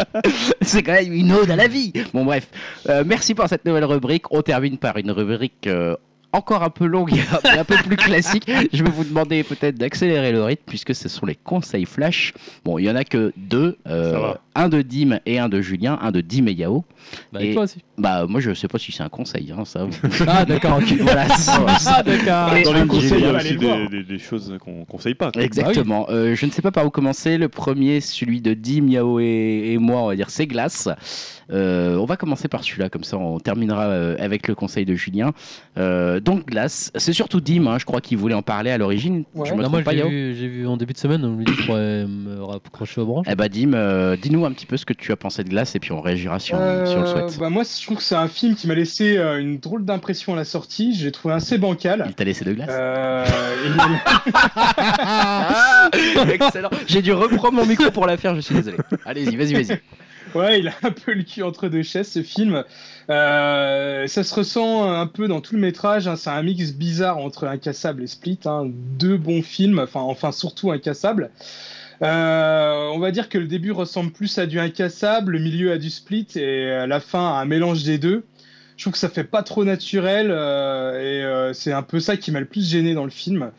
C'est quand même une ode à la vie. Bon, bref. Euh, merci pour cette nouvelle rubrique. On termine par une rubrique. euh, encore un peu longue, et un peu plus classique. Je vais vous demander peut-être d'accélérer le rythme puisque ce sont les conseils flash. Bon, il y en a que deux, euh,
Ça va.
un de Dim et un de Julien, un de Dim et Yao.
Bah,
Et-
et
[laughs]
toi aussi.
Bah, moi je sais pas si c'est un conseil, hein, [laughs] ça.
Ah, d'accord, ok.
voilà.
Ah, d'accord.
Et
Dans
un conseil,
les conseils, il y a
allez
aussi
le voir.
des, des, des choses qu'on conseille pas. quoi.
Exactement. Euh, je ne sais pas par où commencer. Le premier, celui de Dim, Yao et, et moi, on va dire c'est glace. Euh, on va commencer par celui-là, comme ça on terminera euh, avec le conseil de Julien. Euh, donc glace, c'est surtout Dim, hein, je crois qu'il voulait en parler à l'origine.
Ouais.
Je me
Non,
trompe
moi,
pas,
j'ai
Yao
vu, j'ai vu en début de semaine, on me dit que je pourrais me raccrocher aux branches.
Eh ben Dim, euh, dis-nous un petit peu ce que tu as pensé de glace et puis on réagira si on, si on le
Euh,
souhaite.
bah moi, je trouve que c'est un film qui m'a laissé euh, une drôle d'impression à la sortie. J'ai trouvé assez
bah.
bancal.
Il t'a laissé de glace
Euh, et-
Ah,
Euh.
[laughs] Excellent. J'ai dû reprendre mon micro pour la faire, je suis désolé. Allez-y, vas-y, vas-y.
ouais, il a un peu le cul entre deux chaises ce film. Euh, ça se ressent un peu dans tout le métrage. hein. C'est un mix bizarre entre Incassable et Split. hein. Deux bons films, enfin, enfin surtout Incassable. Euh, on va dire que le début ressemble plus à du Incassable, le milieu à du Split et euh, la fin à un mélange des deux. Je trouve que ça fait pas trop naturel euh, et euh, c'est un peu ça qui m'a le plus gêné dans le film.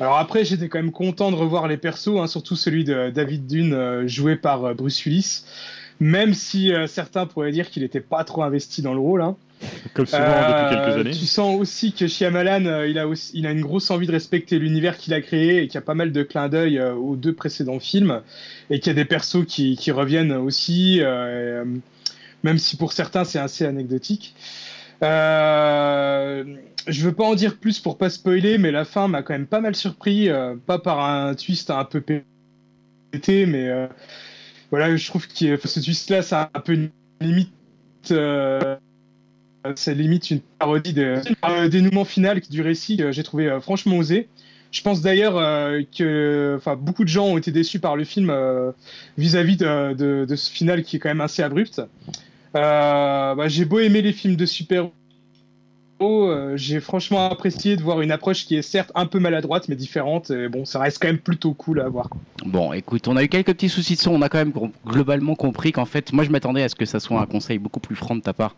Alors après, j'étais quand même content de revoir les persos, hein, surtout celui de David Dune euh, joué par euh, Bruce Willis, même si euh, certains pourraient dire qu'il n'était pas trop investi dans le rôle. hein.
Comme souvent
Euh,
depuis quelques années.
Tu sens aussi que Shyamalan, euh, il, a aussi- il a une grosse envie de respecter l'univers qu'il a créé et qu'il y a pas mal de clins d'œil euh, aux deux précédents films et qu'il y a des persos qui, qui reviennent aussi, euh, et, euh, même si pour certains c'est assez anecdotique. Euh, je veux pas en dire plus pour pas spoiler, mais la fin m'a quand même pas mal surpris, euh, pas par un twist un peu pété, mais euh, voilà, je trouve que ce twist-là, c'est un peu une limite. euh, c'est limite une parodie de un dénouement final du récit que j'ai trouvé euh, franchement osé. Je pense d'ailleurs euh, que enfin, beaucoup de gens ont été déçus par le film euh, vis-à-vis de, de- de ce final qui est quand même assez abrupt. Euh, bah, j'ai beau aimer les films de super-héros, euh, j'ai franchement apprécié de voir une approche qui est certes un peu maladroite mais différente. Et bon, ça reste quand même plutôt cool à voir.
Bon, écoute, on a eu quelques petits soucis de son. On a quand même gro- globalement compris qu'en fait, moi, je m'attendais à ce que ça soit un conseil beaucoup plus franc de ta part.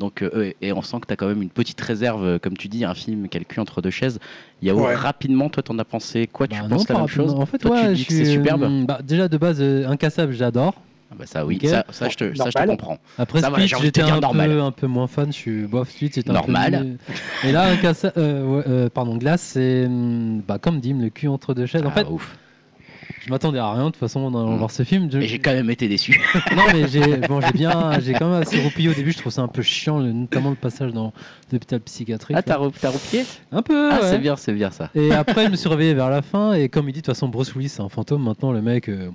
Donc, euh, et et on sent que tu as quand même une petite réserve, euh, comme tu dis, un film calcul entre deux chaises. Yao,
Ouais.
rapidement, Ah, toi, t'en as pensé quoi Tu
Bah non,
penses
pas
la même
rapidement.
chose
En fait,
Toi,
ouais,
tu
je
dis que c'est
suis,
superbe.
euh, bah, déjà de base, euh, incassable, j'adore.
Ah bah ça, oui,
Ok.
ça, ça, je te, ça, je te
Normal.
comprends.
Après
Ça,
ça,
voilà, j'ai envie de te
j'étais
dire
un
normal.
peu, un peu moins fan. Je suis bof suite, c'est un peu
Normal.
mieux. Et là, hmm, Incassa- euh, ouais, euh, pardon, glace, c'est hum, bah, comme Dim, le cul entre deux chaises. En
Ah,
fait,
ouf.
je m'attendais à rien de toute façon en allant
Mm.
voir ce film.
[laughs]
Je-
Mais j'ai quand même été déçu.
[laughs] non mais j'ai bon j'ai bien j'ai quand même assez roupillé au début. Je trouve ça un peu chiant, le- notamment le passage dans l'hôpital psychiatrique.
Ah, t'as
là.
re- t'as replié
un peu.
Ah,
ouais.
c'est bien, c'est bien
[laughs]
ça.
Et après, je me suis réveillé vers la fin, et comme il dit, de toute façon, Bruce Willis, c'est un fantôme, maintenant, le mec... euh,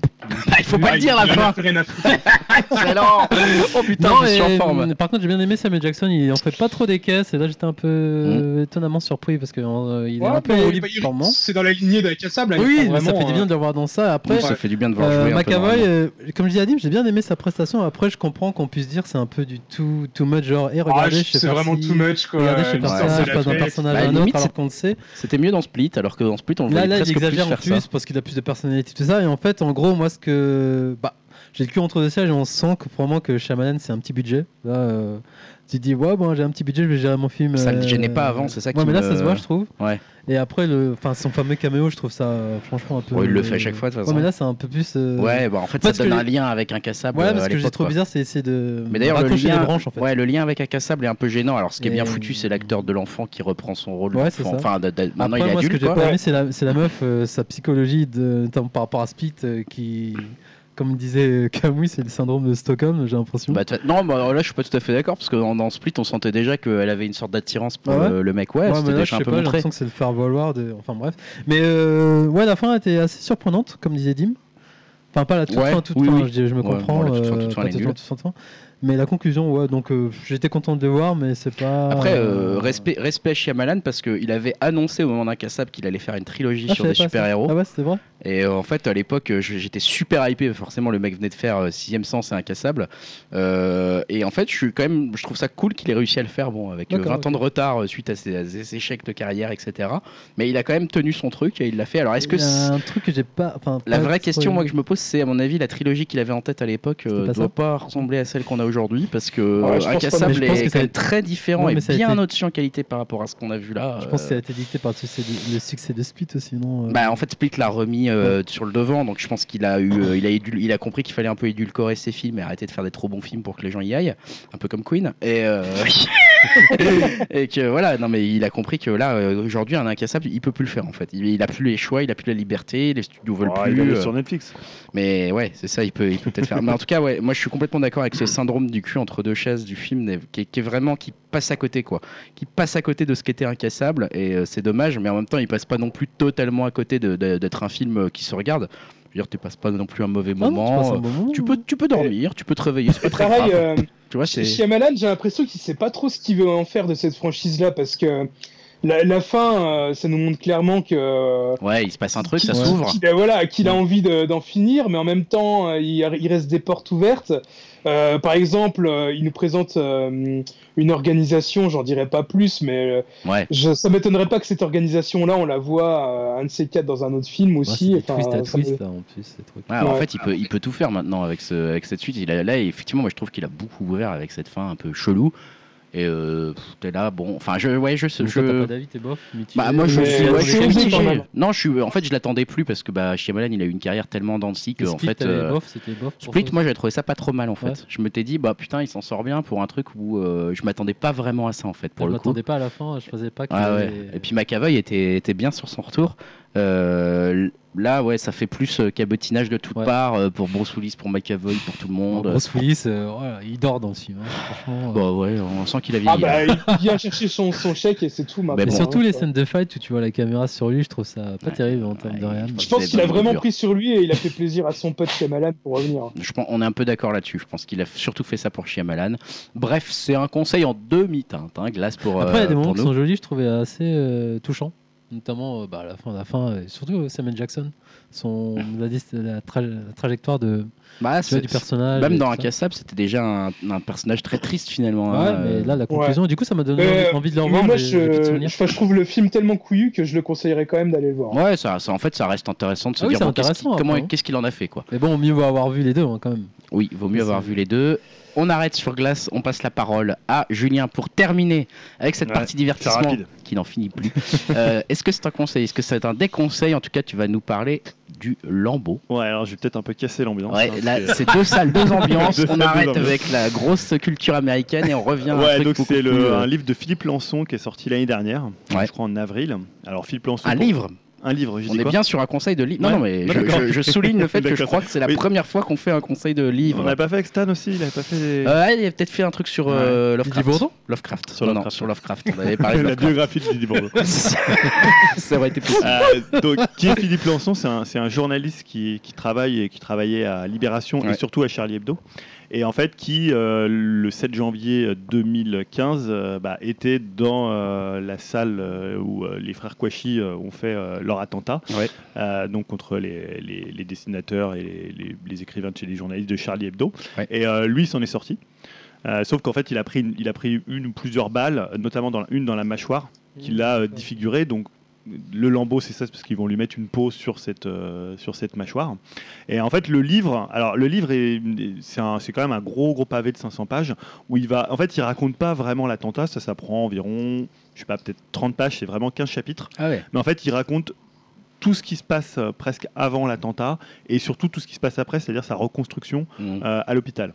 Ah, il faut pas le dire à la [laughs] fin.
Rien à foutre.
Excellent. Oh putain,
Non,
je suis en
et,
forme.
mm, Par contre, j'ai bien aimé Samuel Jackson, il en fait pas trop des caisses, et là, j'étais un peu
Mmh.
euh, étonnamment surpris, parce qu'il est
Ouais,
un peu
mais-
au libre
bah, il-
par moment.
C'est dans la lignée d'Akassable.
Oui, mais ça fait
euh,
du bien de le voir dans ça. Après,
Ça fait du bien de voir
euh,
jouer. un peu dans la
McAvoy,
main.
euh, comme je dis à Dim, j'ai bien aimé sa prestation. Après, je comprends qu'on puisse dire c'est un peu du too, too much, genre, et regardez, je sais
Ah, c'est
pas
vraiment
si-
too much quoi.
Regardez, je sais
Une
pas
Ouais,
ça,
sorte
je
de
passe d'un
la fête.
personnage
Bah,
à un
limite,
autre, alors
c'est-
qu'on le sait.
C'était mieux dans Split, alors que dans Split, on
Là,
voulait
là, il
presque plus
exagère
faire
plus,
ça.
parce qu'il a plus de personnalité, tout ça. Et en fait, en gros, moi, ce que. Bah, j'ai le cul entre deux sièges et on sent que probablement que Shyamalan, c'est un petit budget. Là, euh, tu te dis, ouais, bon, j'ai un petit budget, je vais gérer mon film.
Ça le
euh,
gênait pas avant, c'est ça
Ouais,
qui
mais là,
me-
ça se voit, je trouve.
Ouais.
Et après, le... enfin, son fameux caméo, je trouve ça, euh, franchement, un peu.
Ouais, il le fait à chaque fois, de toute
Ouais, mais
façon.
là, c'est un peu plus. euh,
Ouais, bah en fait, ça
parce
donne
que-
un lien avec Incassable.
Voilà,
euh,
parce
à
que j'ai
l'époque,
trop
quoi.
bizarre, c'est essayer de.
Mais d'ailleurs, le
raccrocher les
lien-
branches, en fait.
Ouais, le lien avec Incassable est un peu gênant. Alors, ce qui est bien
Et-
foutu, c'est l'acteur de l'enfant qui reprend son rôle.
Ouais,
d'enfant.
c'est ça.
Enfin, de- de- maintenant
Après,
il est
moi, ce que
adulte.
j'ai
quoi.
pas aimé, c'est la, c'est la meuf, euh, sa psychologie de, notamment par rapport à Spit, euh, qui, comme disait euh, Camus, c'est le syndrome de Stockholm, j'ai l'impression.
Bah, t'as- non, bah, là je suis pas tout à fait d'accord parce que dans, dans Split on sentait déjà qu'elle avait une sorte d'attirance pour
Ah ouais
le, le mec. Ouais,
Ouais,
c'était
mais là, je
déjà un
sais
peu
pas, j'ai
montré.
l'impression que c'est le faire valoir. De... Enfin bref. Mais euh, ouais, la fin était assez surprenante, comme disait Dim. Enfin, pas la toute
Ouais,
fin, toute
oui,
fin,
oui.
je, dis- je me
Ouais,
comprends.
bon, la toute fin,
euh,
toute fin, elle
pas
est
toute
nulle.
toute fin, toute fin. Mais la conclusion, ouais, donc euh, j'étais content de le voir, mais c'est pas.
Après, euh, respect, respect à Shyamalan parce qu'il avait annoncé au moment d'Incassable qu'il allait faire une trilogie
Ah, je
sur des
savais pas ça.
super-héros.
Ah ouais, c'était vrai.
Et euh, en fait, à l'époque, euh, je- j'étais super hypé. Forcément, le mec venait de faire euh, Sixième Sens et Incassable. Euh, et en fait, je suis quand même, je trouve ça cool qu'il ait réussi à le faire. Bon, avec euh,
D'accord,
20 ans
ok.
de retard euh, suite à ses, à ses échecs de carrière, etc. Mais il a quand même tenu son truc et il l'a fait. Alors, est-ce que
Il y
c-
a un truc que j'ai pas. enfin,
la
pas
vraie
trop
question,
aimé.
moi, que je me pose, c'est à mon avis, la trilogie qu'il avait en tête à l'époque euh,
C'était pas
doit
ça
pas ressembler à celle qu'on a aujourd'hui parce que euh,
Ouais, je pense pas,
mais
Incassable
je pense
est
que ça
quand
a
même
été-
très différent
Ouais,
et
mais ça a
bien
été-
au-dessus en qualité par rapport à ce qu'on a vu là.
Je pense que ça
euh,
a été dicté par le succès de, le succès de Split aussi, non euh,
bah, en fait, Split l'a remis euh, sur le devant, donc je pense qu'il a eu, euh, il a édul- il a compris qu'il fallait un peu édulcorer ses films et arrêter de faire des trop bons films pour que les gens y aillent, un peu comme Queen. Et, euh, [laughs] et que voilà, non mais il a compris que là, euh, aujourd'hui, un incassable, il peut plus le faire en fait. Il, il a plus les choix, il a plus la liberté, les studios veulent
Oh,
plus.
il est
euh,
sur Netflix.
mais ouais, c'est ça, il peut, il peut peut-être faire. Mais en tout cas, ouais, moi je suis complètement d'accord avec ce syndrome du cul entre deux chaises du film des- qui, est- qui est vraiment qui passe à côté quoi, qui passe à côté de ce qu'était incassable et euh, c'est dommage, mais en même temps il passe pas non plus totalement à côté de- de- d'être un film euh, qui se regarde. Je veux dire, tu passes pas non plus un mauvais
ah non, tu passes
moment.
un
euh,
bon moment. Bah,
Tu peux, tu peux dormir, tu peux te réveiller, c'est pas très
Pareil,
grave.
euh,
hein.
Tu vois, c'est
Shyamalan, j'ai l'impression qu'il sait pas trop ce qu'il veut en faire de cette franchise-là parce que la, la fin, euh, ça nous montre clairement que euh,
ouais, il se passe un truc, ça
qu'il-
s'ouvre.
qu'il a- voilà, qu'il a envie de- d'en finir, mais en même temps, euh, il, il reste des portes ouvertes. Euh, par exemple, euh, il nous présente euh, une organisation, j'en dirais pas plus, mais euh,
Ouais.
je, ça m'étonnerait pas que cette organisation-là, on la voit euh, un de ces quatre dans un autre film
Ouais,
aussi.
c'est des
Enfin,
twists à
ça me-
twist, là, en plus, ces trucs.
Ouais, alors En
Ouais.
fait, il peut, il peut tout faire maintenant avec, ce, avec cette suite. Il a, là, effectivement, moi, je trouve qu'il a beaucoup ouvert avec cette fin un peu chelou. Et euh, pff, t'es là, bon. Enfin, je, ouais, je, je,
Donc toi, t'as pas d'avis, t'es bof. mais tu-
Bah moi je
Mais
suis,
euh,
ouais, je suis hein,
c'est obligé,
obligé.
quand même.
Non, je suis en fait je l'attendais plus parce que bah Shyamalan il a eu une carrière tellement dans le scie que
Le
en
split,
fait
t'avais
euh,
bof, c'était bof. pour
Split
toi.
moi j'ai trouvé ça pas trop mal en fait.
Ouais.
Je me t'ai dit bah putain il s'en sort bien pour un truc où euh, je m'attendais pas vraiment à ça en fait pour
je
le coup.
m'attendais pas à la fin, je faisais pas que.
Ouais, ouais. Et puis McAvoy était, était bien sur son retour. Euh, là ouais ça fait plus euh, cabotinage de toutes
Ouais.
parts euh, pour Bruce Willis, pour McAvoy, pour tout le monde.
Bruce Willis, euh, voilà, il dort dans le film. hein, franchement.
Bah ouais on sent qu'il a vieilli.
Ah bah, il vient chercher son, son chèque et c'est tout maintenant.
Et
bon,
surtout
hein,
les
quoi.
scènes de fight où tu vois la caméra sur lui, je trouve ça pas
Ouais,
terrible en termes de
ouais,
rien.
je
Je pense
C'est
qu'il a
vraiment
vraiment
dur.
pris sur lui et il a fait plaisir à son pote Shyamalan pour revenir.
Je pense, on est un peu d'accord là-dessus. Je pense qu'il a surtout fait ça pour Shyamalan. Bref, c'est un conseil en demi-teinte, hein, glace pour.
Après, il y a des
euh,
moments
pour
qui
nous.
sont jolis, je trouvais assez euh, touchants. Notamment euh, bah, à la fin, à la fin euh, surtout euh, Samuel Jackson, son, la, dis- la tra- la trajectoire de,
Bah,
tu vois,
c'est-
du personnage.
Même
et
dans
tout ça.
Incassable, c'était déjà un, un personnage très triste finalement.
Ouais,
hein,
mais
euh,
là, la conclusion, du coup, ça m'a donné
Euh,
envie- envie de le
Mais
revoir.
moi,
mais j'ai plus de
je,
souvenirs.
je- je trouve le film tellement couillu que je le conseillerais quand même d'aller le voir.
ouais, ça, ça- en fait, ça reste intéressant de se
Ah oui,
dire
c'est
bon, qu'est-ce
intéressant,
qu'il- comment-
après, hein.
qu'est-ce qu'il en a fait quoi.
Mais bon, mieux vaut avoir vu les deux hein, quand même.
Oui, vaut mieux
C'est-
avoir vu les deux. On arrête sur glace, on passe la parole à Julien pour terminer avec cette
Ouais,
partie
c'est
divertissement
rapide.
qui n'en finit plus. Euh, Est-ce que c'est un conseil Est-ce que c'est un déconseil En tout cas, tu vas nous parler du lambeau.
Ouais, alors j'ai peut-être un peu cassé l'ambiance.
Ouais,
hein,
là,
parce que-
c'est deux salles,
[laughs]
deux ambiances.
Deux
on
salles, deux
arrête
ambiances.
avec la grosse culture américaine et on revient à un
Ouais,
truc
donc
beaucoup
c'est le-
plus, euh,
un livre de Philippe Lançon qui est sorti l'année dernière,
Ouais.
je crois en avril. Alors Philippe Lançon,
un
pour-
livre.
Un livre, j'ai
On
dit
est
quoi
bien sur un conseil de livre. Non,
Ouais.
non, mais je,
D'accord.
je- je souligne le fait que je
D'accord.
crois que c'est la
Oui.
première fois qu'on fait un conseil de
On
livre.
n'a pas fait avec Stan aussi, il avait pas fait
Euh, ouais, il a peut-être fait un truc sur euh, Lovecraft. Lovecraft.
Sur
Non, non,
Lovecraft.
sur Lovecraft. On
[laughs]
avait parlé de
la
Lovecraft.
biographie de Didier Bordeaux.
[laughs] Ça aurait été possible. [laughs]
Euh, donc, qui est Philippe Lançon C'est un, c'est un journaliste qui, qui travaille et qui travaillait à Libération
Ouais.
et surtout à Charlie Hebdo. Et en fait, qui, euh, le 7 janvier 2015, euh, bah, était dans euh, la salle euh, où euh, les frères Kouachi euh, ont fait euh, leur attentat,
Ouais.
Euh, donc contre les, les- les dessinateurs et les, les- les écrivains de chez les journalistes de Charlie Hebdo.
Ouais.
Et euh, lui, il s'en est sorti. Euh, sauf qu'en fait, il a, pris une, il a pris une ou plusieurs balles, notamment dans, la- une dans la mâchoire, qui l'a euh, défiguré. Donc, le lambeau, c'est ça, c'est parce qu'ils vont lui mettre une peau sur cette, euh, sur cette mâchoire. Et en fait, le livre, alors le livre, est- c'est un- c'est quand même un gros, gros pavé de 500 pages où il va, en fait, il raconte pas vraiment l'attentat, ça, ça prend environ, je sais pas, peut-être 30 pages, c'est vraiment 15 chapitres.
Ah ouais.
Mais en fait, il raconte tout ce qui se passe euh, presque avant l'attentat et surtout tout ce qui se passe après, c'est-à-dire sa reconstruction
Mm.
euh, à l'hôpital.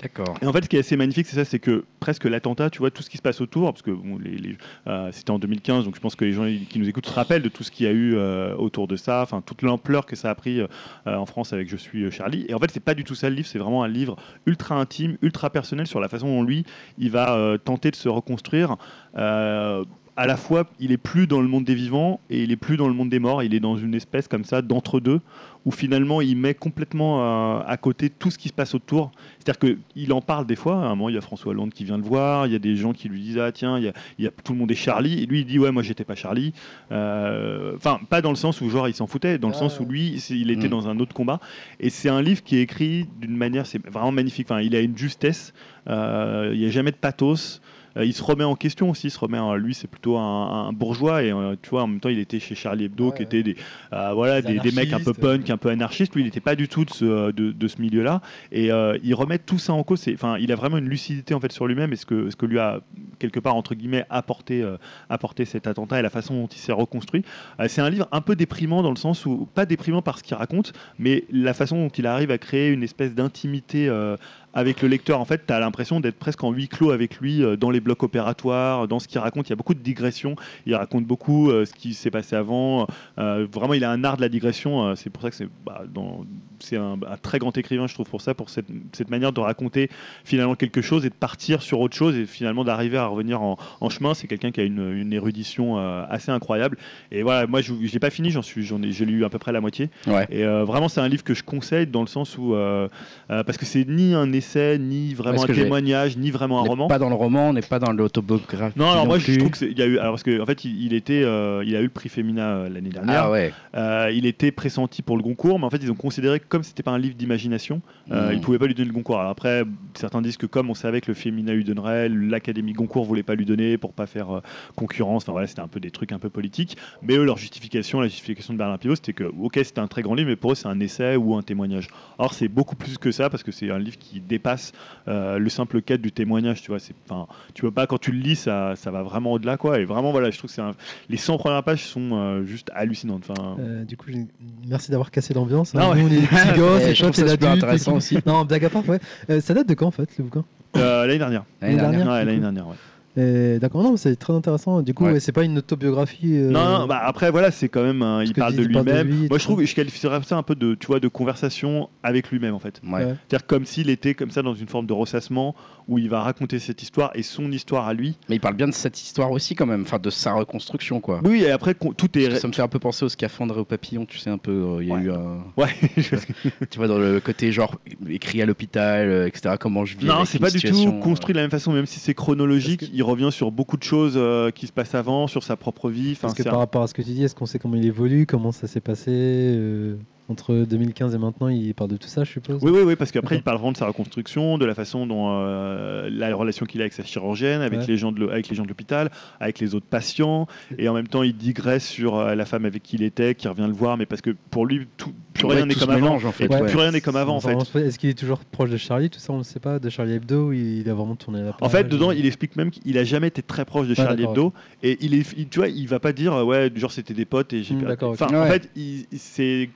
D'accord.
Et en fait, ce qui est assez magnifique, c'est ça, c'est que presque l'attentat, tu vois, tout ce qui se passe autour, parce que bon, les- les- euh, c'était en 2015, donc je pense que les gens qui nous écoutent se rappellent de tout ce qu'il y a eu euh, autour de ça, enfin toute l'ampleur que ça a pris euh, en France avec Je suis euh, Charlie. Et en fait, c'est pas du tout ça le livre, c'est vraiment un livre ultra intime, ultra personnel sur la façon dont lui, il va euh, tenter de se reconstruire. Euh, à la fois, il est plus dans le monde des vivants et il est plus dans le monde des morts. Il est dans une espèce comme ça d'entre-deux où finalement il met complètement euh, à côté tout ce qui se passe autour c'est-à-dire qu'il en parle des fois. À un moment, il y a François Hollande qui vient le voir, il y a des gens qui lui disent Ah, tiens, il y a, il y a- tout le monde est Charlie. Et lui, il dit Ouais, moi, j'étais pas Charlie. Euh, Enfin, pas dans le sens où, genre, il s'en foutait, dans le
Ah,
sens où lui, c'est- il était
Mm.
dans un autre combat. Et c'est un livre qui est écrit d'une manière, c'est vraiment magnifique. Enfin, il a une justesse, euh, il n'y a jamais de pathos. Euh, Il se remet en question aussi, il se remet en- lui c'est plutôt un, un bourgeois et euh, tu vois en même temps il était chez Charlie Hebdo
Ouais,
qui
ouais.
était des, euh, voilà,
Des
des, des mecs un peu
anarchistes.
punk, un peu anarchistes, lui il n'était pas du tout de ce, euh, de- de ce milieu là et euh, il remet tout ça en cause. C'est- Enfin, il a vraiment une lucidité en fait sur lui-même et ce que ce que lui a quelque part entre guillemets apporté euh, apporté cet attentat et la façon dont il s'est reconstruit. Euh, c'est un livre un peu déprimant dans le sens où pas déprimant par ce qu'il raconte, mais la façon dont il arrive à créer une espèce d'intimité. euh, avec le lecteur, en fait, tu as l'impression d'être presque en huis clos avec lui euh, dans les blocs opératoires, dans ce qu'il raconte. Il y a beaucoup de digressions. Il raconte beaucoup euh, ce qui s'est passé avant. Euh, vraiment, il a un art de la digression. euh, c'est pour ça que c'est bah, dans, c'est un, un très grand écrivain, je trouve, pour ça, pour cette, cette manière de raconter finalement quelque chose et de partir sur autre chose et finalement d'arriver à revenir en, en chemin. C'est quelqu'un qui a une, une érudition euh, assez incroyable. Et voilà, moi, je n'ai pas fini, j'en suis, j'en ai, j'ai lu à peu près la moitié.
Ouais.
Et euh, vraiment, c'est un livre que je conseille dans le sens où, euh, euh, parce que c'est ni un essai, ni
Est-ce
vraiment un
que j'ai-
témoignage, ni vraiment
On
un
n'est
roman.
pas dans le roman, on n'est pas dans l'autobiographie.
Non, alors moi
plus.
je trouve qu'il y a eu alors parce que en fait il, il était euh, il a eu le prix Femina euh, l'année dernière.
Ah ouais.
Euh, il était pressenti pour le Goncourt, mais en fait ils ont considéré que comme c'était pas un livre d'imagination, euh,
Mm.
ils pouvaient pas lui donner le Goncourt. Alors après, certains disent que comme on savait que le Femina lui donnerait, l'Académie Goncourt voulait pas lui donner pour pas faire euh, concurrence. Enfin voilà, c'était un peu des trucs un peu politiques. Mais eux, leur justification, la justification de Berlin Pivot, c'était que ok, c'était un très grand livre, mais pour eux c'est un essai ou un témoignage. Or c'est beaucoup plus que ça parce que c'est un livre qui dépasse euh, le simple cadre du témoignage. Tu vois, c'est enfin, tu peux pas quand tu le lis, ça, ça va vraiment au-delà quoi. Et vraiment voilà, je trouve que c'est un... les 100 premières pages sont euh, juste hallucinantes. Enfin,
Euh, du coup, j'ai- merci d'avoir cassé l'ambiance. hein.
Non,
Nous, on
[laughs]
est des petits gosses,
Ouais,
et
Eh, je
toi,
trouve ça
t'es
super
l'adulte et
intéressant
tout.
aussi.
[laughs] Non, blague à part, ouais. Euh, ça date de quand en fait, le bouquin
Euh, l'année dernière.
L'année
La
dernière.
dernière.
Ouais, l'année dernière, ouais.
Et Euh, D'accord, non, c'est très intéressant. Du coup,
Ouais.
ouais, c'est pas une autobiographie. euh,
Non, non, bah après voilà, c'est quand même un- il
que
parle
tu
de
dis, il parle de
lui-même.
lui et
Moi je
tout.
trouve je qualifierais ça un peu de tu vois de conversation avec lui-même en fait.
Ouais.
C'est-à-dire comme s'il était comme ça dans une forme de ressassement où il va raconter cette histoire et son histoire à lui.
Mais il parle bien de cette histoire aussi quand même, enfin de sa reconstruction quoi.
Oui, et après con- tout
Parce que
est
Ça me fait un peu penser au scaphandre et au papillon, tu sais un peu. euh, Il y a
Ouais.
eu un,
[laughs] Ouais. je-
[laughs]
tu vois dans le côté genre écrit à l'hôpital, euh, etc. Comment je vis.
non,
avec
c'est
une
pas du tout
situation, euh,
construit de la même façon même si c'est chronologique,
Parce
il revient sur beaucoup de choses euh, qui se passent avant, sur sa propre vie, enfin
Parce que
c'est
par
un-
rapport à ce que tu dis, est-ce qu'on sait comment il évolue, comment ça s'est passé euh, entre 2015 et maintenant Il parle de tout ça, je suppose.
Oui, oui, oui, parce qu'après,
D'accord.
il parle vraiment de sa reconstruction, de la façon dont euh, la relation qu'il a avec sa chirurgienne, avec,
Ouais.
les gens de, l'hô- avec les gens de l'hôpital, avec les autres patients, et en même temps, il digresse sur euh, la femme avec qui il était, qui revient le voir, mais parce que pour lui, tout, plus
Ouais,
rien n'est
tout
comme
se
avant.
mélange, en fait,
Et
ouais.
Plus rien n'est comme avant, en fait.
Enfin, Est-ce qu'il est toujours proche de Charlie Tout ça, on ne sait pas. De Charlie Hebdo, il, il a vraiment tourné la
En
page,
fait, dedans,
ou-
il explique même qu'il a jamais été très proche de
Ah,
Charlie
d'accord,
Hebdo, et il est, il- tu vois, il va pas dire euh, ouais, genre c'était des potes et j'ai.
Hmm,
perdu.
d'accord, ok.
Enfin, en
Ouais.
fait, il- il- c'est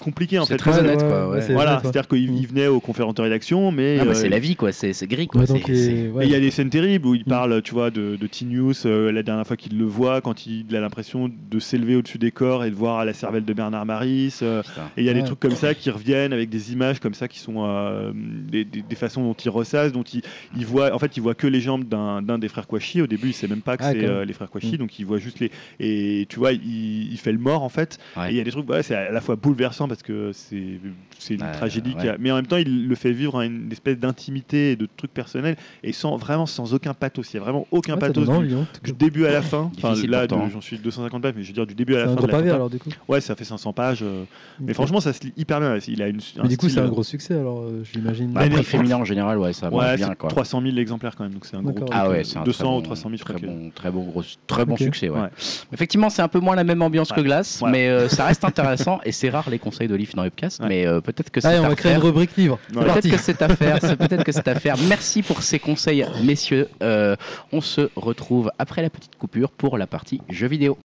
compliqué en
C'est
fait.
très
Ouais,
honnête,
ouais,
quoi. ouais.
ouais, c'est-
Voilà,
quoi.
c'est-à-dire qu'il il venait aux conférences de rédaction, mais
Ah, bah,
euh,
c'est la vie, quoi. C'est c'est gris, quoi.
Ouais,
C'est-
donc, euh,
c'est-
et-
et
ouais.
il y a des scènes terribles où il parle, tu vois, de, de T-News, euh, la dernière fois qu'il le voit, quand il a l'impression de s'élever au-dessus des corps et de voir la cervelle de Bernard Maris. euh,
Putain.
et il y a des
Ouais.
trucs comme ça qui reviennent avec des images comme ça qui sont euh, des, des- des façons dont il ressasse, dont il, il voit, en fait, il voit que les jambes d'un d'un des frères Kouachi. Au début, il sait même pas que
Ah,
c'est
quand même.
euh, les frères Kouachi,
Mm.
donc il voit juste les. Et tu vois, il, il fait le mort en fait.
Ouais.
Et il y a des trucs, voilà, c'est à la fois bouleversant parce que c'est c'est une
Ouais,
tragédie,
ouais.
qu'il y a- mais en même temps, il le fait vivre à une espèce d'intimité et de trucs personnels et sans vraiment sans aucun pathos. Il y a vraiment aucun
Ouais, t'as
pathos.
donné
Du,
envie, hein, en tout
du
cas.
début à la fin, enfin
Difficile
là
pourtant,
de-
hein.
j'en suis 250 pages, mais je veux dire du début
C'est
à la fin.
un
de
gros
la
pavé
compta-
alors du coup.
Ouais, ça fait 500 pages. euh, mais
Ok.
franchement, ça se lit hyper bien. Il a une, un
Mais du coup,
style,
c'est un
euh,
gros succès alors, euh, j'imagine.
Bah, après, féminin en général, ouais, ça marche
Ouais,
bien,
c'est
quoi.
300 000 exemplaires quand même, donc c'est un gros.
D'accord.
truc,
Ah
euh,
ouais, c'est un
200
très
ou
bon-
300 000, je crois.
très
que-
bon, très bon gros, très bon
Ok.
succès. Ouais.
Ouais.
Effectivement, c'est un peu moins la même ambiance que
Ouais.
Glace,
Ouais.
mais euh, ça
[laughs]
reste intéressant et c'est rare les conseils de Leaf dans Webcast,
Ouais.
mais euh, peut-être que
Allez,
c'est
on va créer une
affaire.
rubrique livre. C'est
Ouais.
Peut-être
parti.
que cette affaire, c'est peut-être que cette affaire. Merci pour ces conseils, messieurs. Euh, on se retrouve après la petite coupure pour la partie jeux vidéo.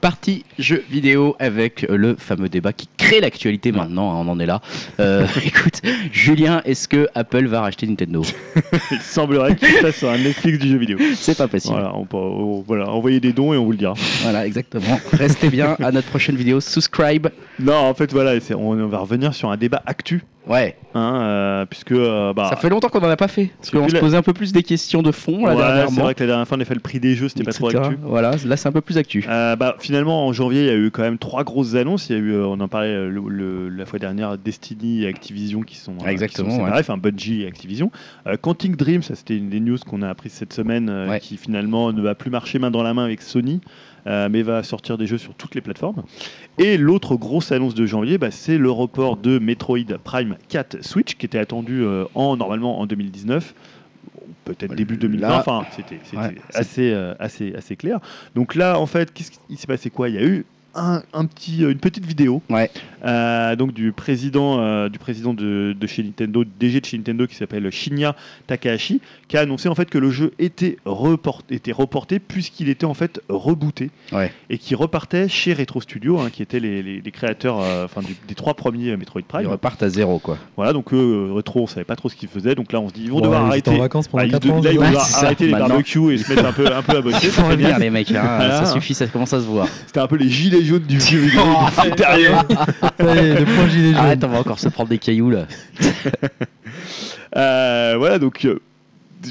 Partie jeux vidéo avec le fameux débat qui crée l'actualité maintenant. hein, on en est là. Euh, [laughs] écoute, Julien, est-ce que Apple va racheter Nintendo
[laughs] Il semblerait qu'il fasse un Netflix du jeu vidéo.
C'est pas possible.
Voilà, on peut, on- voilà, envoyez des dons et on vous le dira.
Voilà, exactement. Restez bien à notre prochaine vidéo. Subscribe.
Non, en fait, voilà, c'est- on, on va revenir sur un débat actu,
Ouais,
hein, euh, puisque euh, bah,
ça fait longtemps qu'on en a pas fait. Parce
J'ai
qu'on
vu
se
la-
posait un peu plus des questions de fond là
ouais, c'est
dernièrement.
vrai que la dernière fois, on a fait le prix des jeux, c'était pas trop
etc.
actu.
Voilà, là c'est un peu plus actu.
Euh, bah, finalement, en janvier, il y a eu quand même trois grosses annonces. Il y a eu, euh, on en parlait euh, le- le- la fois dernière, Destiny et Activision qui sont, euh, qui
Exactement,
sont
ouais.
séparés, enfin Bungie et Activision. Euh, Quantic Dream, ça c'était une des news qu'on a apprises cette semaine, euh,
Ouais.
qui finalement ne va plus marcher main dans la main avec Sony. euh, mais va sortir des jeux sur toutes les plateformes. Et l'autre grosse annonce de janvier, bah, c'est le report de Metroid Prime 4 Switch, qui était attendu euh, en, normalement en 2019, peut-être début 2020,
Bah, Là-
enfin c'était c'était
Ouais, c'est-
assez, euh, assez, assez clair. Donc là, en fait, qu'est-ce qu'il s'est passé quoi Il y a eu un, un petit, euh, une petite vidéo
Ouais.
euh, donc du président, euh, du président de, de chez Nintendo, DG de chez Nintendo, qui s'appelle Shinya Takahashi, qui a annoncé en fait que le jeu était reporté, était reporté puisqu'il était en fait rebooté
Ouais.
et qui repartait chez Retro Studio, hein, qui étaient les, les- les créateurs, euh, enfin du- des trois premiers euh, Metroid
Ils
Prime.
repartent à zéro
[laughs]
quoi.
Voilà, donc eux, euh, Retro, on savait pas trop ce qu'ils faisaient, donc là on se dit ils vont
Ouais,
devoir
ils étaient
arrêter.
en vacances
Ah,
pendant
ils
4
de-
ans.
là, ils vont
ouais,
devoir
c'est ça,
arrêter les
maintenant.
barbecues et se mettre un peu, un peu
[laughs]
à bosser.
Ils
ça
font
fait bien. Ah.
venir les mecs, hein,
Voilà.
ça suffit, ça commence à se
[laughs]
voir.
C'était un peu les gilets jaunes du
[laughs]
jeu vidéo. Derrière.
Allez, le point gilet jaune.
Ah,
Arrête, on va encore se prendre des cailloux là.
Euh, voilà, donc euh,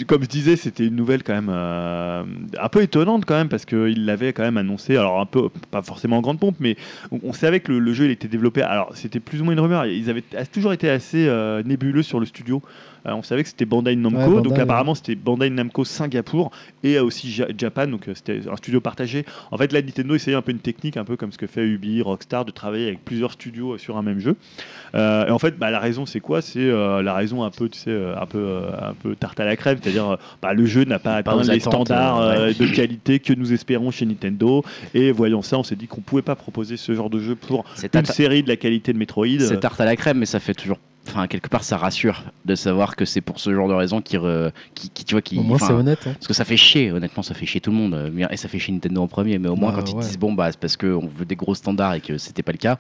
comme je disais, c'était une nouvelle quand même euh, un peu étonnante quand même parce qu'il l'avait quand même annoncé, alors un peu pas forcément en grande pompe, mais on, on savait que le, le jeu il était développé. Alors c'était plus ou moins une rumeur. Ils avaient a- toujours été assez euh, nébuleux sur le studio. Euh, on savait que c'était Bandai Namco,
Ouais, Bandai,
donc
ouais.
apparemment c'était Bandai Namco Singapour et euh, aussi Ja- Japan, donc euh, c'était un studio partagé. En fait, là Nintendo essayait un peu une technique, un peu comme ce que fait Ubi, Rockstar, de travailler avec plusieurs studios euh, sur un même jeu. Euh, et en fait, bah, la raison, c'est quoi C'est euh, la raison un peu, tu sais, euh, un peu, euh, un peu tarte à la crème, c'est-à-dire euh, bah, le jeu n'a pas
Pas
atteint
aux
les
attentes,
standards
euh, ouais.
euh, de qualité que nous espérons chez Nintendo. Et voyant ça, on s'est dit qu'on pouvait pas proposer ce genre de jeu pour
C'est
une
tarte,
série de la qualité de Metroid.
c'est tarte à la crème, mais ça fait toujours. Enfin, quelque part, ça rassure de savoir que c'est pour ce genre de raison qui, qui, qui- tu vois, qui.
Au moins, c'est
enfin,
honnête. hein.
Parce que ça fait chier, honnêtement, ça fait chier tout le monde. euh, bien, Et ça fait chier Nintendo en premier, mais au moins
Bah,
quand ils
ouais.
te disent bon bah c'est parce qu'on veut des gros standards et que c'était pas le cas,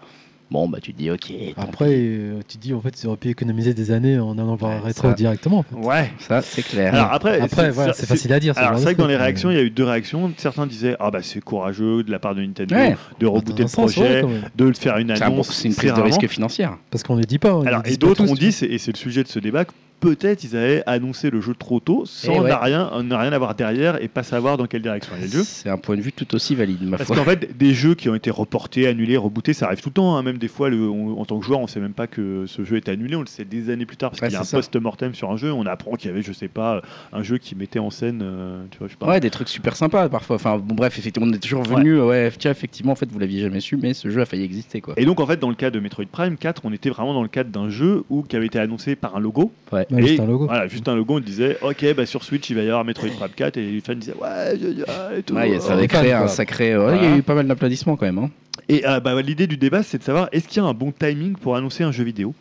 bon bah tu te dis ok. tant
Après, euh, tu te dis en fait, ils auraient pu économiser des années en allant voir
Ouais,
rétro
ça-
directement. en fait.
Ouais.
pis. ça c'est clair.
Alors après,
Après, voilà, c'est facile à dire. ce
Alors
genre
c'est
de
vrai que dans les
truc, mais-
réactions, il y a eu deux réactions. Certains disaient ah bah c'est courageux de la part de Nintendo
Ouais.
de
Dans
rebooter
un
le
sens, ouais,
projet,
quand même.
de le faire une
c'est un bon-
annonce.
c'est une prise de
rarement.
risque financière.
Parce qu'on les dit pas. hein, ils
Alors,
les
et
disent pas
d'autres
tous,
ont
tu
dit, c'est- et c'est le sujet de ce débat, que peut-être ils avaient annoncé le jeu trop tôt sans
Eh ouais.
n'a rien, n'a rien à voir derrière et pas savoir dans quelle direction allait le jeu.
C'est un point de vue tout aussi valide, ma
Parce
foi.
qu'en fait, des jeux qui ont été reportés, annulés, rebootés, ça arrive tout le temps. hein. Même des fois, le- on- en tant que joueur, on sait même pas que ce jeu est annulé. On le sait des années plus tard parce
Ouais,
qu'il y a un
c'est ça.
post-mortem sur un jeu. On apprend qu'il y avait, je sais pas, un jeu qui mettait en scène, euh, tu vois, je sais pas.
Ouais, des trucs super sympas parfois. Enfin, bon, bref, effectivement, on est toujours venu. Ouais, tiens, effectivement, en fait, vous l'aviez jamais su, mais ce jeu a failli exister, quoi.
Et donc, en fait, dans le cas de Metroid Prime 4, on était vraiment dans le cadre d'un jeu où qui avait été annoncé par un logo.
Ouais.
vois. hein. Ouais,
Et
juste un logo.
Voilà, juste un logo, on disait ok, bah sur Switch il va y avoir Metroid Prime 4 et les fans disaient ouais, je- je- et tout.
Ouais, ça avait
fan,
créé un
quoi.
sacré. ouais, il y a
Voilà.
eu pas mal d'applaudissements quand même. hein.
Et euh, bah, l'idée du débat c'est de savoir est-ce qu'il y a un bon timing pour annoncer un jeu vidéo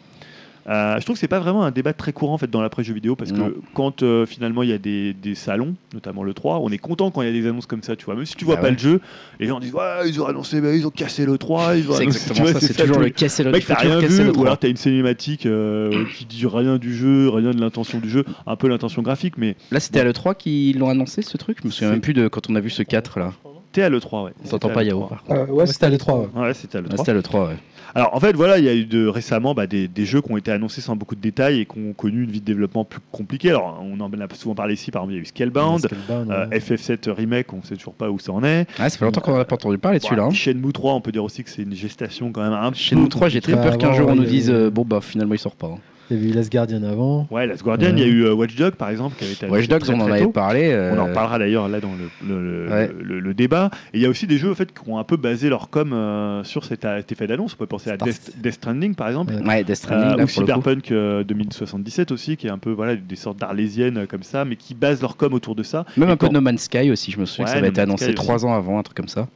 Euh, je trouve que c'est pas vraiment un débat très courant en fait dans l'après jeu vidéo parce
Non.
que quand euh, finalement il y a des, des salons, notamment le 3, on est content quand il y a des annonces comme ça, tu vois. Même si tu vois
Bah
pas
ouais.
le jeu, les gens disent ouais ils ont annoncé, bah, ils ont cassé le 3, ils ont
C'est
annoncé. tu
exactement
vois,
ça, c'est
tout
toujours
le-
le casser le
Mec, t'as
futur
rien
casser
vu,
le
ou
droit.
alors t'as une cinématique euh, qui dit rien du jeu, rien de l'intention du jeu, un peu l'intention graphique, mais
Là, c'était à l'E3 qu'ils l'ont annoncé ce truc Je me souviens
C'est-
même plus de quand on a vu ce 4 là.
t'es à l'E3, ouais.
On t'entend pas Yao par contre.
Euh, ouais,
c'était à l'E3, ouais.
Ouais, c'était à l'E3.
Ah, C'était à l'E3, ouais.
Alors en fait voilà, il y a eu de, récemment bah, des, des jeux qui ont été annoncés sans beaucoup de détails et qui ont connu une vie de développement plus compliquée. Alors on en a souvent parlé ici, par exemple il y a eu Scalebound,
Scalebound,
euh,
ouais.
FF7 Remake, on sait toujours pas où ça en est.
Ah, ça fait longtemps qu'on n'a pas entendu parler de celui-là.
Voilà,
hein.
Shenmue 3, on peut dire aussi que c'est une gestation quand même un
Chez
peu
nous trois, j'ai très
compliqué.
peur
Ah,
qu'un
ouais,
jour on
ouais,
nous
il y a-
dise euh, bon bah finalement il sort pas. hein.
Il y avait eu Last Guardian avant.
Ouais, Last Guardian, il y a eu euh, Watch Dogs par exemple qui avait été
Watch
annoncé
Dogs,
très,
on en
très
avait
tôt.
parlé.
On en
euh,
parlera d'ailleurs là dans le, le, le-
Ouais.
le- le débat. Et il y a aussi des jeux en fait, qui ont un peu basé leur com euh, sur cet, cet effet d'annonce. On peut penser à
Star-
Death, Death Stranding par exemple.
Ouais, Death Stranding,
Euh,
là,
ou
pour le coup.
Cyberpunk euh, 2077 aussi, qui est un peu voilà, des sortes d'arlésiennes euh, comme ça, mais qui basent leur com autour de ça.
Même un
Et
peu
quand-
No Man's Sky aussi, je me souviens
Ouais,
que ça avait
No
été
Man's Sky
annoncé
aussi.
trois ans avant, un truc comme ça.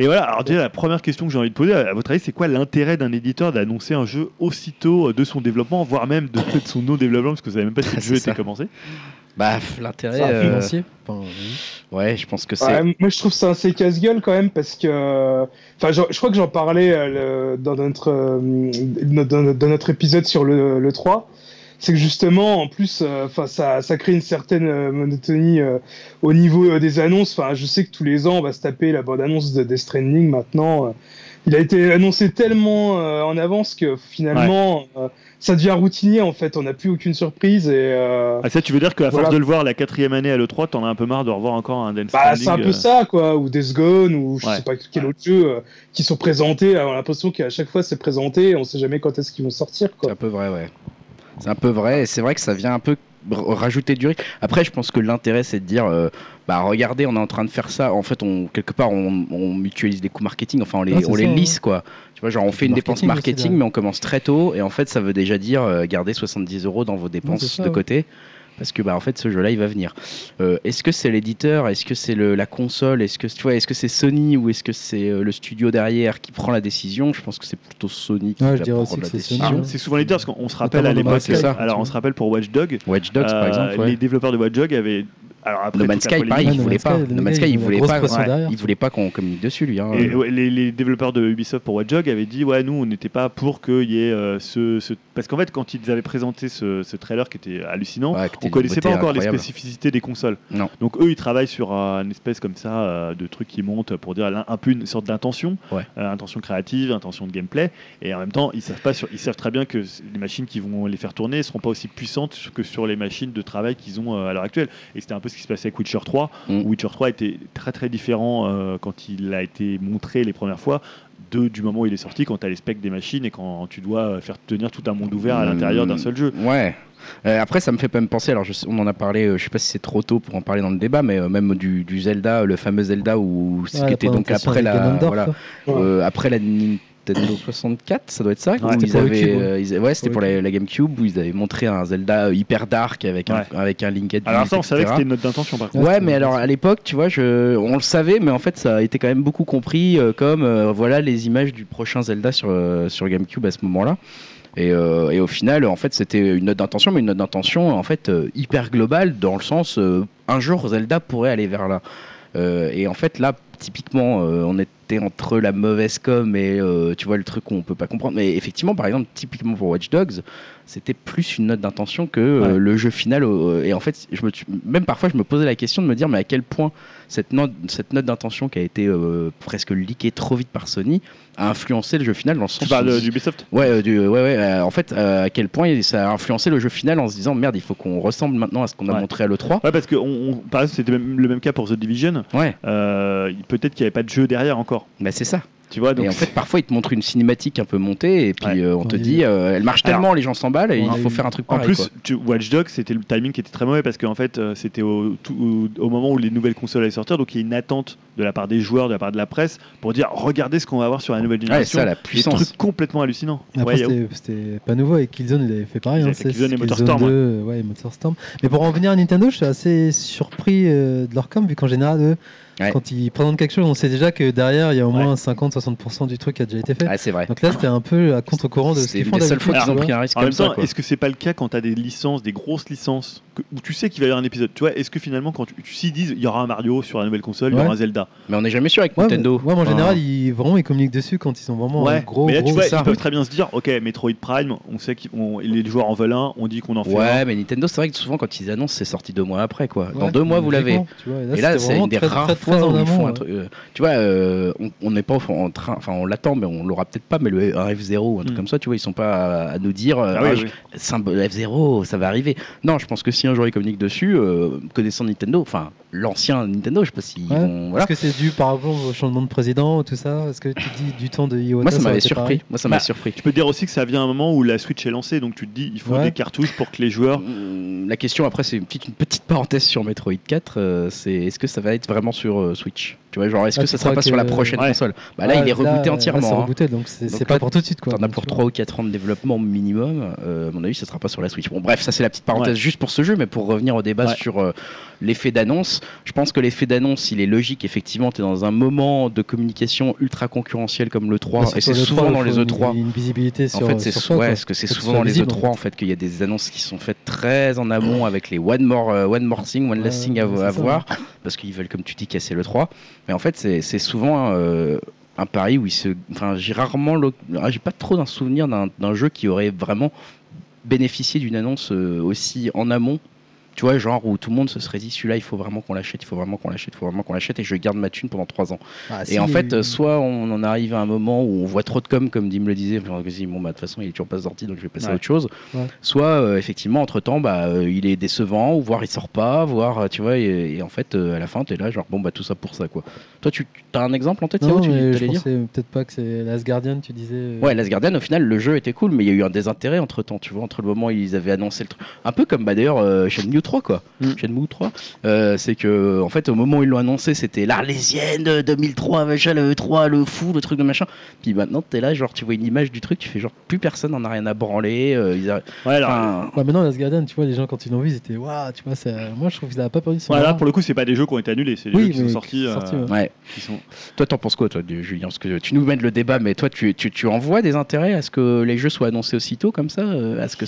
Et voilà, alors déjà la première question que j'ai envie de poser, à votre avis, c'est quoi l'intérêt d'un éditeur d'annoncer un jeu aussitôt euh, de son développement, voire même de, de son non-développement, parce que vous savez même pas si le
C'est
jeu était
ça.
commencé
Bah, pff, l'intérêt.
Ça,
euh,
financier. Enfin, oui.
Ouais, je pense que c'est. euh,
Ouais, moi, je trouve ça assez casse-gueule quand même parce que, enfin, je, je crois que j'en parlais euh, le- dans notre euh, dans, dans- dans notre épisode sur le, le 3. C'est que justement, en plus, euh, enfin, ça, ça crée une certaine euh, monotonie euh, au niveau euh, des annonces. Enfin, je sais que tous les ans, on va se taper la bonne annonce de Death Stranding. Maintenant, euh, il a été annoncé tellement euh, en avance que finalement, euh, ça devient routinier. En fait, on n'a plus aucune surprise et. euh,
[laughs] Ah, ça, tu veux dire qu'à
Voilà.
force de le voir la quatrième année à l'E3, t'en as un peu marre de revoir encore un Death
Bah,
Stranding,
c'est un peu
euh,
ça, quoi, ou Death Gone, ou je
Ouais.
sais pas quel autre jeu, euh, qui sont présentés, alors, on a l'impression qu'à chaque fois c'est présenté, on sait jamais quand est-ce qu'ils vont sortir,
C'est
quoi.
un peu vrai, ouais. C'est un peu vrai, et c'est vrai que ça vient un peu r- rajouter du rythme. Après, je pense que l'intérêt, c'est de dire, euh, bah regardez, on est en train de faire ça. En fait, on quelque part, on, on mutualise des coûts marketing. Enfin, on les,
Ouais, c'est
on les
ça,
lisse, quoi. Tu vois, genre, on fait une dépense
Marketing aussi,
marketing,
là.
mais on commence très tôt, et en fait, ça veut déjà dire euh, garder 70 euros dans vos dépenses
c'est ça,
de
ouais.
côté. Parce que bah en fait ce jeu-là il va venir. Euh, est-ce que c'est l'éditeur, est-ce que c'est le- la console, est-ce que tu vois, est-ce que c'est Sony ou est-ce que c'est euh, le studio derrière qui prend la décision Je pense que c'est plutôt Sony qui
Ouais, je
va
dirais
prendre
aussi que
la
c'est
décision.
Sony,
ah, C'est souvent l'éditeur, parce qu'on se rappelle à
Notamment dans
l'époque.
Man's Sky,
euh,
tu
Alors,
vois.
on se rappelle pour Watch Dogs,
Watch Dogs par
euh,
exemple. Ouais.
les développeurs de Watch Dogs avaient. Alors après,
No
toute
Man's
la
Sky,
polémique-
pareil,
Ouais,
il
No
voulait
Man's
pas.
Sky,
No
le
Man's
mec,
Sky,
il
il
a
voulait
une grosse
pas.
pression
ouais,
derrière.
Il voulait pas qu'on communique dessus, lui. hein.
Et, ouais, les, les développeurs de Ubisoft pour Watch Dogs avaient dit ouais nous on n'était pas pour qu'il y ait euh, ce, ce- parce qu'en fait quand ils avaient présenté ce, ce trailer qui était hallucinant
Ouais, que t'es
on
une
connaissait pas
beauté
encore
incroyable.
les spécificités des consoles
Non.
donc eux ils travaillent sur euh, une espèce comme ça euh, de truc qui monte pour dire l'un- un peu une sorte d'intention
Ouais.
euh, intention créative intention de gameplay et en même temps ils savent pas sur- ils savent très bien que c- les machines qui vont les faire tourner seront pas aussi puissantes que sur les machines de travail qu'ils ont euh, à l'heure actuelle et c'était un peu ce qui se passait avec Witcher 3
Mm.
Witcher 3 était très très différent euh, quand il a été montré les premières fois de, du moment où il est sorti quand tu as les specs des machines et quand tu dois euh, faire tenir tout un monde ouvert à
Mm.
l'intérieur d'un seul jeu
Ouais. Euh, après, ça me fait même penser. Alors, je sais- on en a parlé. euh, je sais pas si c'est trop tôt pour en parler dans le débat, mais euh, même du, du Zelda, euh, le fameux Zelda, où ce
Ouais,
qui
la
était donc
présentation
après
avec
la,
Ganondorf,
voilà,
quoi.
euh, après la Nintendo 64, ça doit être ça.
Ouais,
où
c'était
ils
pour le
avaient,
Cube,
hein.
ouais.
euh, ils- ouais, c'était
Pour
pour
le
la, la GameCube où ils avaient montré un Zelda euh, hyper dark avec un,
Ouais.
avec un Link
alors ça on savait que
etc.
c'était une note d'intention par contre
Ouais, mais alors à l'époque, tu vois, je... on le savait, mais en fait, ça a été quand même beaucoup compris euh, comme euh, voilà les images du prochain Zelda sur, euh, sur GameCube à ce moment-là. Et, euh, et au final, en fait, c'était une note d'intention, mais une note d'intention en fait euh, hyper globale dans le sens euh, un jour Zelda pourrait aller vers là. Euh, et en fait, là, typiquement, euh, on était entre la mauvaise com et euh, tu vois le truc qu'on peut pas comprendre. Mais effectivement, par exemple, typiquement pour Watch Dogs, c'était plus une note d'intention que euh,
Ouais.
le jeu final. euh, et en fait, je me, suis- même parfois, je me posais la question de me dire, mais à quel point cette note, cette note d'intention qui a été euh, presque leakée trop vite par Sony a influencé le jeu final dans le sens
tu parles
où-
euh, d'Ubisoft
Ouais, euh, du- ouais, ouais. euh, en fait, euh, à quel point ça a influencé le jeu final en se disant merde, il faut qu'on ressemble maintenant à ce qu'on a
Ouais.
montré à l'E3.
Ouais, parce que on, on- par exemple, c'était même- le même cas pour The Division.
Ouais,
Euh, il- Peut-être qu'il n'y avait pas de jeu derrière encore.
bah c'est ça.
Tu vois, donc
et en fait, parfois, ils te montrent une cinématique un peu montée, et puis
Ouais.
euh, on te
Ouais.
dit, euh, elle marche tellement, les gens s'emballent, et
on a
il faut
eu-
faire un truc
En
pareil. quoi.
plus, tu, Watch Dogs, c'était le timing qui était très mauvais parce qu'en fait, euh, c'était au, tout- au moment où les nouvelles consoles allaient sortir, donc il y a une attente de la part des joueurs, de la part de la presse, pour dire regardez ce qu'on va avoir sur la nouvelle
Ouais,
génération.
ça, la
des
puissance.
trucs complètement hallucinants.
Mais Après,
Ouais, Yahoo.
c'était- c'était pas nouveau avec Killzone, il avait fait pareil.
Ils
Hein,
avaient fait Killzone et
Killzone
Motorstorm,
2, euh, ouais, et Motorstorm. Mais pour en revenir à Nintendo, je suis assez surpris euh, de leur com, vu qu'en général, eux,
Ouais.
Quand ils présentent quelque chose, on sait déjà que derrière, il y a au moins 50-60% du truc qui a déjà été fait.
Ah, c'est vrai.
Donc là, c'était un peu à contre-courant de ce
C'est
qu'ils font
la seule
d'habitude,
fois qu'ils
tu
ont
vois.
pris un risque
En
comme
même
ça.
temps,
quoi.
est-ce que c'est pas le cas quand t'as des licences, des grosses licences, que- où tu sais qu'il va y avoir un épisode Tu vois, est-ce que finalement, quand tu, tu s'y disent, il y aura un Mario sur la nouvelle console, il y
Ouais.
aura un Zelda
Mais on n'est jamais sûr avec
Ouais,
Nintendo.
mais- ouais, mais en
Enfin,
général, ils, vraiment, ils communiquent dessus quand ils ont vraiment un gros,
mais là,
gros
tu vois,
ça.
ils peuvent très bien se dire, ok, Metroid Prime, on sait que les joueurs en veulent un, on dit qu'on en fait un.
Ouais, mais Nintendo, c'est vrai que souvent quand ils annoncent, c'est sorti deux mois après quoi. Dans
Ouais,
deux mois, vous l'avez.
logiquement, tu vois,
Et là,
c'était
c'est
vraiment
une des
très-
rares
très- très
fois
en
où ils
amont,
font
ouais.
un truc. euh, tu vois, euh, on- on n'est pas au- en train, enfin, on l'attend, mais on l'aura peut-être pas. Mais le F0 ou un truc
Mm.
comme ça, tu vois, ils sont pas à, à nous dire euh,
Ah
Ah,
oui,
je-
oui.
symbole F0, ça va arriver. Non, je pense que si un jour ils communiquent dessus, euh, connaissant Nintendo, enfin, l'ancien Nintendo, je sais pas s'ils
Ouais.
vont. Voilà.
Est-ce que c'est dû par exemple au changement de président ou tout ça Est-ce que tu dis du temps de Iwata
Moi, ça
aurait
m'avait
été
surpris.
pareil
Moi, ça m'a
Bah,
surpris.
Tu peux dire aussi que ça vient à un moment où la Switch est lancée, donc tu te dis, il faut
Ouais.
des cartouches pour que
[laughs]
les joueurs.
Hum, La question après, c'est une petite, une petite parenthèse sur Metroid 4. euh, c'est est-ce que ça va être vraiment sur euh, Switch Tu vois, genre, est-ce
Ah,
que
tu
ça sera
crois
pas sur la
que-
prochaine
Ouais.
console Bah là,
Ouais,
il est rebooté
là,
entièrement.
c'est
hein.
rebooté, donc c'est
Donc
c'est
là,
pas pour tout de suite quoi.
T'en as pour 3 ou 4 ans de développement minimum. Euh, à mon avis, ça sera pas sur la Switch. Bon, bref, ça c'est la petite parenthèse
Ouais.
juste pour ce jeu, mais pour revenir au débat
Ouais.
sur euh, l'effet d'annonce, je pense que l'effet d'annonce, il est logique. Effectivement, t'es dans un moment de communication ultra concurrentiel comme le
Bah,
3, et c'est souvent dans les E E3.
Une visibilité sur
En fait, c'est
sur
sou-
toi,
ouais,
quoi.
parce que c'est
Faut que ce
souvent
soit
dans les
visible,
E3 en fait qu'il y a des annonces qui sont faites très en amont avec les one more, euh, one more thing, one last
Ouais,
thing à,
ouais,
à
c'est ça,
voir, parce qu'ils veulent comme tu dis casser le 3. Mais en fait, c'est c'est souvent euh, un pari où ils se, enfin, j'ai rarement, l'oc- ah, j'ai pas trop d'un souvenir d'un d'un jeu qui aurait vraiment bénéficié d'une annonce euh, aussi en amont. Tu vois, genre où tout le monde se serait dit celui-là, il faut vraiment qu'on l'achète, il faut vraiment qu'on l'achète, il faut vraiment qu'on l'achète, et je garde ma thune pendant 3 ans.
Ah,
Et
si,
en fait,
euh,
euh, soit on en arrive à un moment où on voit trop de com, comme Dim le disait, genre, vas-y, bon, bah, de toute façon, il est toujours pas sorti, donc je vais passer à
Ouais.
autre chose.
Ouais.
Soit, euh, effectivement, entre temps, bah, euh, il est décevant, ou voire il sort pas, voire, euh, tu vois, et, et en fait, euh, à la fin, t'es là, genre, bon, bah, tout ça pour ça, quoi. Toi, tu as un exemple en tête,
non,
Yao, tu
mais
t'allais
je
dire
pensais peut-être pas que c'est Last Guardian, tu disais. euh,
Ouais, Last Guardian, au final, le jeu était cool, mais il y a eu un désintérêt entre temps, tu vois, entre le moment où ils avaient annoncé le truc. Un peu comme bah, d'ailleurs euh, Shenmue 3, quoi.
Mm.
Shenmue 3, euh, c'est que, en fait, au moment où ils l'ont annoncé, c'était l'Arlésienne euh, 2003, machin, le 3, le fou, le truc de machin. Puis maintenant, t'es là, genre, tu vois une image du truc, tu fais genre, plus personne en a rien à branler. euh, ils a-
Ouais, alors,
enfin,
Ouais, mais non, Last Guardian, tu vois, les gens quand ils l'ont vu, ils étaient waouh, tu vois, ça- moi je trouve qu'ils n'avaient pas perdu son.
voilà,
marrant.
pour le coup, c'est pas des jeux qui ont été annulés, c'est des
Oui,
jeux qui
mais
sont
qui
sortis.
sont sortis,
euh,
ouais.
ouais.
qui sont-
Toi, t'en penses quoi, toi, de- Julien Parce que tu nous mènes le débat, mais toi, tu, tu, tu en vois des intérêts à ce que les jeux soient annoncés aussitôt, comme ça euh, À ce que.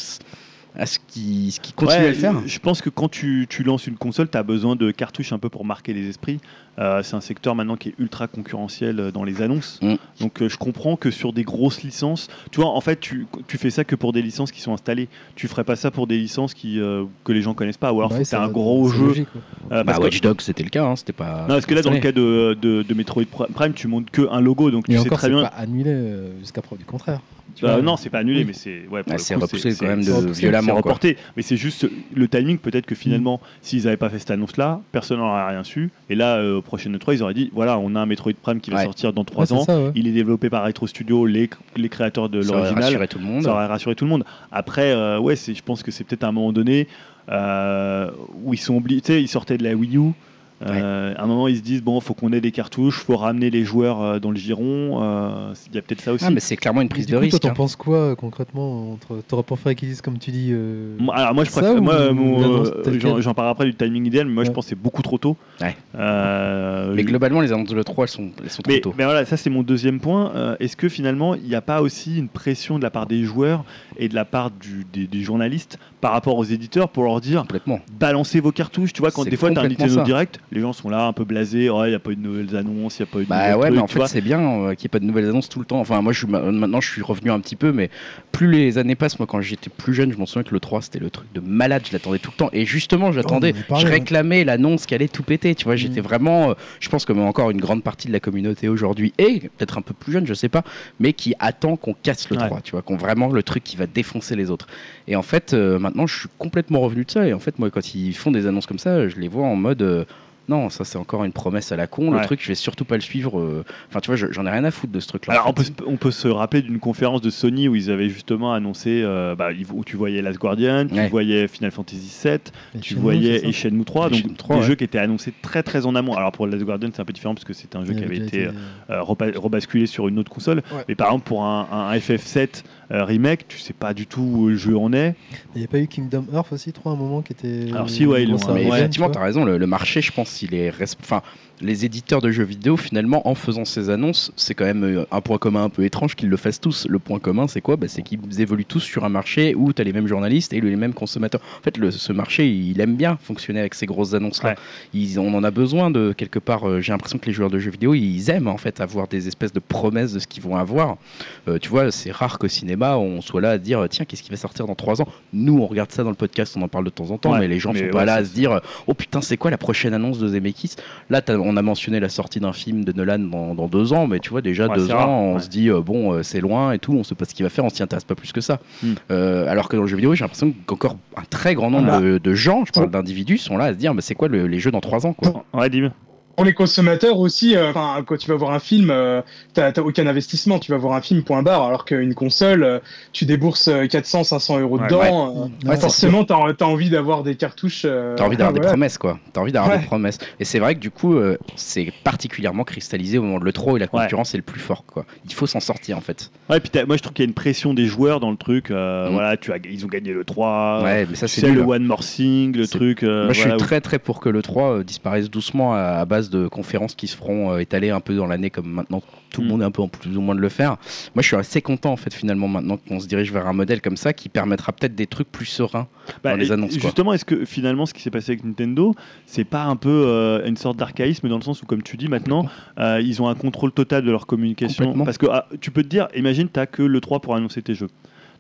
À ce qu'ils ce qu'ils continuent
Ouais,
à le faire
Je pense que quand tu, tu lances une console, tu as besoin de cartouches un peu pour marquer les esprits. Euh, c'est un secteur maintenant qui est ultra concurrentiel euh, dans les annonces.
Mm.
Donc euh, je comprends que sur des grosses licences, tu vois, en fait, tu, tu fais ça que pour des licences qui sont installées. Tu ferais pas ça pour des licences qui, euh, que les gens connaissent pas. Ou alors
Bah Ouais,
faut que
c'est-
t'aies un gros
c'est
jeu.
logique, quoi.
euh,
Bah,
parce que-
Watch Dogs, c'était le cas, hein, c'était pas.
non, parce que là, dans le
installé.
cas de, de, de Metroid Prime, tu montes que un logo, donc tu
Et
sais
encore,
très
c'est
bien.
pas annulé euh, jusqu'à preuve du contraire. tu
Euh,
vois.
non, c'est pas annulé,
Oui.
mais c'est ouais, pour
Ah,
le
c'est
coup,
repoussé
c'est-
quand même
c'est-
de
c'est-
violemment,
c'est
quoi. Mm.
reporté. Mais c'est juste le timing. Peut-être que finalement, s'ils n'avaient pas fait cette annonce-là, personne n'aurait rien su. Et là, euh, au prochain E3, ils auraient dit voilà, on a un Metroid Prime qui va
Ouais.
sortir dans
Ouais,
3
c'est
ans.
ça, ouais.
Il est développé par Retro Studio, les, les créateurs de
Ça aurait
l'original.
rassuré tout le monde.
Ça aurait rassuré tout le monde. Après, euh, ouais, c'est- je pense que c'est peut-être à un moment donné euh, où ils sont obligés. Tu sais, ils sortaient de la Wii U. Euh, À un moment, ils se disent bon, faut qu'on ait des cartouches, faut ramener les joueurs euh, dans le giron. euh, Il y a peut-être ça aussi.
Ah, mais c'est clairement une prise
Du
de
coup, toi,
risque.
t'en
hein.
penses quoi euh, concrètement entre T'aurais préféré qu'ils disent comme tu dis euh,
Moi, Alors moi je
Ça
préfère,
ou
moi euh, mon,
l'annonce
euh,
telle
j'en-
quelle
j'en parlerai après du timing idéal, mais moi je
Ouais.
pense que c'est beaucoup trop tôt.
Ouais.
Euh,
Mais
je-
globalement, les annonces de l'E3, elles sont, elles sont trop
mais,
tôt.
mais voilà, ça c'est mon deuxième point. Euh, Est-ce que finalement il n'y a pas aussi une pression de la part des joueurs et de la part du- des, des journalistes par rapport aux éditeurs pour leur dire
Complètement.
balancez vos cartouches Tu vois, quand
C'est
des fois t'as un
complètement
Nintendo
ça.
Direct, les gens sont là un peu blasés, Oh, il n'y a pas eu de nouvelles annonces, il n'y a pas eu de
Bah
euh, nouveaux
ouais,
trucs,
mais en
tu
fait,
vois.
c'est bien euh, qu'il n'y ait pas de nouvelles annonces tout le temps. Enfin, moi, je suis, ma- maintenant, je suis revenu un petit peu, mais plus les années passent, moi, quand j'étais plus jeune, je m'en souviens que l'E3, c'était le truc de malade. Je l'attendais tout le temps. Et justement, j'attendais,
Oh, On en hein. a parlé,
je
ouais.
réclamais l'annonce qui allait tout péter.
Mm.
Tu vois, j'étais vraiment, euh, je pense que encore une grande partie de la communauté aujourd'hui, et peut-être un peu plus jeune, je sais pas, mais qui attend qu'on casse le
Ouais.
3, tu vois, qu'on vraiment le truc qui va défoncer les autres. Et en fait, euh, maintenant, je suis complètement revenu de ça. Et en fait, moi, quand ils font des annonces comme ça, je les vois en mode. euh, non, ça c'est encore une promesse à la con. Le
Ouais.
truc, je vais surtout pas le suivre. euh, Enfin, tu vois, je- j'en ai rien à foutre de ce truc-là.
Alors
en
on peut,
fait.
se- on peut se rappeler d'une conférence de Sony où ils avaient justement annoncé euh, bah, ils- où tu voyais Last Guardian, tu
Ouais.
voyais Final Fantasy VII,
les
tu
Shenmue, c'est
voyais
ça
et Shenmue 3,
Et
donc
Shenmue 3,
des
ouais.
jeux qui étaient annoncés très très en amont. Alors pour Last Guardian, c'est un peu différent parce que c'était un jeu
Il
qui avait
déjà
été euh, repa- rebasculé sur une autre console.
Ouais.
Mais par exemple pour un, un FF7 euh, remake, tu sais pas du tout où le jeu en est.
Il n'y a pas eu Kingdom Hearts aussi, 3 à un moment qui était.
Alors si, ouais, ils
Bon,
l'ont,
ça
hein,
Mais
revient,
ouais,
effectivement,
tu
t'as
vois.
raison. Le, le marché, je pense, il est. resp- Enfin, les éditeurs de jeux vidéo, finalement, en faisant ces annonces, c'est quand même euh, un point commun un peu étrange qu'ils le fassent tous. Le point commun, c'est quoi bah, C'est qu'ils évoluent tous sur un marché où tu as les mêmes journalistes et les mêmes consommateurs. En fait, le, ce marché, il aime bien fonctionner avec ces grosses annonces-là.
Ouais.
Ils- On en a besoin de quelque part. euh, J'ai l'impression que les joueurs de jeux vidéo, ils aiment en fait avoir des espèces de promesses de ce qu'ils vont avoir. Euh, tu vois, c'est rare qu'au cinéma, on soit là à dire tiens, qu'est-ce qui va sortir dans 3 ans Nous, on regarde ça dans le podcast, on en parle de temps en temps,
Ouais,
mais les gens
mais
sont pas
ouais,
là
c'est-
à se dire oh putain, c'est quoi la prochaine annonce de Zemeckis Là, t'as- on a mentionné la sortie d'un film de Nolan dans, dans deux ans, mais tu vois, déjà
Ouais,
deux
c'est
ans,
rare,
on
ouais.
se dit euh, bon, euh, c'est loin et tout, on sait pas ce qu'il va faire, on s'y intéresse pas plus que ça.
Hmm.
Euh, alors que dans le jeu vidéo, j'ai l'impression qu'encore un très grand nombre
Ah.
Bah.
de, de gens, je parle d'individus, sont là à se dire mais c'est quoi le- les jeux dans 3 ans quoi
Ouais, dis-moi.
Pour les consommateurs aussi, euh, 'fin, quand tu vas voir un film, euh, t'as t'as aucun investissement, tu vas voir un film point barre, alors qu'une console, euh, tu débourses euh, 400, 500 euros
Ouais,
dedans. euh,
Ouais, c'est
forcément, t'as as envie d'avoir des cartouches. euh,
T'as envie
Ah
d'avoir des
voilà.
promesses, quoi. T'as envie d'avoir
Ouais.
des promesses. Et c'est vrai que du coup, euh, c'est particulièrement cristallisé au moment de l'E3 où la concurrence est le plus fort, quoi. Il faut s'en sortir, en fait.
Ouais, puis t'as- moi je trouve qu'il y a une pression des joueurs dans le truc. euh,
Mm.
Voilà, tu as, ils ont gagné le 3.
ouais, mais ça,
Ah tu
c'est
sais,
nul,
le
hein.
one more thing, le
C'est-
truc. euh,
Moi, je suis
voilà, où-
très très pour que le 3 euh, disparaisse doucement à, à base de conférences qui se feront euh, étaler un peu dans l'année, comme maintenant tout le
Mm.
monde est un peu en plus ou moins de le faire. Moi, je suis assez content en fait finalement maintenant qu'on se dirige vers un modèle comme ça qui permettra peut-être des trucs plus sereins.
Bah,
dans les
et-
annonces, quoi.
Justement, est-ce que finalement ce qui s'est passé avec Nintendo, c'est pas un peu euh, une sorte d'archaïsme dans le sens où, comme tu dis maintenant, euh, ils ont un contrôle total de leur communication
Complètement.
Parce que ah, tu peux te dire, imagine, t'as que le 3 pour annoncer tes jeux.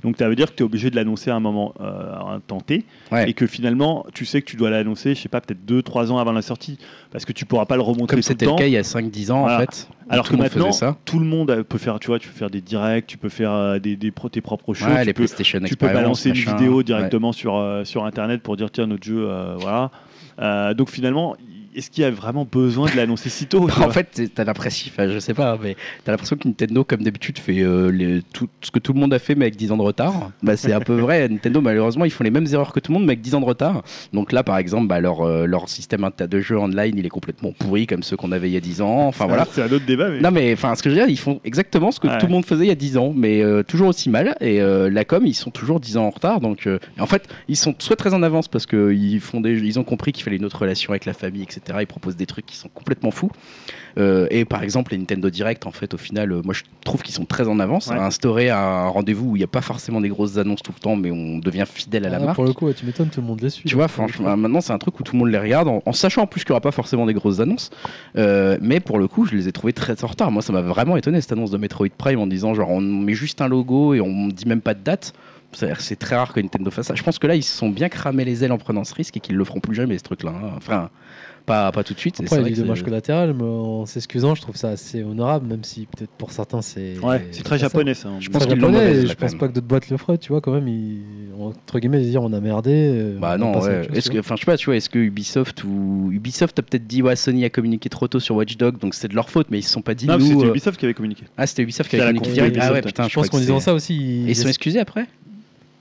Donc ça veut dire que tu es obligé de l'annoncer à un moment euh, à un temps T
Ouais.
et que finalement tu sais que tu dois l'annoncer, je sais pas, peut-être 2-3 ans avant la sortie parce que tu pourras pas le remonter
Comme
tout le
c'était le
temps.
cas il y a 5-10 ans
Voilà.
en fait. où
Alors
tout
que
le monde
maintenant,
faisait ça.
tout le monde euh, peut faire, tu vois, tu peux faire des directs, tu peux faire euh, des, des pro- tes propres shows,
Ouais, les
tu, peux,
PlayStation
tu peux
Experience,
balancer une
machin.
vidéo
Ouais. [laughs]
directement sur, euh, sur Internet pour dire tiens notre jeu, euh, voilà. Euh, donc finalement, est-ce qu'il y a vraiment besoin de l'annoncer si
[laughs]
tôt tu
En
vois
fait, t'es- t'as l'impression, enfin, je sais pas, mais t'as l'impression que Nintendo, comme d'habitude, fait euh, les- tout ce que tout le monde a fait, mais avec 10 ans de retard. Bah, c'est un peu
[laughs]
vrai. Nintendo, malheureusement, ils font les mêmes erreurs que tout le monde, mais avec 10 ans de retard. Donc là, par exemple, bah, leur, euh, leur système inter- de jeu online, il est complètement pourri, comme ceux qu'on avait il y a 10 ans. Enfin, voilà.
C'est un autre débat, mais
Non mais enfin ce que je veux dire ils font exactement ce que
Ouais.
tout le monde faisait il y a 10 ans mais euh, toujours aussi mal et euh, la com ils sont toujours 10 ans en retard donc euh, en fait ils sont soit très en avance parce que ils font des ils ont compris qu'il fallait une autre relation avec la famille etc ils proposent des trucs qui sont complètement fous Euh, et par exemple les Nintendo Direct en fait au final euh, moi je trouve qu'ils sont très en avance
Ouais.
à instaurer un rendez-vous où il n'y a pas forcément des grosses annonces tout le temps mais on devient fidèle à la
Ah,
marque
Pour le coup, ouais, tu m'étonnes, tout le monde les suit. hein.
tu vois,
Pour le coup.
franchement, maintenant c'est un truc où tout le monde les regarde, en, en sachant en plus qu'il n'y aura pas forcément des grosses annonces. Euh, mais pour le coup, je les ai trouvés très en retard. Moi, ça m'a vraiment étonné cette annonce de Metroid Prime en disant genre on met juste un logo et on dit même pas de date. C'est- C'est très rare que Nintendo fasse ça. Je pense que là, ils se sont bien cramés les ailes en prenant ce risque et qu'ils le feront plus jamais ce truc-là. hein. Enfin, pas, pas tout de suite. et ah, c'est
Après,
vrai
il y a
que
des dommages
c'est-
collatéraux, mais en s'excusant, je trouve ça assez honorable, même si peut-être pour certains c'est.
ouais, c'est très
pas ça.
japonais ça. hein.
Je
Je
pense
pense,
qu'ils l'ont mauvaise, là,
je
quand
pense
même.
pas que d'autres boîtes le feraient, tu vois, quand même, ils, entre guillemets, ils disent on a merdé. euh,
Bah
on
non,
passe à
ouais.
autre chose,
Est-ce
tu
que, enfin, je sais pas, tu vois, est-ce que Ubisoft ou Ubisoft a peut-être dit ouais, Sony a communiqué trop tôt sur Watch Dogs, donc c'est de leur faute, mais ils se sont pas dit
Non,
nous.
c'était
euh,
Ubisoft qui avait communiqué.
Ah, c'était Ubisoft qui
C'est
avait
la
communiqué
conférence
direct. Ah ouais,
Ubisoft.
putain,
vois. Je pense
crois
qu'en
que
disant
c'est-
ça aussi, ils,
Et ils sont
es-
excusés après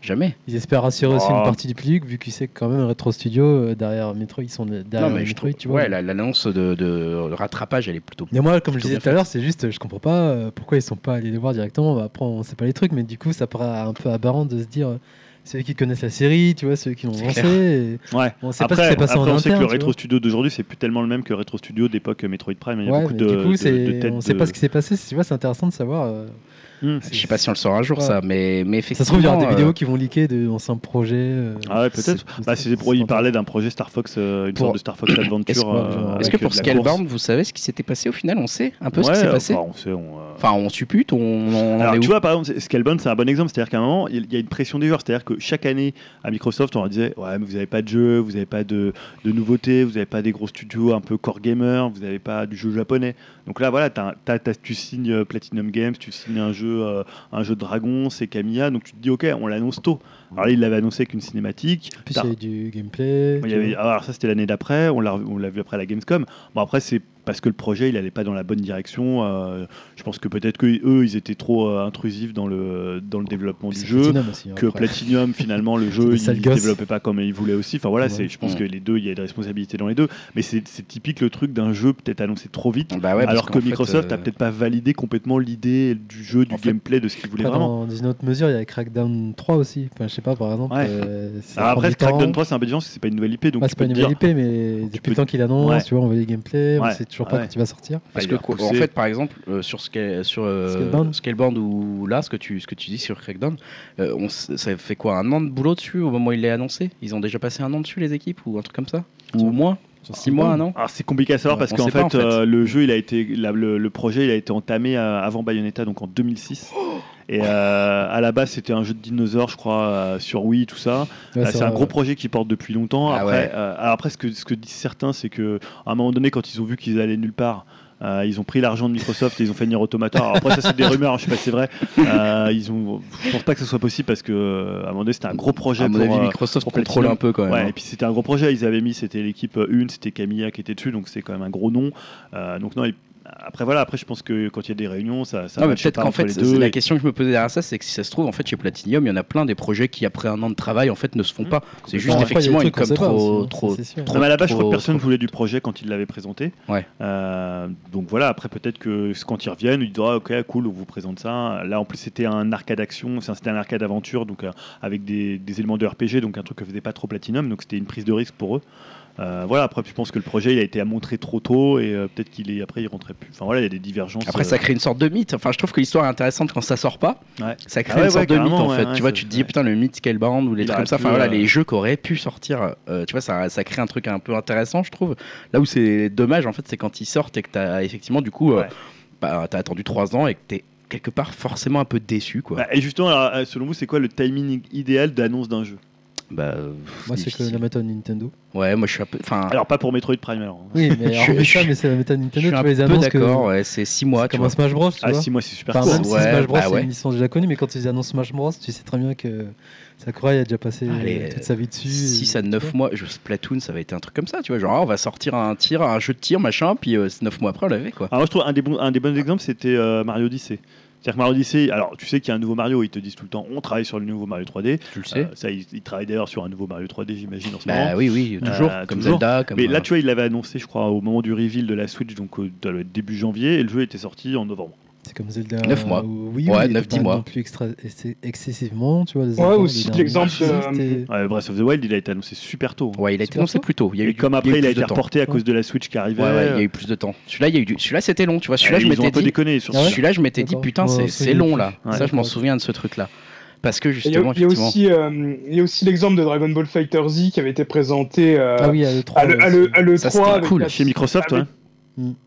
Jamais.
ils espèrent rassurer aussi
Oh.
une partie du public, vu qu'ils savent quand même Retro Studio, euh, derrière Metroid, ils sont
non,
derrière
mais je
Metroid,
trouve.
tu vois.
ouais, la- l'annonce de, de rattrapage, elle est plutôt.
Mais moi, comme je
Plutôt
disais
bien
tout à l'heure, c'est juste, je comprends pas euh, pourquoi ils sont pas allés les voir directement. Bah, après, on sait pas les trucs, mais du coup, ça paraît un peu aberrant de se dire euh, ceux qui connaissent la série, tu vois, ceux qui l'ont
C'est
lancé.
clair.
et
Ouais.
On sait
Après,
pas ce qui s'est passé
après,
en
on sait que
interne. tu
le
vois.
rétro studio d'aujourd'hui, c'est plus tellement le même que le rétro studio d'époque Metroid Prime. hein. Il y a
Ouais,
beaucoup
mais
de,
du coup,
de-
c'est-
de têtes
on sait
de-
pas ce qui s'est passé. C'est tu vois, c'est intéressant de savoir. euh,
Hmm.
c'est-
Je sais pas si on le saura un jour,
Ouais.
ça, mais, mais
Ça
effectivement.
se trouve, il y aura des
euh,
vidéos qui vont leaker de l'ancien projet. euh,
Ah ouais,
c'est
peut-être.
tout
Bah,
ça,
c'est- il
pas-
parlait d'un projet Star Fox, euh, une
Pour-
sorte de Star Fox
Est-ce-
ouais,
Adventure.
genre,
euh,
Est-ce
avec,
que
euh,
pour
de la
Scalebound,
course.
vous savez ce qui s'était passé au final On sait un peu ce
Ouais,
qui s'est
euh,
passé
enfin, on sait, on, euh,
Enfin, on suppute, on, on en
Alors,
est
tu
où
vois, par exemple, Scalebound, c'est un bon exemple. C'est-à-dire qu'à un moment, il y a une pression des joueurs. C'est-à-dire que chaque année, à Microsoft, on leur disait Ouais, mais vous n'avez pas de jeu, vous n'avez pas de, de nouveautés, vous n'avez pas des gros studios un peu core gamer, vous n'avez pas du jeu japonais. Donc là, voilà, t'as- t'as- t'as- tu signes euh, Platinum Games, tu signes un jeu, euh, un jeu de dragon, c'est Camilla. Donc tu te dis Ok, on l'annonce tôt. Alors là, il l'avait annoncé avec une cinématique.
Puis
T'as-
il y a eu du gameplay.
il y
tu
avait- ah,
vois.
alors ça c'était l'année d'après, on l'a on l'a vu après la Gamescom. Bon après c'est parce que le projet il allait pas dans la bonne direction. euh, je pense que peut-être que eux ils étaient trop euh, intrusifs dans le dans le développement
Puis
du
c'est
jeu.
Platinum aussi, hein,
Que
après.
Venom,
[laughs]
finalement, le jeu, il
sale
ne
gosse.
développait pas comme il voulait aussi. Enfin voilà,
Ouais.
c'est je pense
Mm.
que les deux, il y a des responsabilités dans les deux. Mais c'est c'est typique le truc d'un jeu peut-être annoncé trop vite.
Bah ouais, parce
alors
qu'en
que
fait,
Microsoft
euh,
a peut-être pas validé complètement l'idée du jeu, du
en fait,
gameplay, de ce qu'il voulait
Après,
vraiment.
dans, dans une autre mesure, il y a Crackdown 3 aussi. Enfin, je sais pas, par exemple.
Ouais.
euh, ça
Alors
prend
après,
du temps.
Crackdown 3, c'est un peu différent, parce que c'est pas une nouvelle IP, donc
Bah,
tu
c'est
peux
pas
te
une
dire,
nouvelle IP, mais
tu
depuis
peux
le temps qu'il annonce,
Ouais.
tu vois, on veut les gameplays,
Ouais.
on sait toujours
Ah
pas
ouais.
quand il va sortir.
Parce
il
que
est
quoi- en
repoussé.
fait, par exemple, euh, sur, Sca- sur euh, Scalebound.
Scalebound.
ou là, ce que tu, ce que tu dis sur Crackdown, euh, on, s- ça fait quoi Un an de boulot dessus au moment où il est annoncé Ils ont déjà passé un an dessus, les équipes Ou un truc comme ça Ou moins Six mois, un an
Alors Ah, c'est compliqué à savoir
Ouais,
parce
on
qu'en
sait
fait,
pas, en fait.
euh, le jeu, il a été, la- le, le projet, il a été entamé euh, avant Bayonetta, donc en 2006. Et euh, à la base, c'était un jeu de dinosaures, je crois, euh, sur Wii, tout ça.
Ouais,
Euh,
c'est
c'est un
vrai,
gros projet qui porte depuis longtemps.
Ah
après,
ouais.
euh, alors après, ce que, ce que disent certains, c'est que à un moment donné, quand ils ont vu qu'ils allaient nulle part. euh, ils ont pris l'argent de Microsoft et ils ont fait Nier Automata. Alors après, ça c'est des rumeurs, je sais pas si c'est vrai. Euh, ils ont, je pense pas que ce soit possible parce que euh, à un moment donné, c'était un gros projet
À mon
pour,
avis,
euh,
Microsoft
pour
contrôle
Platinum.
un peu quand même.
Ouais,
hein.
et puis c'était un gros projet. Ils avaient mis, c'était l'équipe 1, c'était Camilla qui était dessus, donc c'est quand même un gros nom. Euh, donc non, il- après voilà, après je pense que quand il y a des réunions, ça, ça
Non, mais
matche
peut-être
pas
qu'en
entre
fait,
les
c'est-
deux.
la
et-
question que je me posais derrière ça, c'est que si ça se trouve, en fait, chez Platinum, il y en a plein des projets qui, après un an de travail, en fait, ne se font pas. C'est
Mmh. Bon,
juste
après, il y a
effectivement
des
une
trucs qu'on
com
sait pas
trop,
aussi, hein,
trop,
ça, c'est sûr.
trop-
Non, mais à la base, je crois
trop-
que personne voulait du projet quand il l'avait présenté.
Ouais.
Euh, donc voilà, après peut-être que c- quand ils reviennent, ils diront ah, ok cool, on vous présente ça. Là en plus c'était un arcade action, enfin, c'était un arcade aventure, donc euh, avec des, des éléments de RPG, donc un truc que faisait pas trop Platinum, donc c'était une prise de risque pour eux. Euh, voilà, après je pense que le projet il a été montré trop tôt et euh, peut-être qu'il est après il rentrait plus. Enfin voilà, il y a des divergences.
Après,
euh,
ça crée une sorte de mythe. Enfin, je trouve que l'histoire est intéressante quand ça sort pas.
Ouais.
Ça crée
Ah ouais,
une sorte
ouais,
de mythe en
carrément,
fait.
ouais,
tu
ouais,
vois,
ça-
tu te dis putain le mythe Scalebound ou les
Il
trucs
aurait
comme ça.
pu,
Enfin voilà,
euh,
les jeux qui auraient pu sortir. euh, tu vois, ça, ça crée un truc un peu intéressant, je trouve. Là où c'est dommage en fait, c'est quand ils sortent et que t'as effectivement du coup, euh,
Ouais.
bah, t'as attendu trois ans et que t'es quelque part forcément un peu déçu quoi.
Bah, et justement, alors, euh, selon vous, c'est quoi le timing idéal d'annonce d'un jeu
Bah, euh,
Moi, c'est que
difficile.
la méthode Nintendo.
Ouais, moi je suis un peu. Enfin,
Alors pas pour Metroid Prime alors. hein.
Oui, mais
Je-
alors, mais
je-
ça, mais c'est la méthode
je
Nintendo.
suis
tu
un
vois, ils
peu
annoncent que.
d'accord. Ouais, c'est six mois,
c'est
tu
comme
vois.
un Smash Bros, tu
Ah
vois.
si moi c'est super
Enfin,
court.
même si
Ouais,
Smash Bros
bah
c'est
ouais.
une licence déjà connue, mais quand ils annoncent Smash Bros, tu sais très bien que Sakurai a déjà passé euh,
Allez,
toute sa vie dessus.
6
et-
à 9 mois, je Splatoon, ça va être un truc comme ça, tu vois. Genre, ah, on va sortir un tir, un jeu de tir, machin, puis 9 mois après, on l'avait, quoi.
Alors Ah, moi je trouve un des bons, un des
Ah.
bons exemples c'était euh, Mario Odyssey. C'est-à-dire que Mario Odyssey, alors tu sais qu'il y a un nouveau Mario, ils te disent tout le temps on travaille sur le nouveau Mario 3D.
Tu le
Euh, ça, ils, ils travaillent d'ailleurs sur un nouveau Mario 3D j'imagine en ce moment.
Bah oui,
Ah,
oui, toujours,
Euh,
comme
toujours.
Zelda, comme.
Mais là
euh,
tu vois, ils l'avaient annoncé je crois au moment du reveal de la Switch, donc euh, dans le début janvier, et le jeu était sorti en novembre.
C'est comme Zelda.
Neuf mois.
ou Wii U,
Ouais,
il
neuf, dix
était pas
mois.
Non plus extra- ex- excessivement, tu vois. les
Ouais,
enfants,
aussi
les derniers
l'exemple,
mois,
euh,
c'était-
Ouais, Breath of the Wild il a été annoncé super tôt. hein.
Ouais, il a été
Super
annoncé
tôt.
plus tôt. Il y a eu
Et
du- il
comme
y a eu
après il
plus
a
de
été
temps.
reporté à cause de la Switch qui arrivait.
Ouais, ouais, il y a eu plus de temps. Celui-là, il y a eu du- celui-là, c'était long, tu vois. Celui-là,
euh,
je
ils ont un
m'étais
peu
dit,
déconné sur
Ah ouais.
ça.
celui-là, je m'étais dit,
D'accord.
putain,
Ouais,
c'est
c'est
c'est long là.
Ouais.
Ça, je m'en
Ouais.
souviens de ce truc-là, parce que
Il y a,
justement,
il y a
effectivement.
aussi, euh, il y a aussi l'exemple de Dragon Ball Fighter Z qui avait été présenté euh,
Ah oui, à le 3.
à le- à le- à le
Ça,
3
c'était
avec
cool.
un-
Chez Microsoft, ouais.
avec-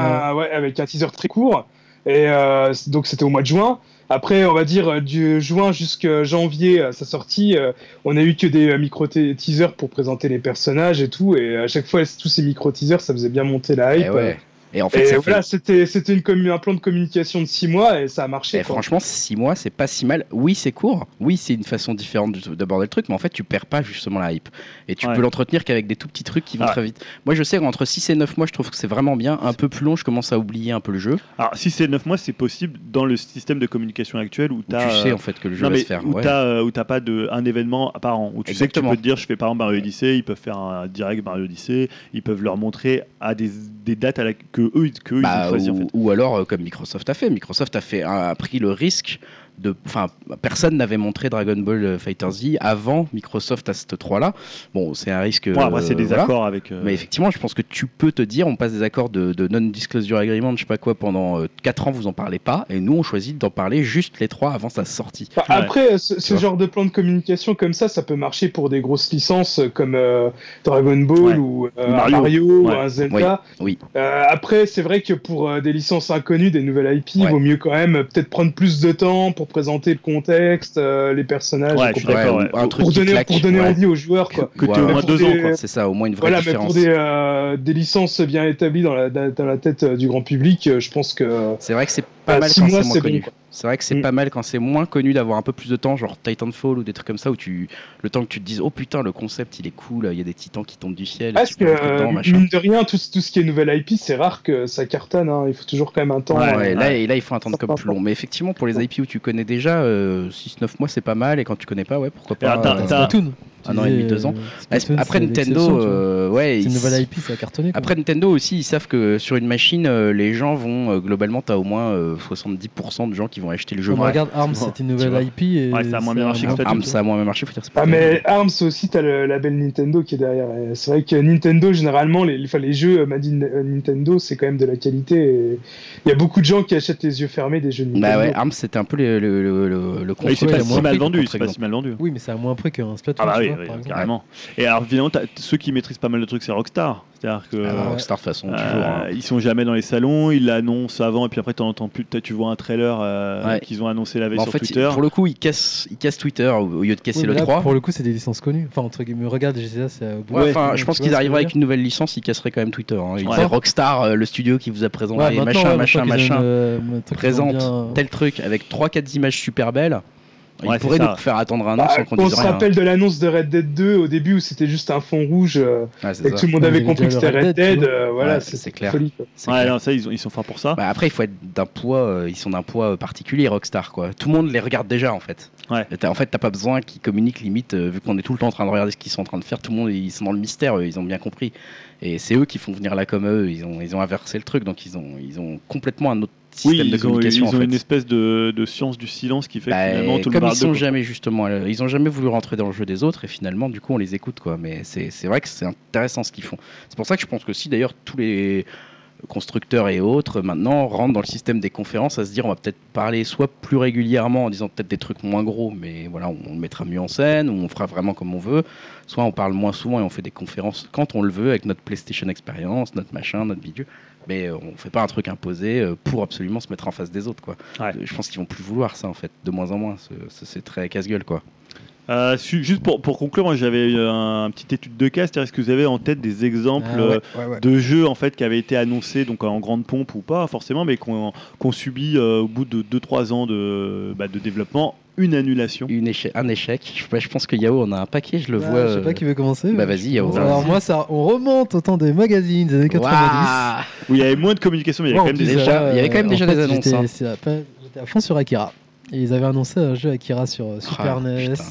un- ouais, avec un teaser très court. Et euh, c- donc c'était au mois de juin. Après, on va dire euh, du juin jusqu'à janvier, euh, sa sortie, euh, on a eu que des euh, micro te- teasers pour présenter les personnages et tout. Et à chaque fois, c- tous ces micro teasers, ça faisait bien monter la hype.
Eh ouais. Et en
Et
fait, ça fait
voilà, c'était c'était une commu- un plan de communication de six mois et ça a marché.
Et
quoi.
Eh, franchement, 6 mois, c'est pas si mal. Oui, c'est court. Oui, c'est une façon différente de- d'aborder le truc, mais en fait, tu perds pas justement la hype. Et tu
Ouais.
peux l'entretenir qu'avec des tout petits trucs qui vont
Ah.
très vite. Moi, je sais qu'entre 6 et 9 mois, je trouve que c'est vraiment bien. Un peu plus long, je commence à oublier un peu le jeu.
Alors si c'est 9 mois, c'est possible dans le système de communication actuel où
Où
tu as
tu sais en fait que le jeu
euh, Non,
va
mais
se faire.
où
Ouais.
t'as euh, où t'as pas de un événement par an où tu
Exactement.
sais que tu peux te dire je fais par exemple Mario Odyssey ils peuvent faire un direct Mario Odyssey ils peuvent leur montrer à des, des dates à la, que eux ils- que eux, ils
Bah,
ont
ou,
choisi en fait
ou alors, euh, comme Microsoft a fait, Microsoft a, fait, a, a pris le risque de. Enfin, personne n'avait montré Dragon Ball euh, Fighter Z avant Microsoft à cette 3-là. Bon, c'est un risque.
bon après c'est des
euh, voilà.
accords avec euh,
Mais effectivement, je pense que tu peux te dire, on passe des accords de, de non-disclosure agreement, je sais pas quoi, pendant 4 ans, vous en parlez pas, et nous, on choisit d'en parler juste les 3 avant sa sortie.
Enfin,
Ouais.
Après, euh, ce, ce
vois.
genre de plan de communication comme ça, ça peut marcher pour des grosses licences euh, comme euh, Dragon Ball
Ouais.
ou euh,
Ou
un
Mario.
Mario, ou
Ouais.
un Zelda.
Oui, oui.
Euh, après, c'est vrai que pour euh, des licences inconnues, des nouvelles IP, il
Ouais.
vaut mieux quand même euh, peut-être prendre plus de temps pour présenter le contexte, euh, les personnages,
Ouais,
et
je suis
compagnie.
d'accord,
ou
ouais.
un truc
pour
qui
donner,
claque,
pour donner
ouais.
envie aux joueurs. Quoi.
que t'es
Voilà.
au moins
Mais pour
deux
des-
ans quoi.
C'est ça, au moins une vraie
Voilà, mais
différence.
pour des, euh, des licences bien établies dans la, dans la tête euh, du grand public, euh, je pense que
C'est vrai que c'est pas
Ah,
mal
six
quand
mois,
c'est moins
c'est bon,
connu.
quoi.
C'est vrai que c'est
Mm.
pas mal quand c'est moins connu d'avoir un peu plus de temps, genre Titanfall ou des trucs comme ça, où tu le temps que tu te dises, oh putain, le concept il est cool, il y a des titans qui tombent du ciel.
Parce
tu
que,
peux rentrer dedans,
euh,
machin.
mine de rien, tout, tout ce qui est nouvelle IP, c'est rare que ça cartonne. hein. Il faut toujours quand même un temps.
Ouais,
euh,
ouais, Là, et là, il faut attendre
Ça
comme
part
plus long. Mais effectivement, pour les IP où tu connais déjà, 6-9 mois, c'est pas mal. Et quand tu connais pas, ouais, pourquoi
Et
pas.
attends,
euh,
attends.
Splatoon.
un an et demi, deux ans.
Tu disais, euh,
Ah,
Splatoon,
Après
c'est l'exception,
Nintendo,
tu vois.
euh, ouais,
C'est une
ils-
nouvelle IP, ça a cartonné. quoi.
Après Nintendo aussi, ils savent que sur une machine, euh, les gens vont euh, globalement, t'as au moins euh, 70% de gens qui vont acheter le jeu.
on
Bref,
regarde Arms,
tu vois.
c'est une
Tu vois.
nouvelle IP. Et
Ouais, ça a moins bien marché que Splatoon.
Arms, ça a moins bien marché, faut dire. c'est pas
Ah mais Arms aussi t'as le label Nintendo qui est derrière. Et C'est vrai que Nintendo généralement les, enfin, les jeux euh, made in euh, Nintendo c'est quand même de la qualité. et Il y a beaucoup de gens qui achètent les yeux fermés des jeux de Nintendo.
Bah ouais, Arms c'était un peu le, le, le, le, le
Et c'est
contre-
Ah, Bah, pas
le
si
contre-
mal
le
vendu, c'est pas
contre-exemple.
si mal vendu.
Oui, mais c'est à moins près qu'un Splatoon.
Ah bah
tu
oui,
vois,
oui,
par exemple.
carrément. Et alors finalement, t'as- ceux qui maîtrisent pas mal de trucs, c'est Rockstar. C'est-à-dire que
Ah,
euh,
Rockstar de toute façon,
euh,
toujours. hein.
ils sont jamais dans les salons, ils l'annoncent avant et puis après t'en entends plus. Peut-être tu vois un trailer euh,
Ouais.
qu'ils ont annoncé la veille
Bah, en
sur
fait,
Twitter.
pour le coup, ils cassent, ils cassent Twitter au au lieu de casser
Oui,
le
mais là,
3.
Pour le coup, c'est des licences connues. Enfin, entre guillemets, regarde GTA, c'est au bout.
Ouais, enfin, je pense
tu vois ce
qu'ils
que
arriveraient
je veux
avec une nouvelle licence, ils casseraient quand même Twitter. hein. Ils
Ouais.
disaient Rockstar, euh, le studio qui vous a présenté,
Ouais, maintenant,
machin,
ouais,
machin,
maintenant qu'ils
machin,
ont, euh, maintenant qu'ils
[laughs]
ont
présente
bien-
tel truc, avec 3-4 images super belles. Ils
Ouais, c'est
pourraient
ça.
nous faire attendre un an
Bah,
sans qu'on
on
dise
se
rien. hein.
rappelle de l'annonce de Red Dead 2 au début où c'était juste un fond rouge euh,
hein. Ouais, c'est
et que
ça.
tout le monde
Ouais,
avait
mais
compris que
déjà, le
c'était Red,
Red Dead,
Dead.
tu
euh, voilà,
Ouais,
c'est
c'est
c'est
clair.
folie. quoi.
C'est
Ouais,
clair.
non, ça, ils, ont- ils sont forts pour ça.
Bah, après, il faut être d'un poids, euh, ils sont d'un poids euh, particulier, Rockstar. Quoi. Tout le monde les regarde déjà en fait.
Ouais.
Et t'as- En fait, t'as pas besoin qu'ils communiquent limite, euh, vu qu'on est tout le temps en train de regarder ce qu'ils sont en train de faire. Tout le monde, ils sont dans le mystère, eux, ils ont bien compris. Et c'est eux qui font venir là comme eux, ils ont, ils ont inversé le truc, donc ils ont, ils ont complètement un autre
oui,
système de
ils ont,
communication.
ils
en
ont
fait.
une espèce de, de science du silence qui fait
Bah,
que finalement tout le
comme
monde
ils sont
parle de-
jamais justement, euh, ils ont jamais voulu rentrer dans le jeu des autres et finalement du coup on les écoute quoi. Mais c'est c'est vrai que c'est intéressant ce qu'ils font. C'est pour ça que je pense que si d'ailleurs tous les constructeurs et autres maintenant rentrent dans le système des conférences à se dire on va peut-être parler soit plus régulièrement en disant peut-être des trucs moins gros mais voilà on, on le mettra mieux en scène ou on fera vraiment comme on veut soit on parle moins souvent et on fait des conférences quand on le veut avec notre PlayStation Experience notre machin notre bidule mais euh, on fait pas un truc imposé euh, pour absolument se mettre en face des autres quoi
Ouais.
Euh, je pense qu'ils vont plus vouloir ça en fait, de moins en moins. ce- ce- C'est très casse-gueule quoi.
Euh, su- juste pour, pour conclure, moi j'avais euh, un petite étude de cas, c'est-à-dire est-ce que vous avez en tête des exemples
Ah, ouais,
euh, de jeux en fait qui avaient été annoncés donc en grande pompe ou pas forcément, mais qu'on qu'on subit euh, au bout de 2-3 ans de, bah, de développement une annulation.
Une éche- un échec. Je, bah, je pense que Yao en a un paquet, je le
Ah,
vois.
je sais
euh,
pas qui veut commencer.
Bah vas-y Yao.
Vas-y.
Alors, moi, ça, on remonte au temps des magazines des années 90.
Waouh
Où il y avait moins de communication, mais il y avait
Moi,
quand
en
même des
plus,
déjà-
euh,
il y avait quand même
en
déjà
fait,
des annonces,
j'étais-
hein.
c'est à peu- J'étais à fond sur Akira. Et ils avaient annoncé un jeu Akira sur euh, Super
Ah,
NES,
putain.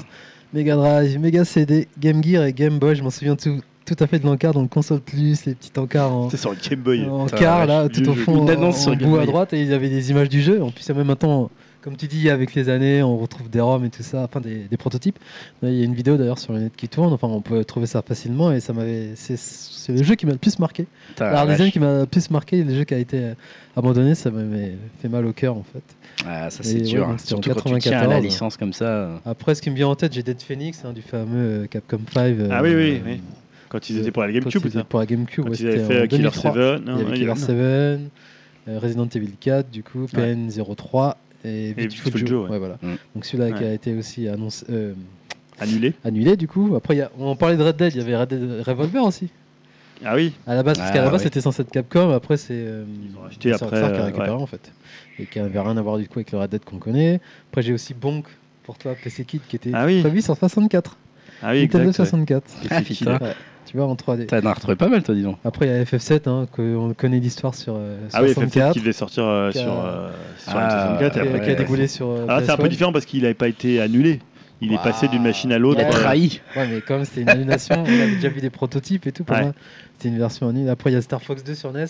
Mega Drive, Mega CD, Game Gear et Game Boy. Je m'en souviens tout, tout à fait de l'encart dans le console plus, les petits encarts en,
C'est [laughs] sur le Game Boy.
en
Putain,
quart
ouais,
là
vieux
tout au
jeu.
fond
Une annonce
en-
sur
en
Game
bout
Boy.
à droite et il y avait des images du jeu en plus même maintenant comme tu dis avec les années on retrouve des ROM et tout ça enfin des, des prototypes il y a une vidéo d'ailleurs sur le net qui tourne enfin on peut trouver ça facilement et ça m'avait c'est c'est le jeu qui m'a le plus marqué
Putain,
l'art
la
design
Ah, vache.
qui m'a le plus marqué le jeu qui a été euh, abandonné ça m'avait fait mal au cœur en fait
Ah, ça
Et
c'est
ouais,
dur. hein.
donc c'était en
Surtout quand tu tiens à la
94.
licence comme ça. euh.
après ce qui me vient en tête j'ai Dead Phoenix hein, du fameux euh, Capcom 5 euh,
Ah oui, oui,
euh,
oui. Quand ils
euh,
étaient pour la
quand
GameCube,
ils étaient
ça.
pour la Gamecube
Quand
ouais,
ils avaient
c'était en
fait Killer
2003.
7.
Il y
non,
avait
il y
Killer
avait-
7, euh, Resident Evil 4, du coup, PN03 et Beautiful, Joe. Ouais, voilà.
Mm.
Donc celui-là qui
Ouais.
a été aussi annoncé, euh,
Annulé.
annulé, du coup. Après, il y a- on parlait de Red Dead, il y avait Red Dead Revolver aussi.
Ah oui.
À la base, parce
Ah,
qu'à la base,
ouais.
c'était censé être Capcom, après, c'est. euh,
Ils ont racheté
c'est
après,
Rockstar qui a
euh,
récupéré, en fait. Et qui n'avait rien à voir du coup avec le Red Dead qu'on connaît. Après, j'ai aussi Bonk pour toi, PC Kid, qui était
Ah oui.
prévu sur 64.
Ah oui,
Nintendo
exact. ouais.
64.
Ah, putain.
Ouais, tu vois, en 3D.
T'en as retrouvé pas mal toi dis donc.
Après, il y a FF7, hein, qu'on connaît l'histoire sur euh,
Ah oui,
64.
FF7 qui devait sortir euh,
qui a-
sur, euh, sur
Ah,
N64 et
qui, a-
après
qui
ouais,
a déboulé sur. euh,
Ah, c'est un peu
PS1.
différent parce qu'il n'avait pas été annulé. Il est
Ouah.
passé d'une machine à l'autre. euh,
Il a
Ouais. [laughs]
trahi.
Ouais, mais comme c'était une annulation, on avait déjà vu des prototypes et tout. Pour
Ouais.
moi, c'était une version annulée. Après, il y a Star Fox 2 sur NES.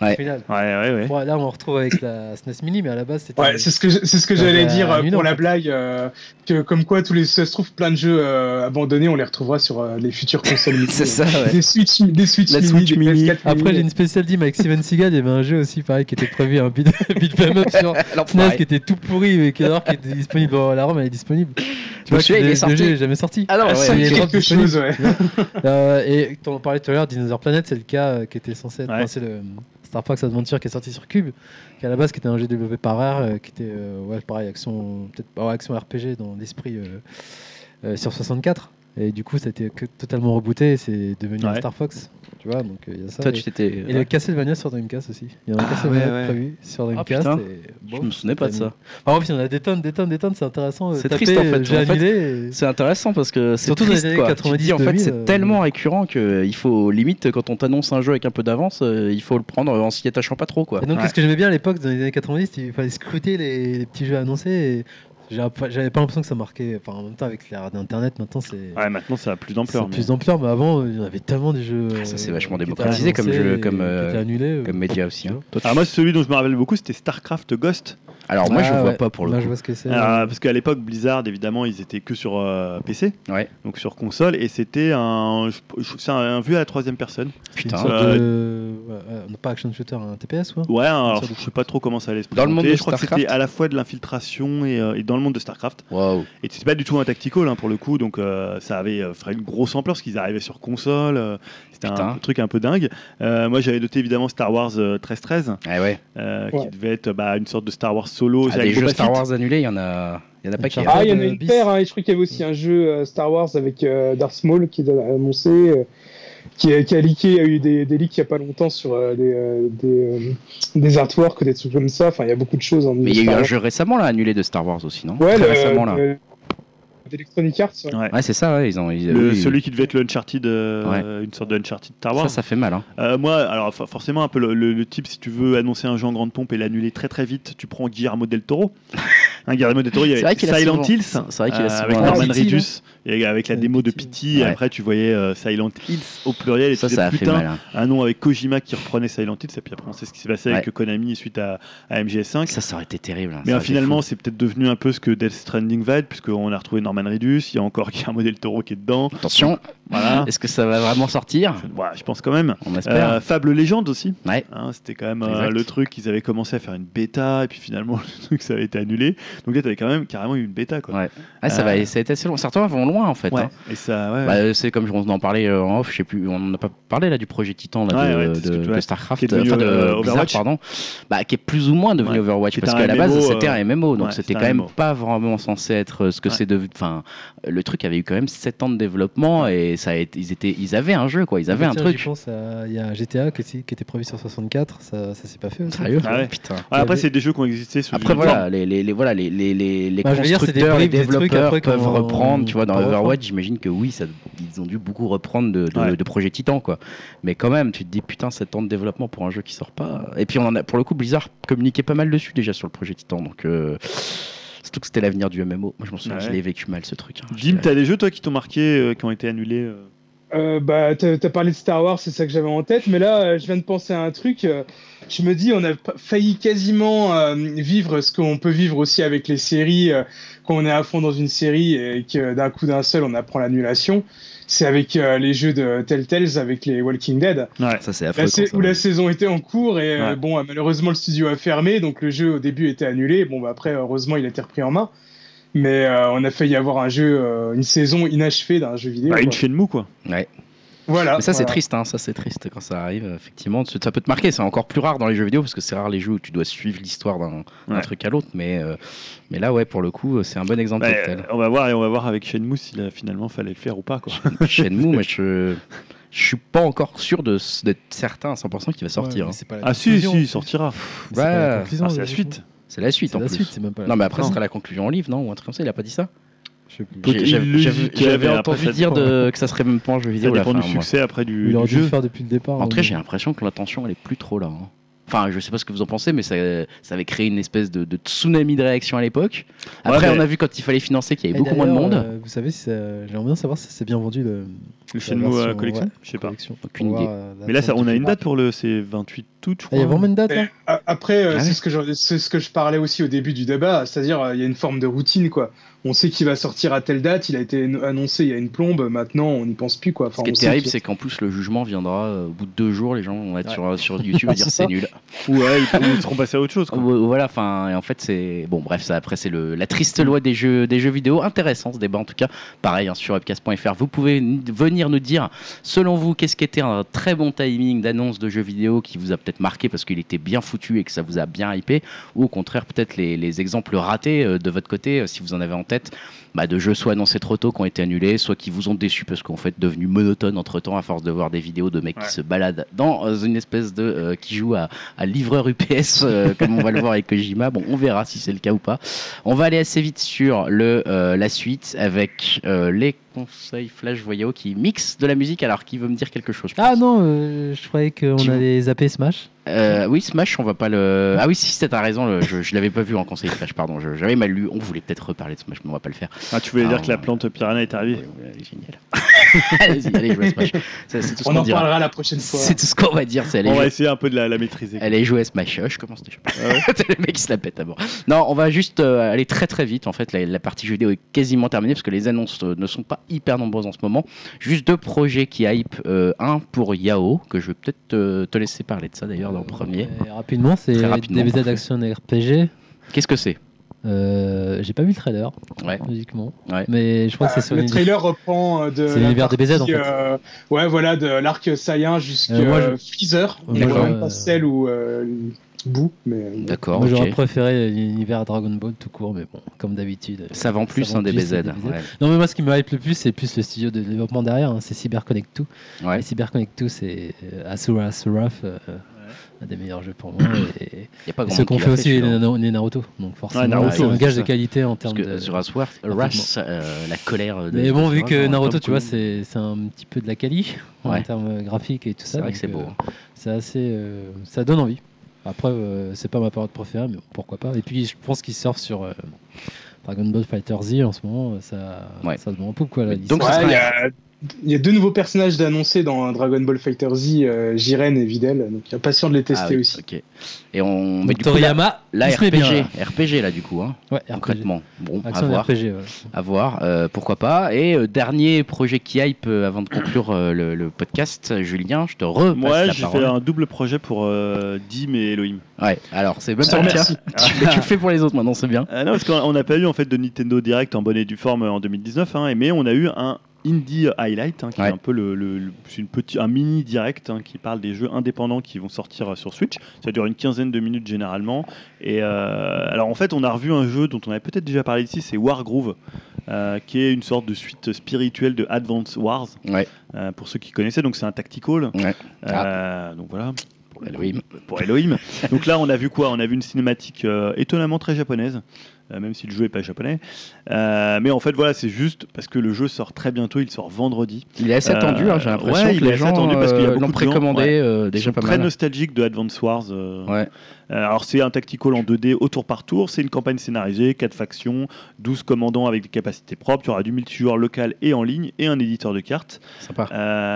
Ouais.
Final.
Ouais, ouais, ouais.
Bon, là, on retrouve avec la SNES Mini, mais à la base, c'était.
Ouais, c'est ce que je- c'est ce que
Bah,
j'allais
bah,
dire euh,
annulé, en
pour la
fait.
blague euh, que comme quoi tous les ça se trouve plein de jeux euh, abandonnés on les retrouvera sur euh, les futures consoles.
[laughs] C'est ça, ouais.
Des Switch, des Switch
La
mini,
Switch
des
mini.
PS4
Après, j'ai une spéciale dim avec Steven Seagal. Il y avait un jeu aussi, pareil, qui était prévu, un [laughs] beat, beat'em up sur
Alors,
SNES E qui était tout pourri, mais qui, alors, qui était disponible. Bon, la ROM, elle est disponible. Tu
Donc, celui-là, il est
le- le
sorti.
jeu est jamais sorti.
Ah non,
Ah,
ouais,
ça
ouais,
me dit
ok.
quelque chose, ouais.
Euh, et t'en en parlais tout à l'heure, Dinosaur Planet, c'est le cas euh, qui était censé être.
Ouais.
enfin, c'est le euh, Star Fox Adventure qui est sorti sur Cube, qui à la base qui était un jeu développé par Rare, euh, qui était euh, ouais, pareil, action, peut-être, ouais, action RPG dans l'esprit euh, euh, sur 64. Et du coup, ça a été que- totalement rebooté et c'est devenu un
Ouais.
Star Fox. Tu vois, donc euh, il y a ça.
Toi,
et
tu t'étais.
et le Castlevania sur Dreamcast aussi. Il y en a un
Ah,
Castlevania
ouais, ouais.
prévu sur Dreamcast.
putain.
et
Je
bon,
me souvenais pas de
t'as mis.
ça.
Enfin, bref, il y en a des tonnes, des tonnes, des tonnes, c'est intéressant. euh,
C'est
Taper,
triste, en fait.
J'ai
En fait,
annulé. euh, et-
C'est intéressant parce que c'est
Surtout dans
triste,
les années
quoi.
90,
Tu dis, en fait,
2000,
c'est
euh,
tellement récurrent que euh, il faut limite quand on t'annonce un jeu avec un peu d'avance, euh, il faut le prendre en s'y attachant pas trop, quoi.
Et donc,
Ouais.
ce que j'aimais bien à l'époque, dans les années 90, il fallait scruter les, les petits jeux annoncés. et j'ai- J'avais pas l'impression que ça marquait. Enfin, en même temps, avec l'ère d'internet, maintenant, c'est.
Ouais, maintenant ça a plus
c'est
d'ampleur. mais-
plus d'ampleur, mais avant, il y en avait tellement des jeux.
Ah, ça, c'est
euh,
vachement
qui étaient
démocratisé comme
annoncés
jeu,
et
comme,
qui
euh,
étaient annulés.
Comme média aussi. hein.
Ah, moi, celui dont je me rappelle beaucoup, c'était StarCraft Ghost.
Alors moi, je
Ah,
vois
ouais.
pas pour le
Moi,
coup. Ah,
je vois ce que c'est.
Euh, parce qu'à l'époque, Blizzard, évidemment, ils étaient que sur euh, PC,
Ouais.
donc sur console, et c'était un, je- je- c'est un, un vue à la troisième personne.
C'est une
Putain.
sorte
Euh,
de- ouais, euh, pas action shooter, un TPS, ouais.
Ouais, alors
Sur-
je sais pas trop comment ça allait se
Dans le monde
présenter.
de
Je crois que
Starcraft
c'était à la fois de l'infiltration et, euh, et dans le monde de StarCraft.
Waouh.
Et c'était pas du tout un tactical hein, pour le coup, donc euh, ça avait euh, fait une grosse ampleur parce qu'ils arrivaient sur console. euh, c'était un,
Putain.
truc un peu dingue. Euh, moi, j'avais noté évidemment Star Wars euh, 13-13,
Ah ouais.
euh,
Ouais.
qui devait être bah, une sorte de Star Wars solo.
Ah,
c'est avec
des jeux
Boba
Star
Fett.
Wars annulés, il y en a, il y en a pas qui.
Uncharted.
Ah, il y en a
Euh,
une
bis.
paire, hein, et je crois qu'il y avait aussi un jeu euh, Star Wars avec euh, Darth Maul qui a annoncé, euh, qui, a, qui a leaké, il y a eu des, des leaks il n'y a pas longtemps sur euh, des, euh, des, euh, des artworks, des trucs comme ça, enfin il y a beaucoup de choses. en
Mais il y a eu un jeu récemment là annulé de Star Wars aussi, non
ouais,
Très
le-
récemment là.
le- d'Electronic Arts, ouais.
Ouais.
Ouais, c'est ça. Ouais, ils ont. ils-
Le-
oui,
celui qui devait être le Uncharted, euh, une sorte de Uncharted Star
Ça,
Wars.
ça fait mal. Hein.
Euh, moi, alors for- forcément, un peu le, le- le type, si tu veux annoncer un jeu en grande pompe et l'annuler très très vite, tu prends Guillermo
[laughs]
del Toro. Hein, Guillermo del Toro, il y
C'est vrai
avait
qu'il a
Silent
souvent-
Hills,
c'est- c'est vrai qu'il a souvent
Euh, avec
un-
Norman
Ah, Pity,
Reedus, et euh, avec la
Ouais,
démo de
Pity.
Pity, et
Ouais.
après tu voyais euh, Silent Hills au pluriel, et tu
Ça,
disais,
ça a fait
putain,
mal. hein.
un nom avec Kojima qui reprenait Silent Hills, et puis après on sait ce qui s'est passé avec
Ouais.
Konami suite à, à MGS5.
Ça, ça aurait été terrible. hein. Ça
Mais euh,
aurait été
finalement, c'est peut-être devenu un peu ce que Death Stranding va être, puisqu'on a retrouvé Norman Reedus, il y a encore [laughs] Guillermo del Toro qui est dedans.
fou. Attention,
Voilà.
est-ce que ça va vraiment sortir
Voilà, je pense quand même.
On espère.
Euh, Fable Légende aussi.
Ouais.
Hein, c'était quand même euh,
Exact.
le truc, ils avaient commencé à faire une bêta, et puis finalement, [laughs] le truc, ça avait été annulé. Donc là, t'avais quand même carrément eu une bêta, quoi.
Ouais. ah, ça
euh,
va. Ça a été assez long. Certains vont loin en fait.
Ouais.
hein.
Et ça, ouais,
Bah,
ouais.
euh, c'est comme on en parlait euh, en off, je sais plus, on n'a pas parlé là du projet Titan là,
Ouais,
de,
ouais,
de-
c'est ce que tu
de
vois,
Starcraft,
qui est devenu,
enfin, de
euh,
Blizzard,
Overwatch.
pardon, bah, qui est plus ou moins devenu
Ouais.
Overwatch
Qui est
parce
un
qu'à la
MMO,
base
euh,
c'était un MMO, donc
ouais,
c'était
c'est un
quand même
MMO.
pas vraiment censé être euh, ce que
Ouais.
c'est devenu. Enfin, le truc avait eu quand même 7 ans de développement et ça a été, ils étaient, ils avaient un jeu quoi, ils avaient un
Tiens,
truc.
j'y pense à- Il y a un GTA qui, qui était prévu sur 64, ça, ça s'est pas fait aussi.
Sérieux
Ah ouais.
Putain.
Ouais, après,
avait-
c'est des jeux qui ont existé sous
Après
une
voilà, les, les, les- voilà les, les, les, les
Bah, je veux dire, c'est des
constructeurs, les
bribes, des trucs
développeurs
après qu'on-
peuvent reprendre, tu vois, dans
qu'on reprend.
Overwatch, j'imagine que oui, ça, ils ont dû beaucoup reprendre de, de,
Ouais.
de projets Titan quoi. Mais quand même, tu te dis putain, 7 ans de développement pour un jeu qui sort pas. Et puis on en a, pour le coup, Blizzard communiquait pas mal dessus déjà sur le projet Titan, donc euh, surtout que c'était l'avenir du MMO. Moi je m'en souviens,
Ouais.
je l'ai vécu mal ce truc. hein.
forme. Jim, t'as des jeux, toi, qui t'ont marqué, euh, qui ont été annulés euh,
Euh, bah, t'as t'as parlé de Star Wars, c'est ça que j'avais en tête, mais là, euh, je viens de penser à un truc. euh, je me dis, on a pa- failli quasiment euh, vivre ce qu'on peut vivre aussi avec les séries, euh, quand on est à fond dans une série et que d'un coup d'un seul, on apprend l'annulation. C'est avec euh, les jeux de Telltales, avec les Walking Dead,
Ouais.
Ça c'est
la
affreux.
sa-
quand ça.
Bah, où la saison était en cours et euh,
Ouais.
bon, euh, malheureusement le studio a fermé, donc le jeu au début était annulé. Bon, bah, après, heureusement, il a été repris en main. Mais euh, on a failli avoir un jeu, euh, une saison inachevée d'un jeu vidéo.
Bah, une
quoi.
chaîne mou, quoi.
Ouais.
Voilà.
Mais ça c'est
Ah, voilà.
triste, hein, ça c'est triste quand ça arrive, effectivement. Ça ça peut te marquer, c'est encore plus rare dans les jeux vidéo parce que c'est rare les jeux où tu dois suivre l'histoire d'un d'un
Ouais.
truc à l'autre. Mais, euh, mais là, ouais, pour le coup, c'est un bon exemple.
Bah,
tel.
euh, on va voir, et on va voir avec Shenmue si euh, finalement fallait le faire ou pas, quoi.
Shenmue, mais je, je suis pas encore sûr de s- d'être certain à 100% qu'il va sortir. hein.
C'est pas la
Ah, si,
conclusion.
si, il sortira.
Mais c'est pas la
Ouais.
conclusion,
Ah, c'est la
je-
suite.
C'est la suite
C'est
en
la
plus.
suite, c'est même pas la
Non, mais après, ce
Non.
sera la conclusion en livre, non Ou un truc comme ça, il a pas dit ça
je sais plus.
Peut-
J'ai-
il le
J'avais
dit
j'avais-
qu'il
j'avais
avait, après,
entendu
ça
dire
dépend.
de, que ça serait même pas un jeu
Ça
vidéo. la
dépend
fin,
du
moi.
succès après du,
Il aurait
du
dû le
jeu.
faire depuis le départ. hein.
En tout cas,
mais-
j'ai l'impression que l'attention, elle est plus trop là. hein. Enfin, je sais pas ce que vous en pensez, mais ça, ça avait créé une espèce de, de tsunami de réaction à l'époque. Après,
Ouais, mais-
on a vu quand il fallait financer qu'il y avait
Et
beaucoup moins de
d'ailleurs,
monde.
euh, vous savez, si ça- j'aimerais bien savoir si c'est bien vendu le
Le
la
Shenmue euh,
version-
collection
ouais,
Je sais pas.
collection. pour
Aucune
voir,
idée.
euh,
Mais là, ça,
l'attente
on a
du-
une date pour le. C'est 28 août, je
Ah, Il y a
crois.
vraiment une date là
Mais, a- Après, euh,
Ah ouais.
c'est ce que je- c'est ce que je parlais aussi au début du débat, c'est-à-dire euh, il y a une forme de routine quoi. On sait qu'il va sortir à telle date, il a été an- annoncé il y a une plombe, maintenant on n'y pense plus quoi. Enfin,
Ce qui
on
est
sait
terrible,
qu'il-
c'est qu'en plus le jugement viendra euh, au bout de deux jours. Les gens vont être sur,
Ouais.
sur YouTube et dire
C'est
c'est
ça.
nul.
Ouais, ils, ils seront passés à autre chose. quoi.
Voilà, enfin, et en fait, c'est. Bon, bref, ça, après, c'est le... la triste loi des jeux, des jeux vidéo. Intéressant ce débat, en tout cas. Pareil, hein, sur webcast.fr, vous pouvez n- venir nous dire, selon vous, qu'est-ce qui était un très bon timing d'annonce de jeux vidéo qui vous a peut-être marqué parce qu'il était bien foutu et que ça vous a bien hypé, ou au contraire, peut-être les, les exemples ratés euh, de votre côté, euh, si vous en avez en tête, bah, de jeux soit annoncés trop tôt qui ont été annulés, soit qui vous ont déçu parce qu'en fait, devenus monotones entre temps à force de voir des vidéos de mecs
Ouais.
qui se baladent dans euh, une espèce de. euh, qui joue à à livreur UPS, euh, [laughs] comme on va le voir avec Kojima. Bon, on verra si c'est le cas ou pas. On va aller assez vite sur le, euh, la suite avec euh, les conseils Flash Voyao qui mixent de la musique. Alors, qui veut me dire quelque
Eh.
chose je
Ah
pense.
non, euh, je croyais qu'on
Tu-
allait zapper Smash.
Euh, Oui, Smash, on va pas le. Ah oui, si, c'est t'as raison, le- je, je l'avais pas vu en conseil Flash, pardon. je- J'avais mal lu. On voulait peut-être reparler de Smash, mais on va pas le faire.
Ah, tu voulais
Ah,
dire que la
ouais.
plante piranha est arrivée
Ouais, ouais, génial. Allez-y, allez jouer à Smash. Ça, C'est tout ce
On
qu'on
en
dira.
parlera la prochaine fois.
C'est tout ce qu'on va dire, c'est aller
On
jouer
va essayer un peu de la, la maîtriser.
Elle est jouée à Smash. Euh, Je commence déjà.
Ah ouais
[laughs] le mec qui se la pète d'abord. Non, on va juste euh, aller très très vite. En fait, la, la partie jeu vidéo est quasiment terminée parce que les annonces euh, ne sont pas hyper nombreuses en ce moment. Juste deux projets qui hype. euh, un pour Yao, que je vais peut-être euh, te laisser parler de ça d'ailleurs
Euh,
dans le premier.
Et rapidement, c'est
Très rapidement,
DBZ
parfait.
Action RPG.
Qu'est-ce que c'est
Euh, J'ai pas vu le trailer,
Ouais.
logiquement.
Ouais.
Mais je crois que c'est
Euh,
sur
le
une-
trailer reprend euh, de
C'est l'univers
la
DBZ, en fait.
euh, ouais, voilà, de l'arc Saiyan jusqu'à
Euh, moi, je-
euh, Freezer.
Moi,
Et
je-
même pas celle où euh, Boo, mais euh,
D'accord,
Moi,
ok.
J'aurais préféré l'univers Dragon Ball tout court, mais bon, comme d'habitude. euh,
Ça vend plus hein,
vend
un
plus,
DBZ.
DBZ.
ouais.
Non, mais moi, ce qui me hype le plus, c'est plus le studio de développement derrière. hein, c'est CyberConnect2.
Ouais.
Et CyberConnect2, c'est euh, Asura Asuraf, euh, un des meilleurs jeux
[coughs]
pour moi. Et,
Y a pas
et
grand
ceux
monde
qu'on
qui
fait
l'a
aussi, les,
celui-là.
Nano- les Naruto. Donc, forcément,
Naruto,
c'est un
ouais,
gage
c'est
de
ça.
qualité en termes
Parce que
de.
sur Asworth,
Effectivement.
Ras, euh, la colère de. hein,
Mais bon, vu
d'Asworth,
que
en
Naruto,
top
tu vois,
comic.
c'est c'est un petit peu de la quali
Ouais.
en termes graphiques et tout ça.
C'est vrai
donc,
que c'est beau.
euh,
hein.
c'est assez, euh, ça donne envie. Après, euh, c'est pas ma période préférée, mais bon, pourquoi pas. Et puis, je pense qu'ils surfent sur euh, Dragon Ball Fighter Z en ce moment. euh, Ça,
Ouais.
ça se met en poupe, quoi. la
Mais
licence.
donc, ça
Ouais, il
sera-
y a- il y, a deux nouveaux personnages d'annoncer dans Dragon Ball Fighter Z, euh, Jiren et Videl. Donc, il y a patient de les tester
Ah oui,
aussi.
ok. Et on. met
Donc,
du coup, là,
Toriyama,
là,
il se met
RPG.
bien, là.
RPG, là, du coup. Hein,
Ouais, RPG.
concrètement. Bon, à
Action
voir.
RPG, ouais.
À voir, euh, pourquoi pas. Et euh, dernier projet qui hype euh, avant de conclure euh, le, le podcast, Julien, je te repasse
Moi,
la
j'ai fait
parole.
un double projet pour euh, Dim et Elohim.
Ouais, alors c'est même
Je te
pas le
remercie.
tien. Tu- mais tu le fais pour les autres maintenant, c'est bien.
Ah non, parce qu'on on n'a pas eu en fait de Nintendo Direct en bonne et due forme euh, en 2019, hein, mais on a eu un Indie Highlight, hein, qui
Ouais.
est un peu le, le- le- c'est une petite, un mini direct hein, qui parle des jeux indépendants qui vont sortir euh, sur Switch. Ça dure une quinzaine de minutes généralement. Et euh, alors en fait, on a revu un jeu dont on avait peut-être déjà parlé ici, c'est Wargroove, euh, qui est une sorte de suite spirituelle de Advance Wars.
Ouais.
Euh, pour ceux qui connaissaient, donc c'est un tactical.
Ouais. Ah.
Euh, donc voilà
Pour Elohim.
pour Elohim. Donc là, on a vu quoi On a vu une cinématique euh, étonnamment très japonaise, euh, même si le jeu n'est pas japonais. Euh, mais en fait, voilà, c'est juste parce que le jeu sort très bientôt, il sort vendredi.
Il est assez
Euh,
attendu, hein, j'ai l'impression
ouais,
que
il
les
est assez
gens
attendu parce qu'il y a
euh,
beaucoup
l'ont
de gens,
précommandé
ouais.
euh, déjà
Ils sont
pas
très
mal.
nostalgique de Advance Wars. euh,
Ouais.
euh, Alors c'est un tactical en 2D au tour par tour, c'est une campagne scénarisée, 4 factions, 12 commandants avec des capacités propres, il y aura du multijoueur local et en ligne et un éditeur de cartes.
Sympa.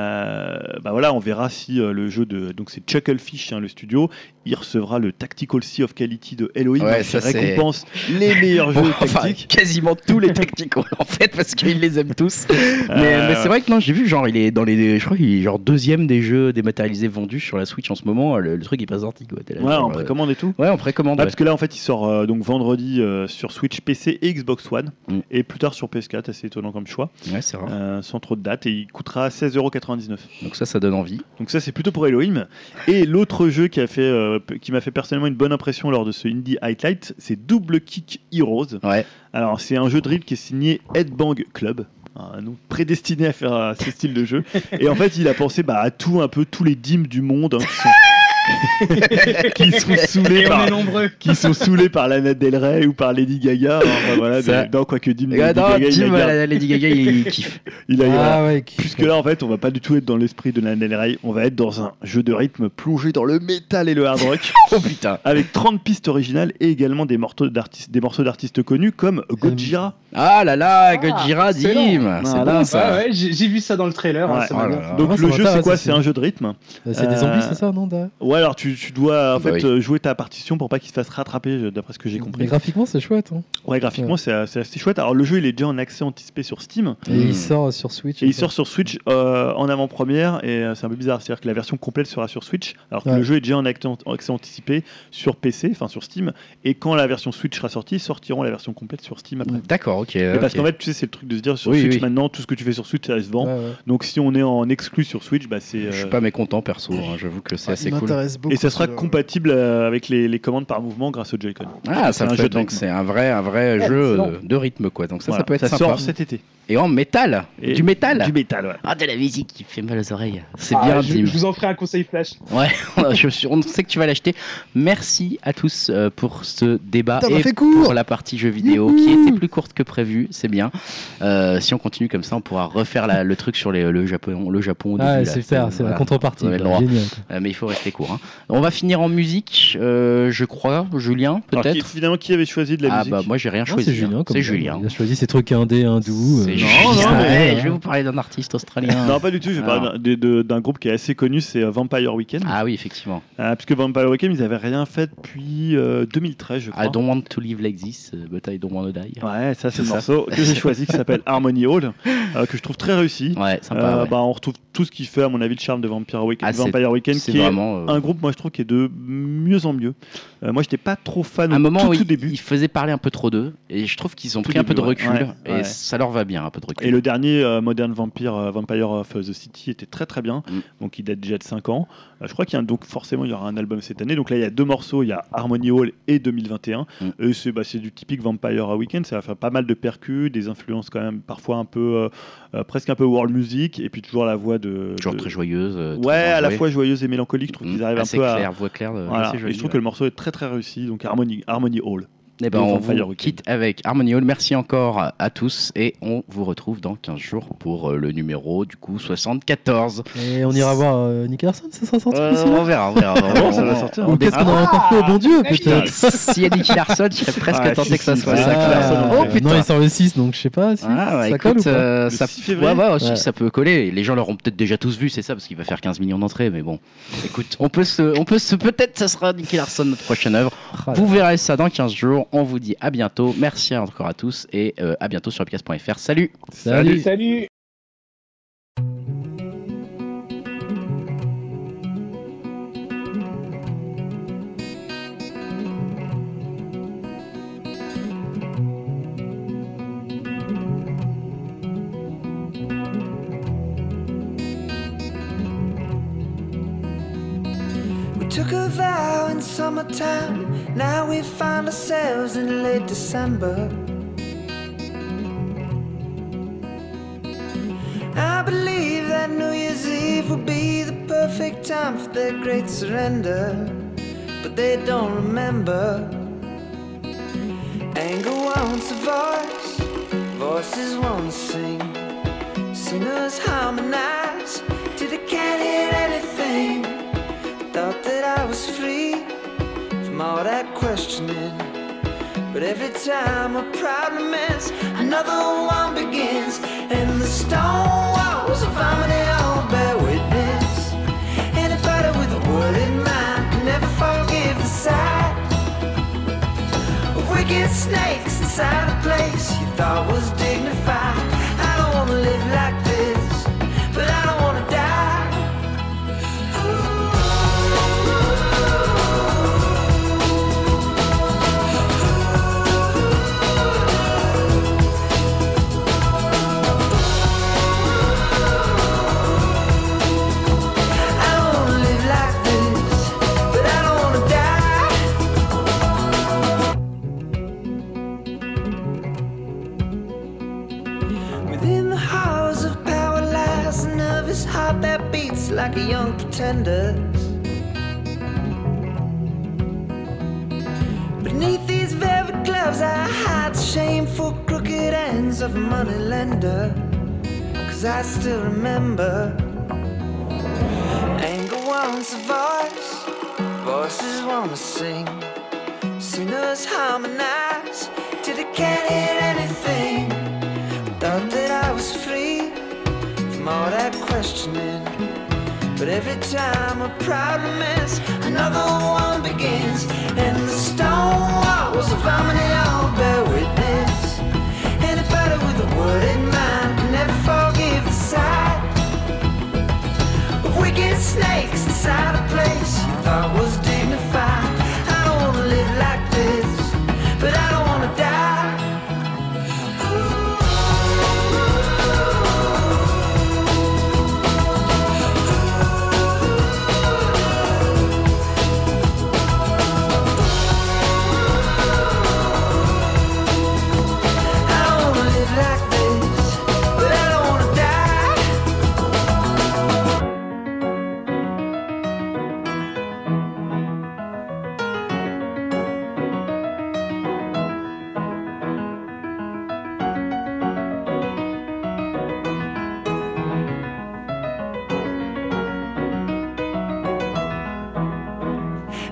Euh, bah voilà, on verra si euh, le jeu de donc c'est Chucklefish hein, le studio, il recevra le Tactical Sea of Quality de Elohim
Ouais,
qui
ça, c'est- [laughs]
récompense les meilleurs
Bon,
jeux
enfin,
tactiques.
quasiment tous
[laughs]
les tactiques en fait parce qu'ils les aiment tous. [laughs] Mais,
Euh,
mais c'est vrai que non, j'ai vu genre il est dans les, je crois qu'il est genre deuxième des jeux dématérialisés vendus sur la Switch en ce moment. Le, le truc est pas sorti quoi. T'es là,
Ouais,
genre,
en
euh,
précommande et tout.
Ouais, en précommande.
Bah,
ouais.
parce que là en fait il sort euh, donc vendredi euh, sur Switch PC et Xbox One
Mm. Ah.
et plus tard sur PS4, assez étonnant comme choix,
Ouais, c'est vrai.
euh, sans trop de date et il coûtera 16,99€.
Donc ça, ça donne envie.
Donc ça c'est plutôt pour Elohim. Et l'autre jeu qui a fait euh, p- qui m'a fait personnellement une bonne impression lors de ce indie highlight, c'est Double Kick Heroes.
Ouais.
Alors, c'est un jeu de drill qui est signé Headbang Club, un nom prédestiné à faire euh, ce style de jeu. Et en fait, il a pensé bah, à tout, un peu tous les dîmes du monde hein,
[laughs]
qui, sont, qui sont saoulés
Et on
par.
est nombreux.
Qui sont saoulés par Lana Del Rey ou par Lady Gaga. hein, bah, voilà,
Ça-
mais non, quoique Dim,
Et ouais,
Lady
Bah, non,
Gaga, il a,
Jim,
il a-
la- Lady Gaga, il, il
[laughs]
kiffe.
il a- voilà.
Ah ouais, qui-
Puisque là, en fait, on va pas du tout être dans l'esprit de Lana Del Rey. On va être dans un jeu de rythme plongé dans le métal et le
[laughs]
hard rock,
Oh putain.
avec 30 pistes originales et également des morceaux d'artistes, des morceaux d'artistes connus comme Gojira.
Ah là là,
Ah,
Gojira,
excellent.
Dim. C'est
Voilà.
bon ça.
Ouais, ouais, j'ai j'ai vu ça dans le trailer. hein,
Ouais.
ça
Oh
m'a
là
bien-
là.
Donc
Ah, ça
le jeu,
m'intéresse
c'est quoi
aussi.
C'est un jeu de rythme.
c'est des
Euh,
zombies, c'est ça, non derrière
Ouais, Ouais, alors tu, tu dois
Bah
en fait
oui.
euh, jouer ta partition pour pas qu'il se fasse rattraper, je- d'après ce que j'ai
Mmh,
Mais
compris.
graphiquement, c'est chouette. hein.
Ouais, graphiquement, c'est c'est assez chouette. Alors le jeu, il est déjà en accès anticipé sur Steam.
Mm.
Et
Hmm.
il sort euh, sur Switch.
Et il sort sur Switch euh, en avant-première, et euh, c'est un peu bizarre, c'est-à-dire que la version complète sera sur Switch, alors que
Ouais.
le jeu est déjà en act- en accès anticipé sur PC, enfin sur Steam, et quand la version Switch sera sortie, ils sortiront la version complète sur Steam après.
D'accord, ok.
Mais parce
Mmh. ok.
qu'en fait, tu sais, c'est le truc de se dire sur
Oui,
Switch
oui.
maintenant, tout ce que tu fais sur Switch, ça se vend.
Ouais, ouais.
Donc si on est en exclu sur Switch, bah, c'est.
Je suis
euh,
pas mécontent perso, hein, j'avoue que c'est
Ah,
assez
il
cool.
m'intéresse beaucoup.
Et ça sera
celui-là.
compatible euh, avec les, les commandes par mouvement grâce au Joy-Con.
Ah, ça
un
peut
jeu
être
de
donc
rythme.
c'est un vrai, un vrai
Ouais,
jeu
excellent.
euh, de rythme quoi. Donc ça,
Voilà.
ça peut être sympa.
sort cet été.
Et en métal,
Et-
du métal.
Du métal, ouais.
Ah de la musique qui fait mal aux oreilles. C'est
Ah,
bien
je,
Dim. [laughs]
je vous en ferai un conseil flash.
Ouais, je suis- on sait que tu vas l'acheter. Merci à tous euh, pour ce débat
Putain, on a
Ah, et
fait court
pour la partie jeux vidéo qui était plus courte que prévu. C'est bien. Euh, si on continue comme ça, on pourra refaire la- le truc sur les- le Japon, le Japon. au
Ah,
début, là.
super, c'est la
Voilà.
contrepartie.
Vous avez le
quoi.
droit.
Génial. quoi.
Euh, mais il faut rester court. hein. On va finir en musique, euh, je crois. Julien,
Alors, qui-
peut-être.
finalement, qui avait choisi de la
Ah
musique
bah moi j'ai rien
Non,
choisi.
C'est
hein.
Julien. comme
C'est
ça.
Julien.
Il a choisi ses trucs indés, hindous.
C'est
euh,
Julien.
non, mais-
Ouais, Je vais vous parler d'un artiste australien.
Non, pas du tout. Je vais
Alors.
parler d'un- de- de- d'un groupe qui est assez connu, c'est euh, Vampire Weekend.
Ah oui, effectivement.
Euh, puisque Vampire Weekend, ils avaient rien fait depuis euh, 2013, je crois.
I don't want to live like this, euh, but I don't want to die.
Ouais, ça c'est
C'est
le
ça.
morceau que j'ai choisi qui s'appelle Harmony Hall, euh, que je trouve très réussi.
Ouais, sympa.
Euh,
ouais.
bah, on retrouve tout ce qui fait, à mon avis, le charme de Vampire Weekend,
Ah, c'est-
Vampire Weekend
c'est
qui est
vraiment. euh,
un groupe, moi je trouve, qui est de mieux en mieux. Euh, moi, j'étais pas trop fan
un
au
moment
tout,
où
tout
ils
début.
ils faisaient parler un peu trop d'eux et je trouve qu'ils ont
Tout
pris un peu de
début, ouais.
recul
Ouais,
et
ouais.
ça leur va bien un peu de recul.
Et le dernier euh, Modern Vampire, euh, Vampire of the City était très très bien,
Mm.
donc il date déjà de 5 ans. Euh, je crois qu'il y a un- donc forcément il y aura un album cette année. Donc là il y a deux morceaux, il y a Harmony Hall et 2021.
Mm.
Et c'est bah, c'est du typique Vampire Weekend, ça va faire pas mal de percus, des influences quand même parfois un peu euh, euh, presque un peu world music, et puis toujours la voix de.
Toujours
de-
très joyeuse. euh, très
Ouais,
bien
à la
jouée.
fois joyeuse et mélancolique, je trouve
Mm.
qu'ils arrivent
Assez
un peu à.
clair, voix claire. euh,
Voilà.
assez
Et
jolie,
je trouve
ouais.
que le morceau est très très réussi, donc Harmony, Harmony Hall.
Eh ben,
le
on
Vampire
vous
Weekend.
quitte avec Harmony Hall. Merci encore à tous et on vous retrouve dans 15 jours pour euh, le numéro du coup 74.
Et on ira voir euh, Nick Larson, ça sera sorti
Euh,
aussi.
on verra, on
[laughs]
verra. on-
ça va
on-
sortir.
on
Ou qu'est-ce
décide.
qu'on aura encore fait au bon Dieu,
Ah, [laughs]
peut-être
S'il y a Nick Larson, je serais presque
Ah,
tenté
si,
que ça
si,
soit
si,
ça.
si, Larson,
Oh
ouais.
putain.
euh, Non, il sort le 6, donc je sais pas si
Ah, ouais,
ça colle ou
écoute,
pas.
euh,
Le
ça
6 février
ouais, ouais, si,
Ouais.
ça peut coller. Les gens l'auront peut-être déjà tous vu, c'est ça, parce qu'il va faire 15 millions d'entrées. Mais bon, écoute, on peut se, on peut se, peut-être, ça sera Nicky Larson notre prochaine œuvre.
Ah,
Vous verrez ça dans 15 jours. On vous dit à bientôt. Merci encore à tous et euh, à bientôt sur upcast.fr. Salut.
Salut.
Salut
We took a vow in summertime. Now we find ourselves in late December. I believe that New Year's Eve will be the perfect time for their great surrender. But they don't remember. Anger wants a voice, voices won't sing. Sinners harmonize till they can't hear anything thought that I was free from all that questioning. But every time a problem ends, another one begins. And the stone walls of harmony all bear witness. Anybody with a wounded mind can never forgive the sight of wicked snakes inside a place you thought was dignified. I don't wanna live like this, but I don't wanna die. I don't wanna live like this, but I don't wanna die. Within the halls of power lies a nervous heart that beats like a young pretender. Beneath these velvet gloves, I hide the shameful crooked ends of a moneylender. Cause I still remember. Anger wants a voice, voices wanna sing. Singers harmonize till they can't hear anything. Thought that I was free from all that questioning. But every time a problem ends, another one begins. And the stone walls of harmony all bear witness. Anybody with a word in mind can never forgive the sight of wicked snakes inside a place you thought was dignified. I don't wanna live like this, but I don't wanna die. I don't wanna live like this, but I don't wanna die.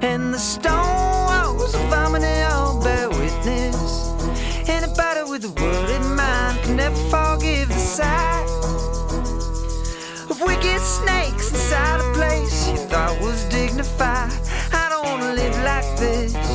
and the stone walls of harmony all bear witness. Anybody with a word in mind can never forgive the sight of wicked snakes inside a place you thought was dignified. I don't wanna live like this,